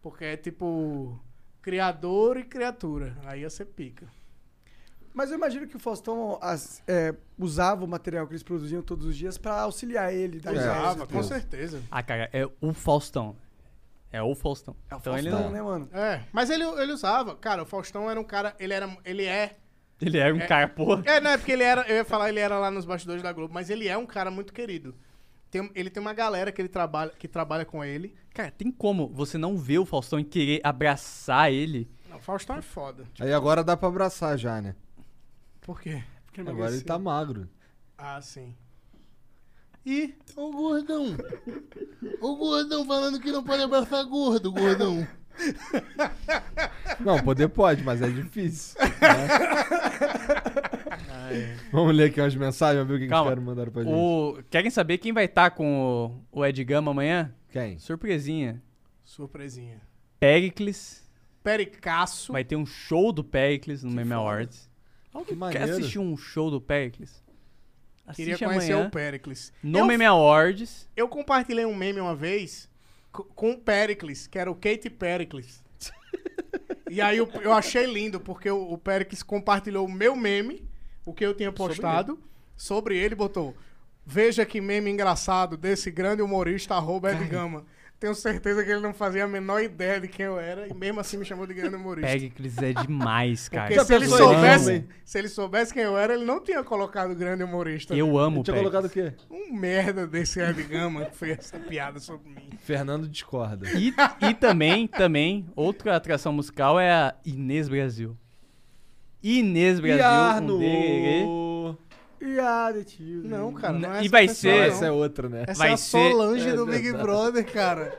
E: Porque é tipo. Criador e criatura. Aí ia ser pica.
C: Mas eu imagino que o Faustão as- é, usava o material que eles produziam todos os dias pra auxiliar ele.
B: É,
C: Então, da
E: É, Usava,
C: risada.
E: com certeza.
D: Ah, cara, é o Faustão. É o Faustão.
C: É o
D: então
C: Faustão,
D: ele não.
C: né, mano?
E: É. Mas ele, ele usava. Cara, o Faustão era um cara. Ele era. Ele é.
D: Ele era um cara, porra.
E: É, não, é porque ele era. Eu ia falar, ele era lá nos bastidores da Globo, mas ele é um cara muito querido. Tem- ele tem uma galera que ele trabalha, que trabalha com ele.
D: Cara, tem como você não ver o Faustão e querer abraçar ele?
E: Não, Faustão é foda.
B: Aí agora dá pra abraçar já, né?
E: Por quê?
C: Porque ele
B: Agora ele tá magro.
E: Ah, sim. E o gordão. O gordão falando que não pode abraçar gordo, gordão.
B: Não, poder pode, mas é difícil. né? Vamos ler aqui umas mensagens, vamos ver o que, que os
D: Calma.
B: caras mandaram pra gente.
D: O... Querem saber quem vai estar com o, o Ed Gama amanhã?
B: Quem?
D: Surpresinha.
E: Surpresinha.
D: Pericles.
E: Pericaço.
D: Vai ter um show do Pericles no Meme Awards.
B: Que
D: Quer
B: maneiro.
D: assistir um show do Pericles? Assiste
E: Queria conhecer
D: amanhã
E: o Pericles.
D: no
E: eu,
D: Meme é- Awards.
E: eu compartilhei um meme uma vez co- com o Pericles, que era o Kate Pericles. e aí eu, eu achei lindo, porque o, o Pericles compartilhou o meu meme, o que eu tinha postado, sobre ele, botou. Veja que meme engraçado desse grande humorista, arroba Ed Gama. Tenho certeza que ele não fazia a menor ideia de quem eu era, e mesmo assim me chamou de grande humorista.
D: Pericles é demais, cara.
E: Porque se ele,
B: pensou em
E: soubesse,
B: nome?
E: se ele soubesse quem eu era, ele não tinha colocado grande humorista.
D: Eu amo o
B: Tinha
D: Pericles.
B: colocado o quê?
E: Um merda desse Ed Gama que fez essa piada sobre mim.
B: Fernando discorda.
D: E, e também, também, outra atração musical é a Inês Brasil. Inês Brasil. um com dererê.
C: Piada, tio.
E: Não, cara. Não é
D: E
E: essa
D: vai
E: pessoa,
D: ser-
E: não.
B: Essa é outra, né?
E: Essa
D: vai
E: é a
D: ser- é,
E: Solange do Big Brother, cara.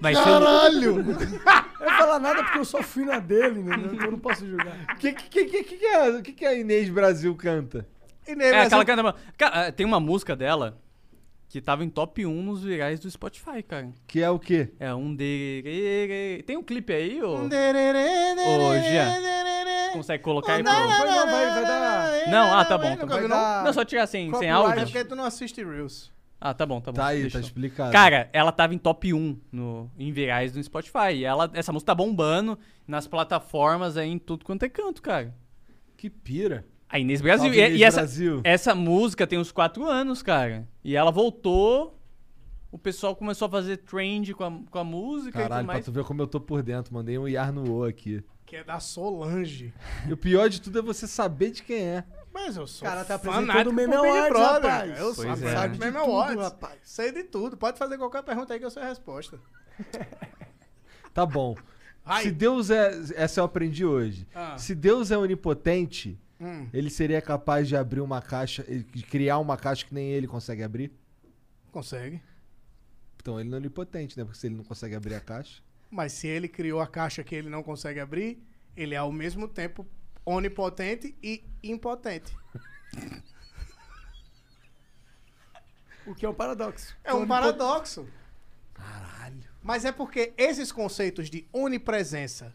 D: Vai ser é um- o-
E: Caralho!
C: Eu não falar nada porque eu só fui na dele, né? Então eu não posso julgar.
B: O que, que, que, que, que é- o que, que a Inês Brasil canta?
E: E nem
D: É
E: vai
D: aquela
E: ser-
D: cara, cara, tem uma música dela que tava em top 1 nos virais do Spotify, cara.
B: Que é o quê?
D: É um dererê. Tem um clipe aí, ô?
E: Ô,
D: Consegue colocar aí
C: Não, não,
D: pro...
C: vai, não, vai, vai dar.
D: Não, ah, tá bom.
E: Vai,
D: Tá
E: não
D: bom.
E: cabe,
C: não?
D: Não, só tirar sem, sem
C: Copyright.
E: É
D: áudio.
E: porque tu não assiste Reels.
D: Ah, tá bom, tá bom.
B: Tá aí,
D: deixa
B: tá
D: eu-
B: explicado.
D: Cara, ela tava em top 1 no, em virais no Spotify. E ela, essa música tá bombando nas plataformas aí, em tudo quanto é canto, cara.
B: que pira.
D: A Inês Brasil.
B: Salve,
D: e
B: Inês
D: e essa, é,
B: Brasil.
D: essa música tem uns 4 anos, cara. E ela voltou o pessoal começou a fazer trend com a, com a música e
B: Caralho,
D: tudo
B: pra
D: mais.
B: tu ver como eu tô por dentro. Mandei um Yar no O aqui.
E: Que é da Solange.
B: E o pior de tudo é você saber de quem é.
E: Mas eu sou
C: O cara tá apresentando
E: fanático
C: o Meme
E: pro Big
C: Awards,
E: Brother.
C: rapaz.
E: Eu sou
J: Pois é.
E: fanático
J: Sabe
E: do
J: de
E: Meme
C: tudo,
E: Awards.
C: rapaz.
E: Sei de tudo. Pode fazer qualquer pergunta aí que eu sei a resposta.
B: Tá bom.
E: Vai.
B: Se Deus é. Essa eu aprendi hoje.
E: Ah.
B: Se Deus é onipotente,
E: Hum.
B: ele seria capaz de abrir uma caixa, de criar uma caixa que nem ele consegue abrir?
E: Consegue.
B: Então ele não é onipotente, né? Porque se ele não consegue abrir a caixa.
E: Mas se ele criou a caixa que ele não consegue abrir, ele é ao mesmo tempo onipotente e impotente.
C: O que é um paradoxo.
E: É um paradoxo. Caralho. Mas é porque esses conceitos de onipresença,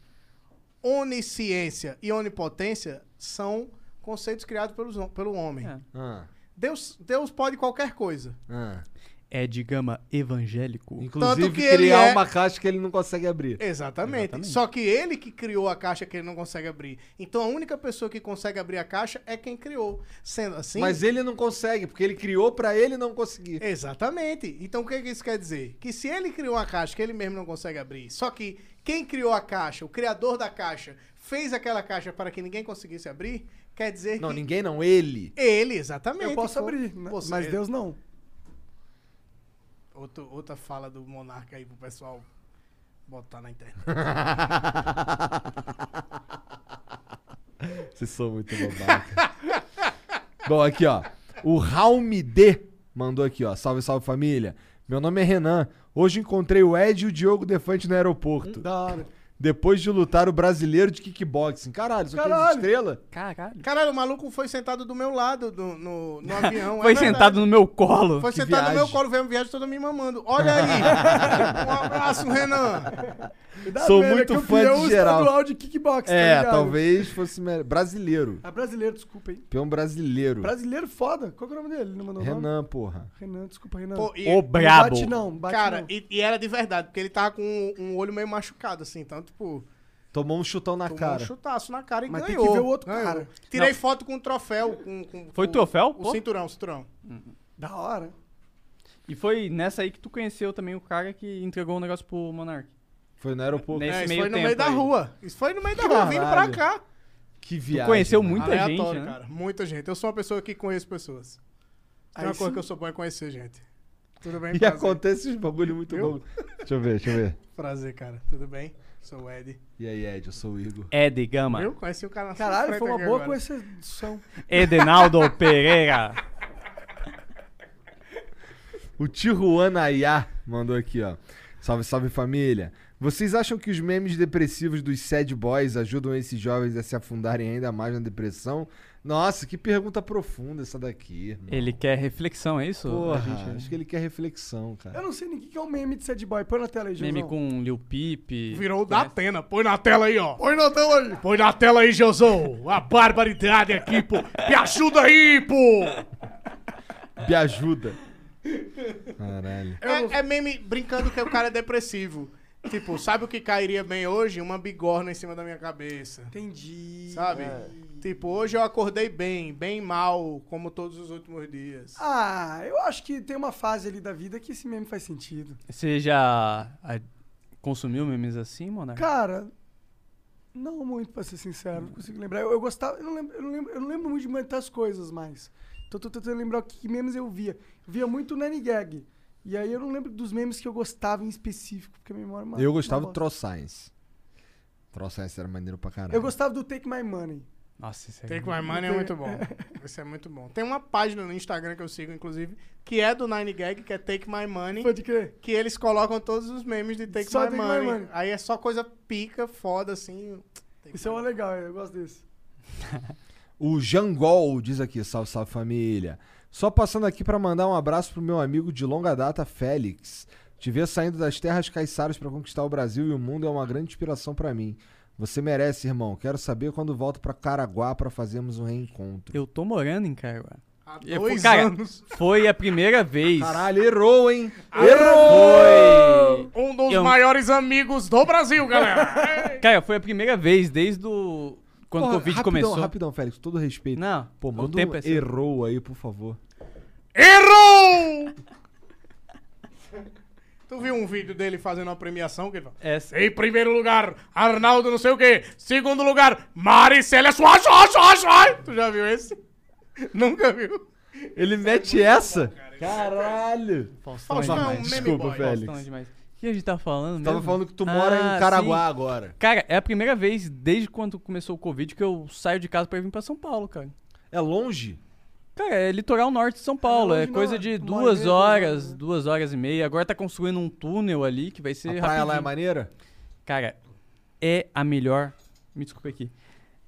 E: onisciência e onipotência são conceitos criados pelos, hom- pelo homem.
D: É.
B: Ah,
E: Deus, Deus pode qualquer coisa.
B: ah.
D: É de gama evangélico.
B: Inclusive,
E: que ele
B: criar
E: é-
B: uma caixa que ele não consegue abrir.
E: Exatamente. Só que ele que criou a caixa que ele não consegue abrir. Então a única pessoa que consegue abrir a caixa é quem criou. Sendo assim.
B: Mas ele não consegue, porque ele criou pra ele não conseguir.
E: Exatamente. Então o que, que isso quer dizer? Que se ele criou a caixa que ele mesmo não consegue abrir, só que quem criou a caixa, o criador da caixa, fez aquela caixa para que ninguém conseguisse abrir, quer dizer
B: Não,
E: que
B: ninguém não, ele.
E: ele, exatamente.
C: Eu posso
E: foi-
C: abrir, né?
E: Você-
C: mas Deus não.
E: Outro- outra fala do monarca aí pro pessoal botar na internet.
B: Vocês são muito babaca. Bom, aqui, ó. O Raumi D mandou aqui, ó. Salve, salve família. Meu nome é Renan. Hoje encontrei o Ed e o Diogo Defante no aeroporto.
C: Da hora.
B: Depois de lutar o brasileiro de kickboxing. Caralho, isso aqui é
C: Caralho.
B: estrela.
D: Caralho.
E: Caralho, o maluco foi sentado do meu lado do- no, no avião. é
D: Foi
E: verdade.
D: sentado no meu colo.
E: Foi
B: Que
E: sentado no meu
B: viagem.
E: colo, veio uma viagem toda me mamando. Olha aí! um abraço, Renan!
B: Sou muito fã de
C: é campeão
B: geral.
C: um estadual de kickbox, tá
B: É,
C: ligado?
B: talvez fosse me- brasileiro.
C: Ah, brasileiro, desculpa, hein?
B: Peão
E: Hum.
B: brasileiro.
C: Brasileiro foda. Qual que é o nome dele? Ele não mandou o nome?
B: Renan, porra.
C: Renan, desculpa, Renan.
E: Pô, e-
D: O
C: Não
D: brabo.
C: bate não, bate
E: cara,
C: não.
E: e, e era de verdade, porque ele tava com um, um olho meio machucado, assim. Então, tipo,
B: Tomou um chutão na
E: tomou
B: cara.
E: um chutaço na cara e
C: Mas tem
E: ganhou.
C: que ver o outro
E: ganhou.
C: cara.
E: Tirei foto com o troféu. Com, com-
D: Foi
E: com
D: troféu?
E: O
D: Pô.
E: cinturão, cinturão.
C: Da hora.
D: E foi nessa aí que tu conheceu também o cara que entregou o negócio pro Monark.
B: Foi no aeroporto.
D: Nesse
E: É, isso
D: meio
E: foi no
D: tempo
E: meio da
D: aí.
E: rua. Isso foi no meio da rua, vindo pra
B: Caralho.
E: cá.
B: Que
D: Tu
B: viagem.
D: conheceu
B: né?
D: muita gente,
E: Aleatório,
D: né?
E: cara. Muita gente. Eu sou uma pessoa que conheço pessoas. É
C: Aí
E: uma coisa
C: sim.
E: que eu sou bom é conhecer gente. Tudo bem?
B: E
E: prazer.
B: acontece uns bagulho muito
E: Viu?
B: bom. Deixa eu ver, deixa eu ver.
E: Prazer, cara. Tudo bem? Sou o Ed.
B: E aí, Ed, eu sou o Igor.
D: É de gama.
E: Eu conheci o cara na sua
C: Caralho,
E: frente
C: foi uma
E: aqui
C: boa
E: agora.
C: conexão.
D: Edenaldo Pereira.
B: O Tijuana Ayá mandou aqui, ó. Salve, salve família. Vocês acham que os memes depressivos dos sad boys ajudam esses jovens a se afundarem ainda mais na depressão? Nossa, que pergunta profunda essa daqui. irmão.
D: Ele quer reflexão, é isso?
B: Porra,
D: A gente-
B: acho que ele quer reflexão, cara.
C: Eu não sei nem o que que é um meme de sad boy. Põe na tela aí,
D: Meme
C: Joãozão.
D: com Lil Peep.
E: Virou o da Atena. Põe na tela aí, ó. Põe na tela aí. Põe na tela aí, Josão. A barbaridade aqui, pô. Me ajuda aí, pô.
B: Me ajuda. Caralho.
E: É, é meme brincando que o cara é depressivo. Tipo, sabe o que cairia bem hoje? Uma bigorna em cima da minha cabeça.
C: Entendi. É.
E: Sabe? Tipo, hoje eu acordei bem, bem mal, como todos os últimos dias.
C: Ah, eu acho que tem uma fase ali da vida que esse meme faz sentido.
B: um-
D: Você já ah, consumiu memes assim, Monark?
C: Cara, não muito, pra ser sincero. Não consigo lembrar. Eu, eu gostava, eu não, lembro, eu, não lembro, eu não lembro muito de muitas coisas mais. Então, tô tentando lembrar o que, que memes eu via. Eu via muito Nanny Gag. E aí eu não lembro dos memes que eu gostava em específico, porque a memória é uma-
B: Eu gostava do
C: uma bosta.
B: Troll Science. Troll Science era maneiro pra caralho.
C: Eu gostava do Take My Money.
D: Nossa, isso é...
E: Take My Money é muito bom. Isso é muito bom. Tem uma página no Instagram que eu sigo, inclusive, que é do Nine Gag, que é Take My Money.
C: Pode crer.
E: que eles colocam todos os memes de Take,
C: Só
E: my,
C: Take My
E: money.
C: Money.
E: Aí é só coisa pica, foda, assim. Take
C: Isso é
E: My
C: uma legal, eu gosto desse.
B: O Jangol diz aqui, salve, salve família. Só passando aqui pra mandar um abraço pro meu amigo de longa data, Félix. Te ver saindo das terras caiçaras pra conquistar o Brasil e o mundo é uma grande inspiração pra mim. Você merece, irmão. Quero saber quando volto pra Caraguá pra fazermos um reencontro.
D: Eu tô morando em Caraguá.
E: Há
D: Eu-
E: dois
D: cara,
E: anos.
D: Foi a primeira vez.
B: Caralho, errou, hein?
D: Foi.
E: Um dos
D: eu-
E: maiores amigos do Brasil, galera.
D: Cara, foi a primeira vez desde o... quando
B: Porra,
D: o Covid
B: rapidão,
D: começou.
B: Rapidão, Félix, todo respeito.
D: Não,
B: Pô,
D: o
B: manda
D: tempo
B: um
D: é seu.
B: errou aí, por favor.
E: Errou! um vídeo dele fazendo uma premiação que ele fala.
D: É,
E: Em primeiro lugar, Arnaldo não sei o quê. Segundo lugar, Maricélia Suá, Suá, Suá, Suá. Tu já viu esse? Nunca viu.
I: Ele mete essa? Caralho!
D: Faustão, é
E: Faustão,
D: demais.
E: meme
I: Desculpa,
E: boy.
I: velho.
D: Faustão é demais. O que a gente tá falando
B: Tava
D: mesmo?
B: falando que tu mora
D: Ah,
B: em Caraguá
D: sim.
B: agora.
D: Cara, é a primeira vez desde quando começou o Covid que eu saio de casa pra vir pra São Paulo, cara.
B: É longe?
D: Cara, é litoral norte de São Paulo.
C: longe
D: É
C: não,
D: coisa
C: é
D: de
C: uma hora e meia, duas
D: duas horas,
C: horas, né?
D: duas horas e meia. Agora tá construindo um túnel ali que vai
B: A
D: ser
B: praia
D: rapidinho.
B: lá é maneira?
D: Cara, é a melhor. Me desculpa aqui.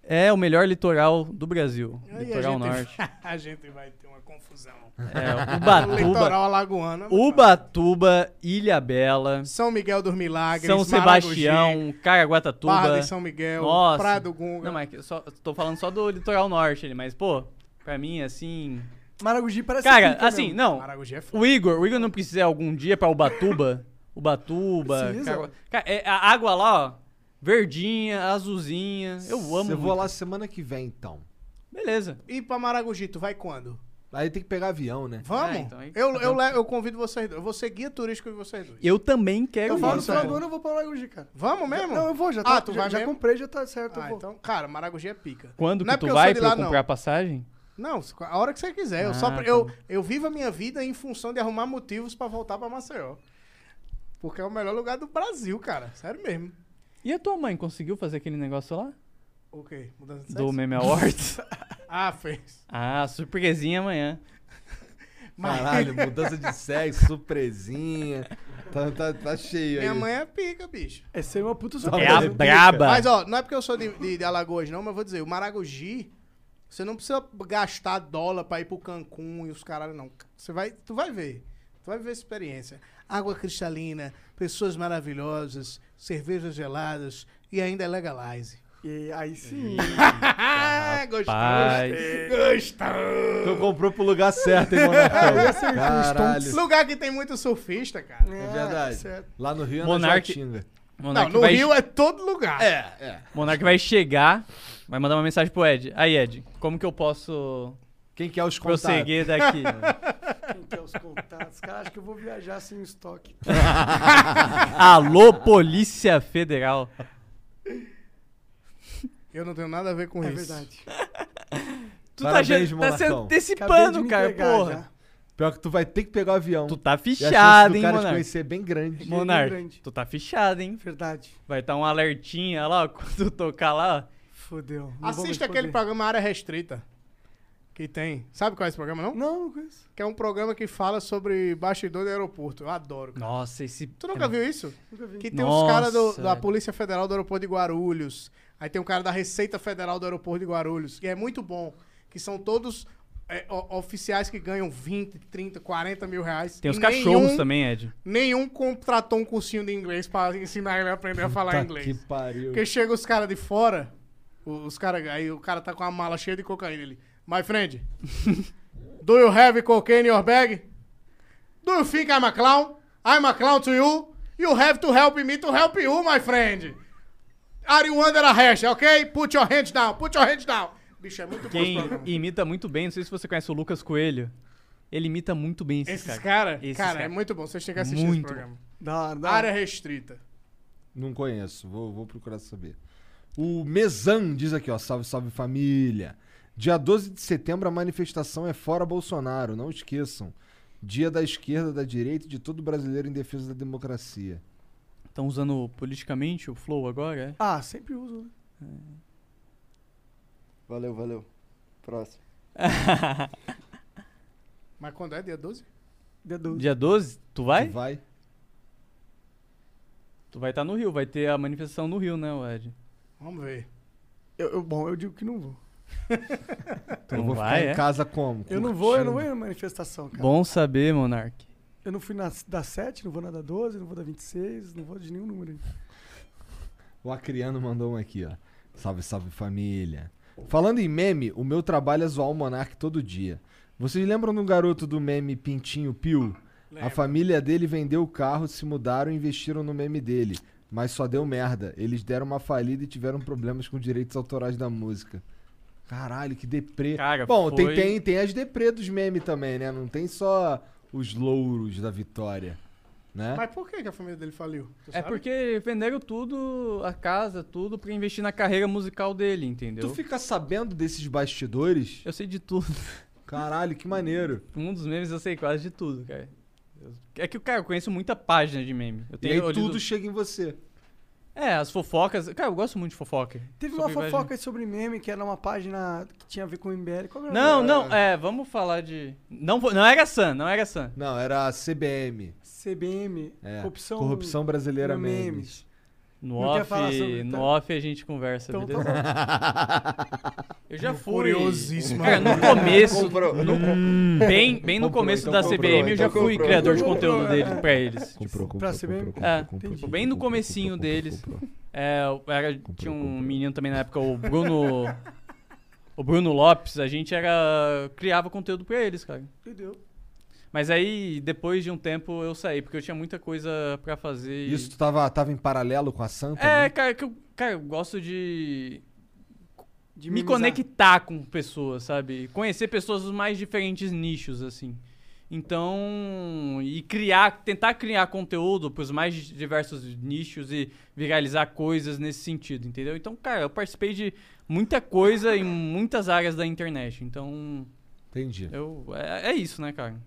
D: É o melhor litoral do Brasil.
E: Aí a
D: litoral
E: gente-
D: norte.
E: A gente vai ter uma confusão.
D: É,
E: O
D: Ubatuba.
E: litoral alagoano. é muito
D: Ubatuba, Ilha Bela,
E: fácil. São Miguel dos Milagres.
D: São
E: Maragogi,
D: Sebastião,
E: Barra
D: Caraguatatuba.
E: de São Miguel.
D: Nossa.
E: Prado Gunga.
D: Não, mas é que- só, tô falando só do litoral norte ali, mas, pô, pra mim, assim.
C: Maragogi parece
D: Cara,
C: pica
D: assim,
C: mesmo.
D: não.
E: Maragogi é foda.
D: O Igor, o Igor não precisa ir algum dia pra Ubatuba. Ubatuba.
C: Precisa.
D: Cara, cara, é, a água lá, ó. Verdinha, azulzinha. Eu amo.
B: Eu vou
D: muito.
B: lá semana que vem, então.
D: Beleza.
E: E pra Maragogi, tu vai quando?
B: Aí tem que pegar avião, né?
E: Vamos?
D: Ah, então aí-
E: eu, eu,
D: então-
E: le- eu convido vocês dois. Eu vou ser guia turístico de vocês dois.
D: Eu também quero
C: Eu
D: ir,
C: falo no final
D: cara.
C: do ano eu vou pra Maragogi, cara.
E: Vamos mesmo?
C: Não, eu vou, já
E: Ah,
C: tá.
E: tu
C: já,
E: vai
C: já
E: mesmo?
C: comprei, já tá certo, eu
E: Ah,
C: vou.
E: então, cara, Maragogi é pica.
D: Quando
E: Não
D: que
E: é
D: tu
E: porque eu
D: vai
E: sou de
D: pra eu
E: lá, não.
D: comprar passagem?
E: Não, a hora que você quiser. Eu,
D: Ah,
E: só,
D: tá.
E: eu, eu vivo a minha vida em função de arrumar motivos pra voltar pra Maceió. Porque é o melhor lugar do Brasil, cara. Sério mesmo.
D: E a tua mãe conseguiu fazer aquele negócio lá?
E: O quê? Mudança de
D: Do
E: sexo?
D: Meme Awards?
E: Ah, fez.
D: ah, surpresinha amanhã.
E: Mas
B: Caralho, mudança de sexo, surpresinha. Tá, tá, tá cheio aí.
E: minha mãe é pica, bicho.
C: Essa é uma puta
D: É
C: surpresa.
D: a braba.
E: Mas, ó, não é porque eu sou de, de- de Alagoas, não, mas eu vou dizer, o Maragogi, você não precisa gastar dólar pra ir pro Cancún e os caralho, não. Você vai, tu vai ver. Tu vai ver a experiência. Água cristalina, pessoas maravilhosas, cervejas geladas e ainda é legalize.
C: E aí sim.
E: Ah, gostou.
D: Paz.
I: Então comprou pro lugar certo, hein,
D: É,
I: Monarcão?
B: Caralho.
E: Lugar que tem muito surfista, cara.
B: É verdade.
C: certo.
B: Lá no Rio é
D: Monark-
B: na Joatinga.
E: Não,
D: Monark
E: no
D: vai,
E: Rio é todo lugar. É.
D: Monark vai chegar, vai mandar uma mensagem pro Ed. Aí, Ed, como que eu posso
B: Quem quer os contatos?
D: prosseguir daqui?
C: Quem quer os contatos? Cara, acho que eu vou viajar sem estoque.
D: Alô, Polícia Federal.
E: Eu não tenho nada a ver com
C: É
E: isso.
C: verdade.
D: Tu
B: Parabéns,
D: tá, já- tá se
B: Monarcão.
C: Acabei de
D: antecipando,
C: me
D: cara,
C: pegar
D: porra.
C: já.
B: Pior que tu vai ter que pegar o avião.
D: Tu
B: E
D: tá
B: a chance
D: fichado,
B: do
D: hein,
B: cara te
D: Monark.
B: conhecer é bem grande.
D: Monark,
C: grande.
D: tu tá fichado, hein?
C: Verdade.
D: Vai tá um alertinha lá, ó, quando tocar lá, ó.
C: Fodeu. Não vou
E: Assista
C: responder.
E: aquele programa Área Restrita. Que tem. Sabe qual é esse programa, não?
C: Não, não conheço.
E: Que é um programa que fala sobre bastidor do aeroporto. Eu adoro, cara.
D: Nossa, esse...
E: Tu nunca viu isso?
C: Nunca vi.
E: Que tem
D: É. Nossa,
E: os caras do- da
D: velho.
E: Polícia Federal do Aeroporto de Guarulhos. Aí tem um cara da Receita Federal do Aeroporto de Guarulhos. E é muito bom. Que são todos é, o- oficiais que ganham 20, 30, 40 mil reais.
D: Tem os
E: E
D: cachorros
E: nenhum-
D: também, Ed.
E: Nenhum contratou um cursinho de inglês pra ensinar ele a aprender a falar
B: Tá
E: inglês.
B: que pariu.
E: Porque chega os caras de fora, o- os cara, aí o cara tá com a mala cheia de cocaína ali. My friend, do you have cocaine in your bag? Do you think I'm a clown? I'm a clown to you? You have to help me to help you, my friend. Are you under arrest, ok? Put your hands down, put your hands down. Bicho, é muito bom
D: Quem
E: esse programa.
D: imita muito bem, não sei se você conhece o Lucas Coelho. Ele imita muito bem esses,
E: Esses
D: caras.
E: caras,
D: Esses
E: cara,
D: cara.
E: é muito bom. Vocês têm que assistir esse
D: Muito
E: programa.
C: Da hora, da hora.
E: Área restrita.
B: Não conheço, vou, vou procurar saber. O Mesan diz aqui, ó, salve, salve família. Dia 12 de setembro a manifestação é fora Bolsonaro, não esqueçam. Dia da esquerda, da direita e de todo brasileiro em defesa da democracia.
D: Estão usando politicamente o Flow agora, é?
C: Ah, sempre uso, né?
I: Valeu, valeu. Próximo.
E: Mas quando é? Dia 12?
C: Dedo.
D: é? Dia 12, tu vai?
B: Tu vai?
D: Tu vai estar no Rio, vai ter a manifestação no Rio, né, o Ed?
E: Vamos ver.
C: Eu, eu- bom, eu digo que não vou.
D: Tu
B: eu vou
D: vai,
B: ficar em
D: é?
B: casa como?
C: Eu não vou, eu não vou
B: Curtindo.
C: ir na manifestação, cara.
D: Bom saber, Monark.
C: Eu não fui na, da 7, não vou na da 12, não vou da 26, não vou de nenhum número. aí.
B: O Acriano mandou um aqui, ó. Salve, salve família. Falando em meme, o meu trabalho é zoar o Monark todo dia. Vocês lembram do garoto do meme Pintinho Pio? A família dele vendeu o carro, se mudaram e investiram no meme dele. Mas só deu merda. Eles deram uma falida e tiveram problemas com direitos autorais da música. Caralho, que deprê.
D: Cara,
B: Bom, tem,
D: foi-
B: tem, tem as deprê dos memes também, né? Não tem só os louros da vitória. né?
E: Mas por que, que a família dele faliu? Tu
D: É
E: sabe?
D: porque venderam tudo, a casa, tudo, pra investir na carreira musical dele, entendeu?
B: Tu fica sabendo desses bastidores?
D: Eu sei de tudo.
B: Caralho, que maneiro.
D: Um dos memes eu sei quase de tudo, cara. Eu- É que, cara, eu conheço muita página de meme. Eu
B: E
D: tenho
B: aí
D: eu lido-
B: tudo chega em você.
D: É, as fofocas. Cara, eu gosto muito de fofoca.
C: Teve
D: Sobre
C: uma
D: imagem.
C: fofoca aí sobre meme, que era uma página que tinha a ver com o MBL. Qual era o
D: Não,
C: nome?
D: não, é, vamos falar de. Não, vou- não era Sam, não era Sam.
B: Não, era a CBM.
C: CBM.
B: É,
C: Corrupção.
D: Então,
B: Corrupção Brasileira
C: no
B: Memes.
D: No
C: Não quer
D: off,
C: falar sobre-
D: no
C: tá.
D: off a gente conversa,
C: Então tá
D: beleza? Eu já fui.
E: Curiosíssimo.
D: Cara, no começo,
A: Comprou, não comprou.
D: bem, bem no
I: Comprou,
D: começo
I: então
D: da
I: comprou,
D: CBM, eu já
A: então
D: fui
A: comprou.
D: criador de
C: Comprou,
D: conteúdo
C: é.
D: dele pra eles.
B: Comprou,
C: Pra CBM.
D: É, tipo, bem no comecinho Tipo, deles. É, eu era- tinha um menino também na época, o Bruno. o Bruno Lopes, a gente era. criava conteúdo pra eles, cara.
C: Entendeu?
D: Mas aí, depois de um tempo, eu saí, porque eu tinha muita coisa pra fazer. e-
B: Isso tu tava, tava em paralelo com a Santa?
D: É, cara, que eu, cara, eu gosto de,
C: De
D: me
C: memizar.
D: conectar com pessoas, sabe? Conhecer pessoas dos mais diferentes nichos, assim. Então, e criar, tentar criar conteúdo pros mais diversos nichos e viralizar coisas nesse sentido, entendeu? Então, cara, eu participei de muita coisa em muitas áreas da internet. Então,
B: Entendi.
D: eu é, é isso, né, cara?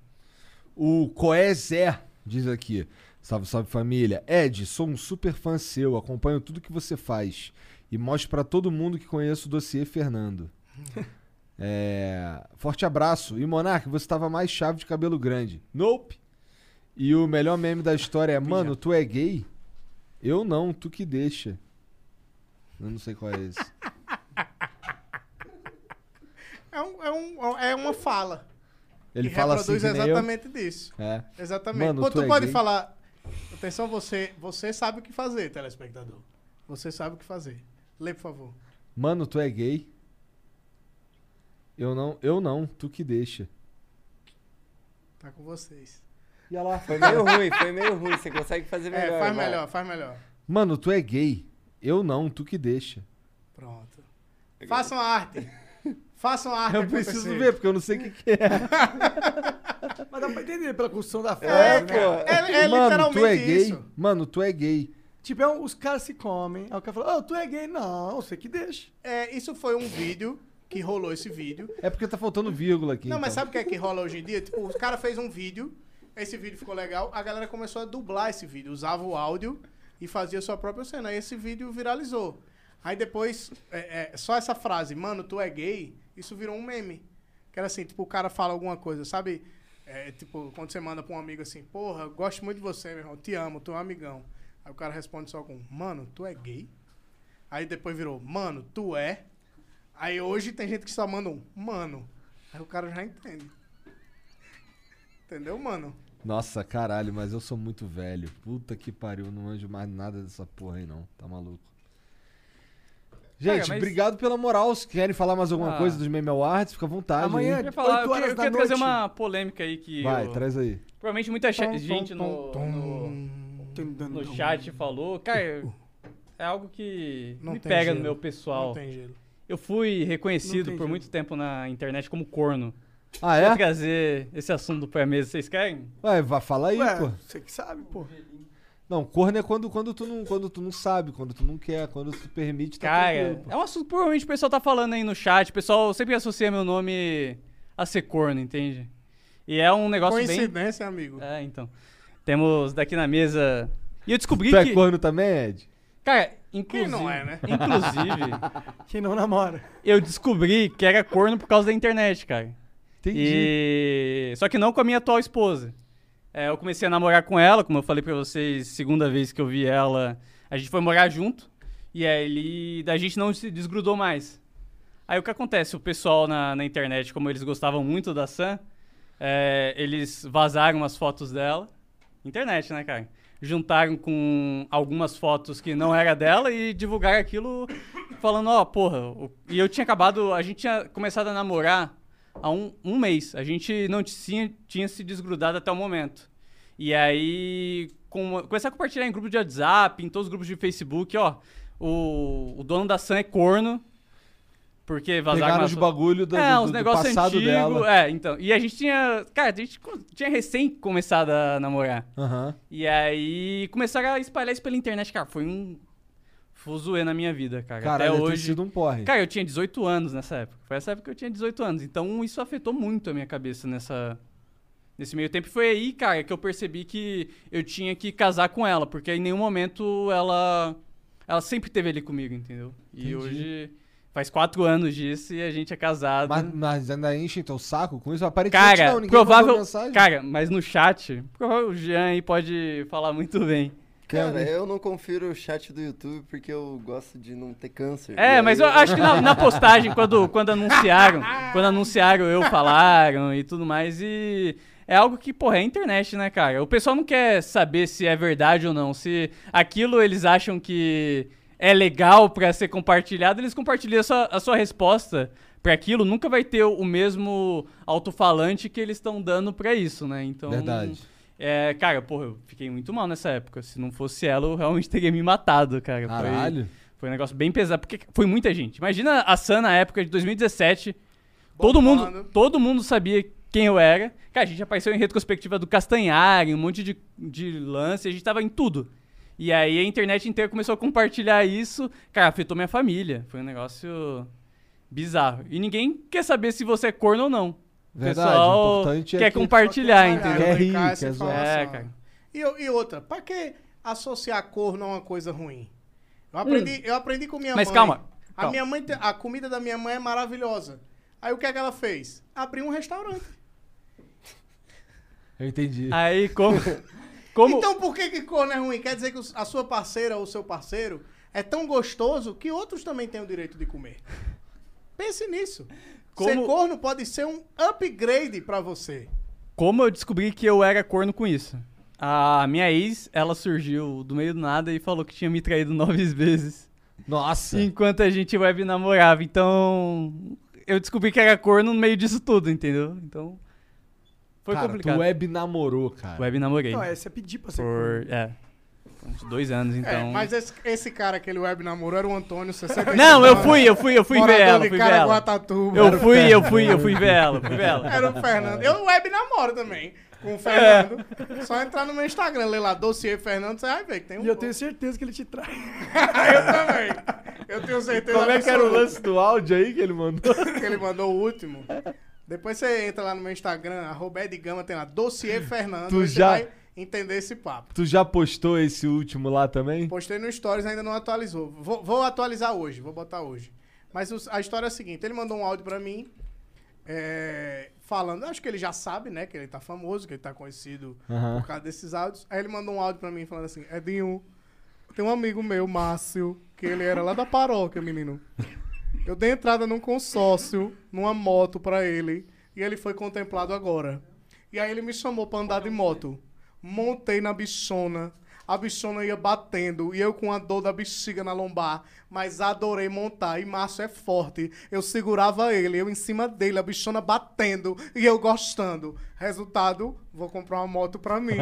B: O Coezé diz aqui. Salve, salve família. Ed, sou um super fã seu, acompanho tudo que você faz e mostro pra todo mundo que conheço o dossiê Fernando. É, Forte abraço. E Monark, você tava mais chave de cabelo grande. Nope. E o melhor meme da história é: Mano, tu é gay? Eu não, tu que deixa. Eu não sei qual é esse.
E: É, um, é, um, é uma fala.
B: Ele
E: que
B: fala assim,
E: reproduz
B: que nem eu.
E: exatamente disso.
B: É.
E: Exatamente.
B: Mano,
E: Pô,
B: tu
E: tu,
B: é
E: pode
B: gay?
E: falar. Atenção, você, você sabe o que fazer, telespectador. Você sabe o que fazer. Lê, por favor.
B: Mano, tu é gay? Eu não, eu não, tu que deixa.
E: Tá com vocês.
B: E olha lá.
I: Foi meio ruim, foi meio ruim. Você consegue fazer
E: É,
I: melhor.
E: faz
I: vai.
E: melhor, faz melhor.
B: Mano, tu é gay? Eu não, tu que deixa.
E: Pronto. Façam a arte. Façam a arte.
B: Eu preciso
E: acontecer.
B: ver, porque eu não sei o que, que é.
C: ah, Mas dá pra entender pela construção da frase,
E: É,
C: né?
E: cara. É, é
B: Mano,
E: literalmente
B: tu é gay?
E: isso.
B: Mano, tu é gay.
C: Tipo, é um- os caras se comem. Aí o cara fala, ô, tu é gay? Não, você que deixa.
E: É, isso foi um vídeo que rolou esse vídeo.
B: É porque tá faltando vírgula aqui.
E: Não,
B: então.
E: mas sabe o que é que rola hoje em dia? Tipo, o cara fez um vídeo, esse vídeo ficou legal, a galera começou a dublar esse vídeo, usava o áudio e fazia sua própria cena. Aí esse vídeo viralizou. Aí depois, é, é, só essa frase, mano, tu é gay, isso virou um meme. Que era assim, tipo, o cara fala alguma coisa, sabe? É, tipo, quando você manda pra um amigo assim, porra, gosto muito de você, meu irmão, te amo, tu é um amigão. Aí o cara responde só com, mano, tu é gay? Aí depois virou, mano, tu é? Aí hoje tem gente que só manda um, mano. Aí o cara já entende. Entendeu, mano?
B: Nossa, caralho, mas eu sou muito velho. Puta que pariu, não anjo mais nada dessa porra aí não. Tá maluco. Gente,
D: Cara, mas-
B: obrigado pela moral. Se querem falar mais alguma
D: Ah.
B: coisa dos Meme Awards, fica à vontade.
C: Amanhã
B: hein?
D: Eu ia falar, eu
C: É, Oito
D: queria, eu
C: horas da
D: queria trazer
C: noite.
D: uma polêmica aí que
B: Vai,
D: eu-
B: traz aí.
D: provavelmente muita cha-
E: Tom,
D: gente
E: tom,
D: no-
E: tom,
D: no no chat falou, cara, é algo que
E: Não
D: me
E: tem
D: pega
E: gelo.
D: no meu pessoal.
E: Não tem gelo.
D: Eu fui reconhecido
C: Não tem
D: por
C: gelo.
D: muito tempo na internet como corno.
B: Ah,
D: Vou
B: é?
D: trazer esse assunto pra mesa, vocês querem?
B: Ué, vai, fala aí,
C: Ué,
B: pô.
C: você que sabe, pô.
B: Não, corno é quando, quando, tu não, quando tu não sabe, quando tu não quer, quando tu permite, tá
D: Cara,
B: tranquilo, pô.
D: é um assunto que provavelmente o pessoal tá falando aí no chat. O pessoal sempre associa meu nome a ser corno, entende? E é um negócio bem...
E: Coincidência, amigo.
D: É, então. Temos daqui na mesa... E eu descobri
B: Tu é
D: que...
B: corno também, Ed?
D: Cara, inclusive...
E: não é, né?
D: Inclusive,
C: Quem não namora.
D: eu descobri que era corno por causa da internet, cara.
B: Entendi.
D: E... Só que não com a minha atual esposa. É, eu comecei a namorar com ela, como eu falei pra vocês, segunda vez que eu vi ela, a gente foi morar junto. E aí ele... da gente não se desgrudou mais. Aí o que acontece? O pessoal na, na internet, como eles gostavam muito da Sam, é, eles vazaram as fotos dela. Internet, né, cara? Juntaram com algumas fotos que não era dela e divulgaram aquilo falando, ó, porra. o- E eu tinha acabado. A gente tinha começado a namorar há um, um mês. A gente não tinha, tinha se desgrudado até o momento. E aí, com, começar a compartilhar em grupo de WhatsApp, em todos os grupos de Facebook, ó. O, o dono da Sam é corno. Porque vazaram
I: Pegaram os
D: umas-
I: bagulho do,
D: é,
I: do-
D: uns
I: do
D: negócios
I: passado
D: antigos.
I: dela.
D: É, então. E a gente tinha. Cara, a gente co- tinha recém começado a namorar.
I: Aham.
D: E aí começaram a espalhar isso pela internet, cara. Foi um. Fuzuê na minha vida, cara.
I: Cara,
D: Até
I: deve ter
D: hoje.
I: sido um porre.
D: Cara, eu tinha 18 anos nessa época. Foi essa época que eu tinha 18 anos. Então isso afetou muito a minha cabeça nessa. Nesse meio tempo. E Foi aí, cara, que eu percebi que eu tinha que casar com ela. Porque em nenhum momento ela. Ela sempre teve ali comigo, entendeu? E hoje. Faz quatro anos disso e a gente é casado.
K: Mas, mas ainda enchem teu saco com isso? Aparentemente
D: Cara,
K: não, ninguém mandou
D: provável.
K: mensagem.
D: Cara, mas no chat, provável o Jean aí pode falar muito bem.
F: Cara, eu não confiro o chat do YouTube porque eu gosto de não ter câncer. E
D: É,
F: aí
D: mas eu acho que na, na postagem, quando, quando anunciaram, quando anunciaram eu, falaram e tudo mais, e é algo que, porra, é internet, né, cara? O pessoal não quer saber se é verdade ou não, se aquilo eles acham que é legal pra ser compartilhado, eles compartilham a sua, a sua resposta pra aquilo, nunca vai ter o mesmo alto-falante que eles estão dando pra isso, né? Então,
K: Verdade.
D: É, cara, porra, eu fiquei muito mal nessa época. Se não fosse ela, eu realmente teria me matado, cara. Foi-
K: Caralho.
D: foi um negócio bem pesado, porque foi muita gente. Imagina a Sam na época de 2017. Todo
E: Bombando.
D: mundo, todo mundo sabia quem eu era. Cara, a gente apareceu em retrospectiva do Castanhar, em um monte de, de lance, a gente tava em tudo. E aí a internet inteira começou a compartilhar isso. Cara, afetou minha família. Foi um negócio bizarro. E ninguém quer saber se você é corno ou não. O
K: Verdade, o
D: pessoal
K: importante é
D: quer
K: que-
D: compartilhar, entendeu?
E: Quer
K: Quer rir,
E: essa
K: quer
E: informação.
D: É, cara.
E: assim, E, eu- e outra, pra que associar corno a uma coisa ruim? Eu aprendi, eu aprendi com minha
D: Mas
E: mãe.
D: calma,
E: A
D: calma.
E: minha mãe, te- a comida da minha mãe é maravilhosa. Aí o que é que ela fez? Abriu um restaurante.
K: Eu entendi.
D: Aí como como
E: Então por que que corno é ruim? Quer dizer que os- a sua parceira ou o seu parceiro é tão gostoso que outros também têm o direito de comer. Pense nisso. Ser
D: Como-
E: corno pode ser um upgrade pra você.
D: Como eu descobri que eu era corno com isso? A minha ex, ela surgiu do meio do nada e falou que tinha me traído nove vezes.
K: Nossa.
D: Enquanto a gente web namorava. Então, eu descobri que era corno no meio disso tudo, entendeu? Então, foi
K: cara,
D: complicado.
K: tu
B: é
K: web namorou, cara.
D: Web namorei.
C: Não, esse é pedir pra ser.
D: por, é, uns dois anos, então...
E: É, mas esse, esse cara que ele web namorou era o Antônio 60
D: Não, eu fui, eu fui, eu fui ver
E: Morador
D: ela,
E: de
D: fui ver ela.
E: Caraguatatuba.
D: Eu fui, eu fui, eu fui ver ela, fui ver ela.
E: Era o Fernando. Eu web namoro também
D: É.
E: com o Fernando. Só entrar no meu Instagram, lê lá, dossiê Fernando, você vai ver que tem um.
C: E eu tenho certeza que ele te trai.
E: eu também. Eu tenho certeza
I: Como é que era o
E: absoluta
I: lance do áudio aí que ele mandou?
E: que ele mandou o último. Depois você entra lá no meu Instagram, arroba Ed Gama, tem lá, dossiê Fernando,
I: Tu
E: e você
I: já-
E: vai entender esse papo.
I: Tu já postou esse último lá também?
E: Postei no Stories, ainda não atualizou. Vou, vou atualizar hoje, vou botar hoje. Mas os- a história é a seguinte, ele mandou um áudio pra mim, é, falando, acho que ele já sabe, né, que ele tá famoso, que ele tá conhecido por causa desses áudios. Aí ele mandou um áudio pra mim falando assim, Edinho, tem um amigo meu, Márcio, que ele era lá da paróquia, menino. Eu dei entrada num consórcio, numa moto pra ele, e ele foi contemplado agora. E aí ele me chamou pra andar de moto. Montei na bichona. A bichona ia batendo e eu com a dor da bexiga na lombar, mas adorei montar. E Márcio é forte. Eu segurava ele, eu em cima dele, a bichona batendo e eu gostando. Resultado, vou comprar uma moto pra mim.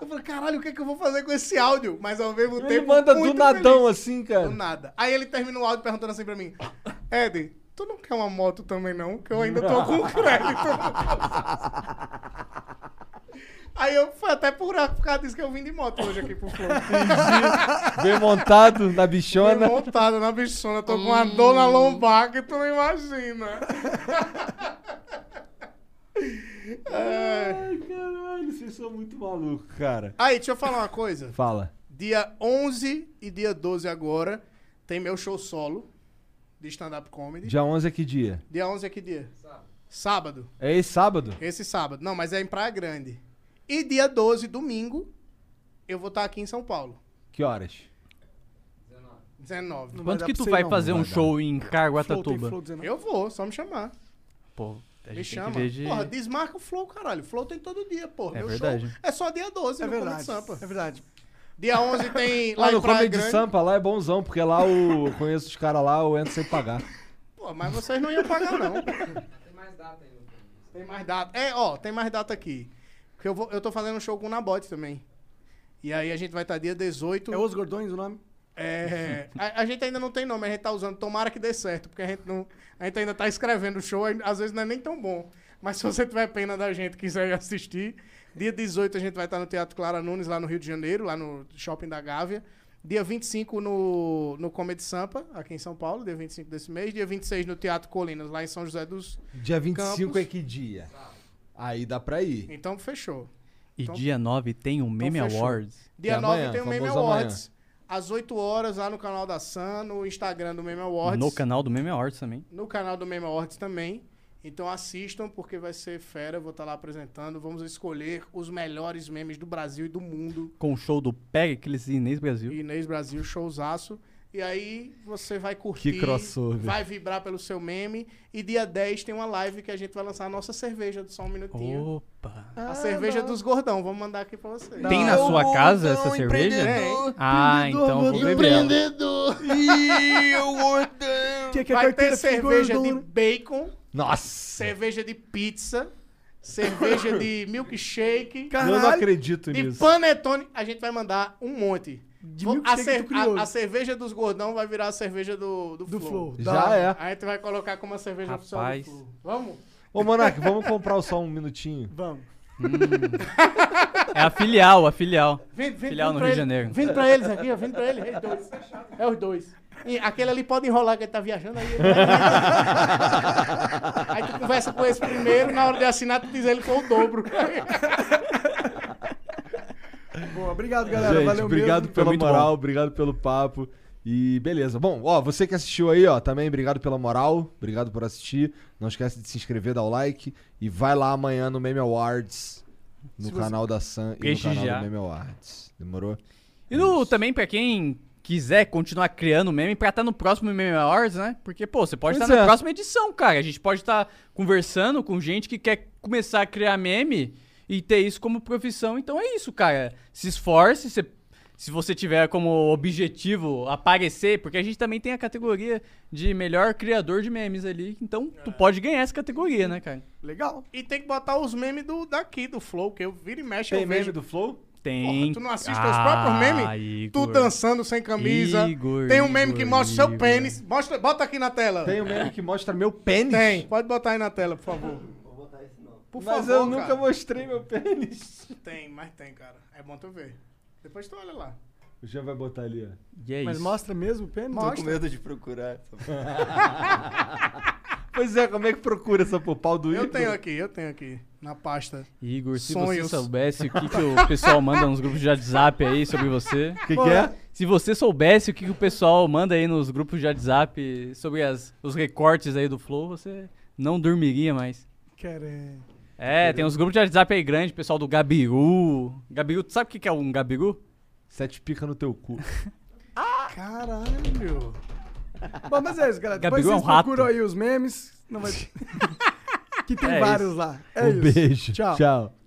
E: eu falei, caralho, o que é que eu vou fazer com esse áudio? Mas ao mesmo
I: Ele
E: tempo.
I: manda do
E: muito
I: nadão
E: feliz.
I: assim,
E: Do
I: cara.
E: nada. Aí ele termina o áudio perguntando assim pra mim: Ed, tu não quer uma moto também não? Que eu ainda tô com um crédito. Aí eu foi até por, por causa disso que eu vim de moto hoje aqui pro Flow.
I: Bem montado na
E: Fui
I: bichona.
E: montada na bichona, tô com uma dor na lombar que tu não imagina. É.
I: Ai, caralho, vocês são muito malucos, cara.
E: Aí, deixa eu falar uma coisa.
I: Fala.
E: Dia 11 e dia 12 agora tem meu show solo de stand-up comedy.
I: Dia 11 é que dia?
E: Dia 11 é que dia? Sábado. Sábado.
I: É esse sábado?
E: Esse sábado. Não, mas é em Praia Grande. E dia 12, domingo, eu vou estar aqui em São Paulo.
I: Que horas?
E: 19.
D: Quanto
C: dar
D: que
C: pra
D: tu
C: você
D: vai
C: não,
D: fazer
C: não
D: um
C: vai dar.
D: show em
C: Flow, tem
D: Carguatatuba?
C: flow 19.
E: Eu vou, só me chamar.
D: Pô,
E: Me
D: a gente tem que
E: chama.
D: ver de...
E: Porra, desmarca o Flow, caralho. Flow tem todo dia, porra.
D: É
E: Meu
D: verdade.
E: show é só dia 12
C: É
E: no Comedy
C: verdade.
E: Sampa.
C: É verdade.
E: Dia 11 tem lá
D: Ah,
I: Lá no
E: em Praia
I: Comedy
E: Grande.
I: Sampa, lá é bonzão, porque lá o... eu conheço os caras lá, eu entro sem pagar.
E: Pô, mas vocês não iam pagar, não. Tem mais data ainda. Tem mais data. É, ó, tem mais data aqui. Porque eu, vou, eu tô fazendo um show com o Nabote também. E aí a gente vai estar dia 18.
C: É Os Gordões o nome?
E: É, a, a gente ainda não tem nome, a gente tá usando. Tomara que dê certo, porque a gente, não, a gente ainda tá escrevendo o show, aí, às vezes não é nem tão bom. Mas se você tiver pena da gente e quiser ir assistir, dia 18 a gente vai estar no Teatro Clara Nunes, lá no Rio de Janeiro, lá no Shopping da Gávea. Dia 25 no, no Comedy Sampa, aqui em São Paulo, dia 25 desse mês. Dia 26 no Teatro Colinas, lá em São José dos.
K: Dia 25
E: Campos.
K: é que dia? Aí dá pra ir.
E: Então fechou.
D: E
E: Então-
D: dia 9 tem o Meme
E: fechou.
D: Awards.
E: Dia
K: Que é
E: 9
K: amanhã,
E: tem o Meme
K: famoso amanhã.
E: Awards. Às 8 horas, lá no canal da Sam, no Instagram do Meme Awards.
D: No canal do Meme Awards também.
E: no canal do Meme Awards também. Então assistam, porque vai ser fera. eu Vou estar lá apresentando. Vamos escolher os melhores memes do Brasil e do mundo.
D: Com o show do Pericles e Inês Brasil.
E: Inês Brasil, showzaço. E aí você vai curtir.
I: Que crossover.
E: Vai vibrar pelo seu meme. E dia 10 tem uma live que a gente vai lançar a nossa cerveja, só um minutinho.
D: Opa!
E: A cerveja dos gordão. Vamos mandar aqui pra vocês.
D: Oh. Tem na sua casa essa
F: um
E: É.
D: cerveja? Ah, então eu vou beber. ela.
A: Ih, eu gordão.
C: Que, que
K: é
C: a
E: Vai ter
C: carteira ficou
E: cerveja de
C: gordona.
E: bacon,
K: Nossa!
E: cerveja de pizza, cerveja de milkshake.
I: Eu não
C: Caralho,
I: acredito
E: De
I: nisso.
E: panetone, a gente vai mandar um monte.
C: de
E: Vou-
C: mil
E: a,
C: que
E: cer-
C: tu criou.
E: a- a cerveja dos gordão vai virar a cerveja do, do,
C: Do
E: Flow.
C: Flow.
K: Já é.
E: A gente vai colocar como uma cerveja oficial do
D: Rapaz.
E: Flow. Vamos?
K: Ô, Monark, vamos comprar só um minutinho.
C: Vamos.
D: É a filial, a filial.
E: Vindo, vindo,
D: Filial no Rio de Janeiro.
E: Vindo pra eles aqui, ó. Vindo pra eles. É os dois. É os dois. E aquele ali pode enrolar que ele tá viajando aí. ele vai- aí tu conversa com esse primeiro, na hora de assinar, tu diz ele foi o dobro.
C: Bom, obrigado, galera.
K: Gente,
C: Valeu
K: obrigado
C: mesmo.
K: pela
D: muito bom.
K: moral, obrigado pelo papo. E beleza. Bom, ó, você que assistiu aí, ó, também obrigado pela moral, obrigado por assistir. Não esquece de se inscrever, dar o like e vai lá amanhã no Meme Awards, no
C: Se você-
K: canal da Sam e no
D: Prestigiar.
K: canal do Meme Awards. Demorou?
D: E no, também pra quem quiser continuar criando meme pra estar no próximo Meme Awards, né? Porque, pô, você pode
K: Pois
D: estar na
K: é.
D: próxima edição, cara. A gente pode estar conversando com gente que quer começar a criar meme e ter isso como profissão. Então é isso, cara. Se esforce, se, se você tiver como objetivo aparecer, porque a gente também tem a categoria de melhor criador de memes ali. Então tu
E: É.
D: pode ganhar essa categoria, né, cara?
C: Legal.
E: E tem que botar os memes do, daqui, do Flow, que eu viro e mexe, eu vejo.
K: do Flow?
D: Tem. Ah,
E: tu não assiste aos próprios memes? Tu dançando sem camisa.
D: Igor,
E: tem um meme que
D: Igor,
E: mostra seu
D: Igor.
E: pênis. Mostra, bota aqui na tela.
K: Tem um meme que mostra meu pênis.
E: Tem. Pode botar aí na tela, por favor. Por
K: Mas
E: favor,
K: eu nunca
E: cara.
K: mostrei meu pênis.
E: Tem, mas tem, cara. É bom tu ver. Depois tu olha lá.
K: O Jean vai botar ali, ó.
D: E é
C: Mas
D: isso.
C: mostra mesmo o pênis?
F: Tô com medo de procurar.
K: Pois é, como é que procura essa pô, pau do
E: Eu
K: Igor?
E: tenho aqui, eu tenho aqui. Na pasta.
D: Igor, se
E: Sonhos.
D: você soubesse o que, que o pessoal manda nos grupos de WhatsApp aí sobre você.
K: O que, que é?
D: Se você soubesse o que, que o pessoal manda aí nos grupos de WhatsApp sobre as- os recortes aí do Flow, você não dormiria mais.
C: Cara,
D: É, tem uns grupos de WhatsApp aí grande, pessoal do Gabiru. Gabiru, tu sabe o que, que é um Gabiru?
K: Sete pica no teu cu.
E: Caralho.
C: Bom, mas é isso, galera. Depois
D: Gabiru é um
C: vocês
D: rato.
C: procuram aí os memes. Não vai... que tem
D: É
C: vários lá. É
K: um
C: isso.
K: beijo.
C: Tchau.
K: Tchau.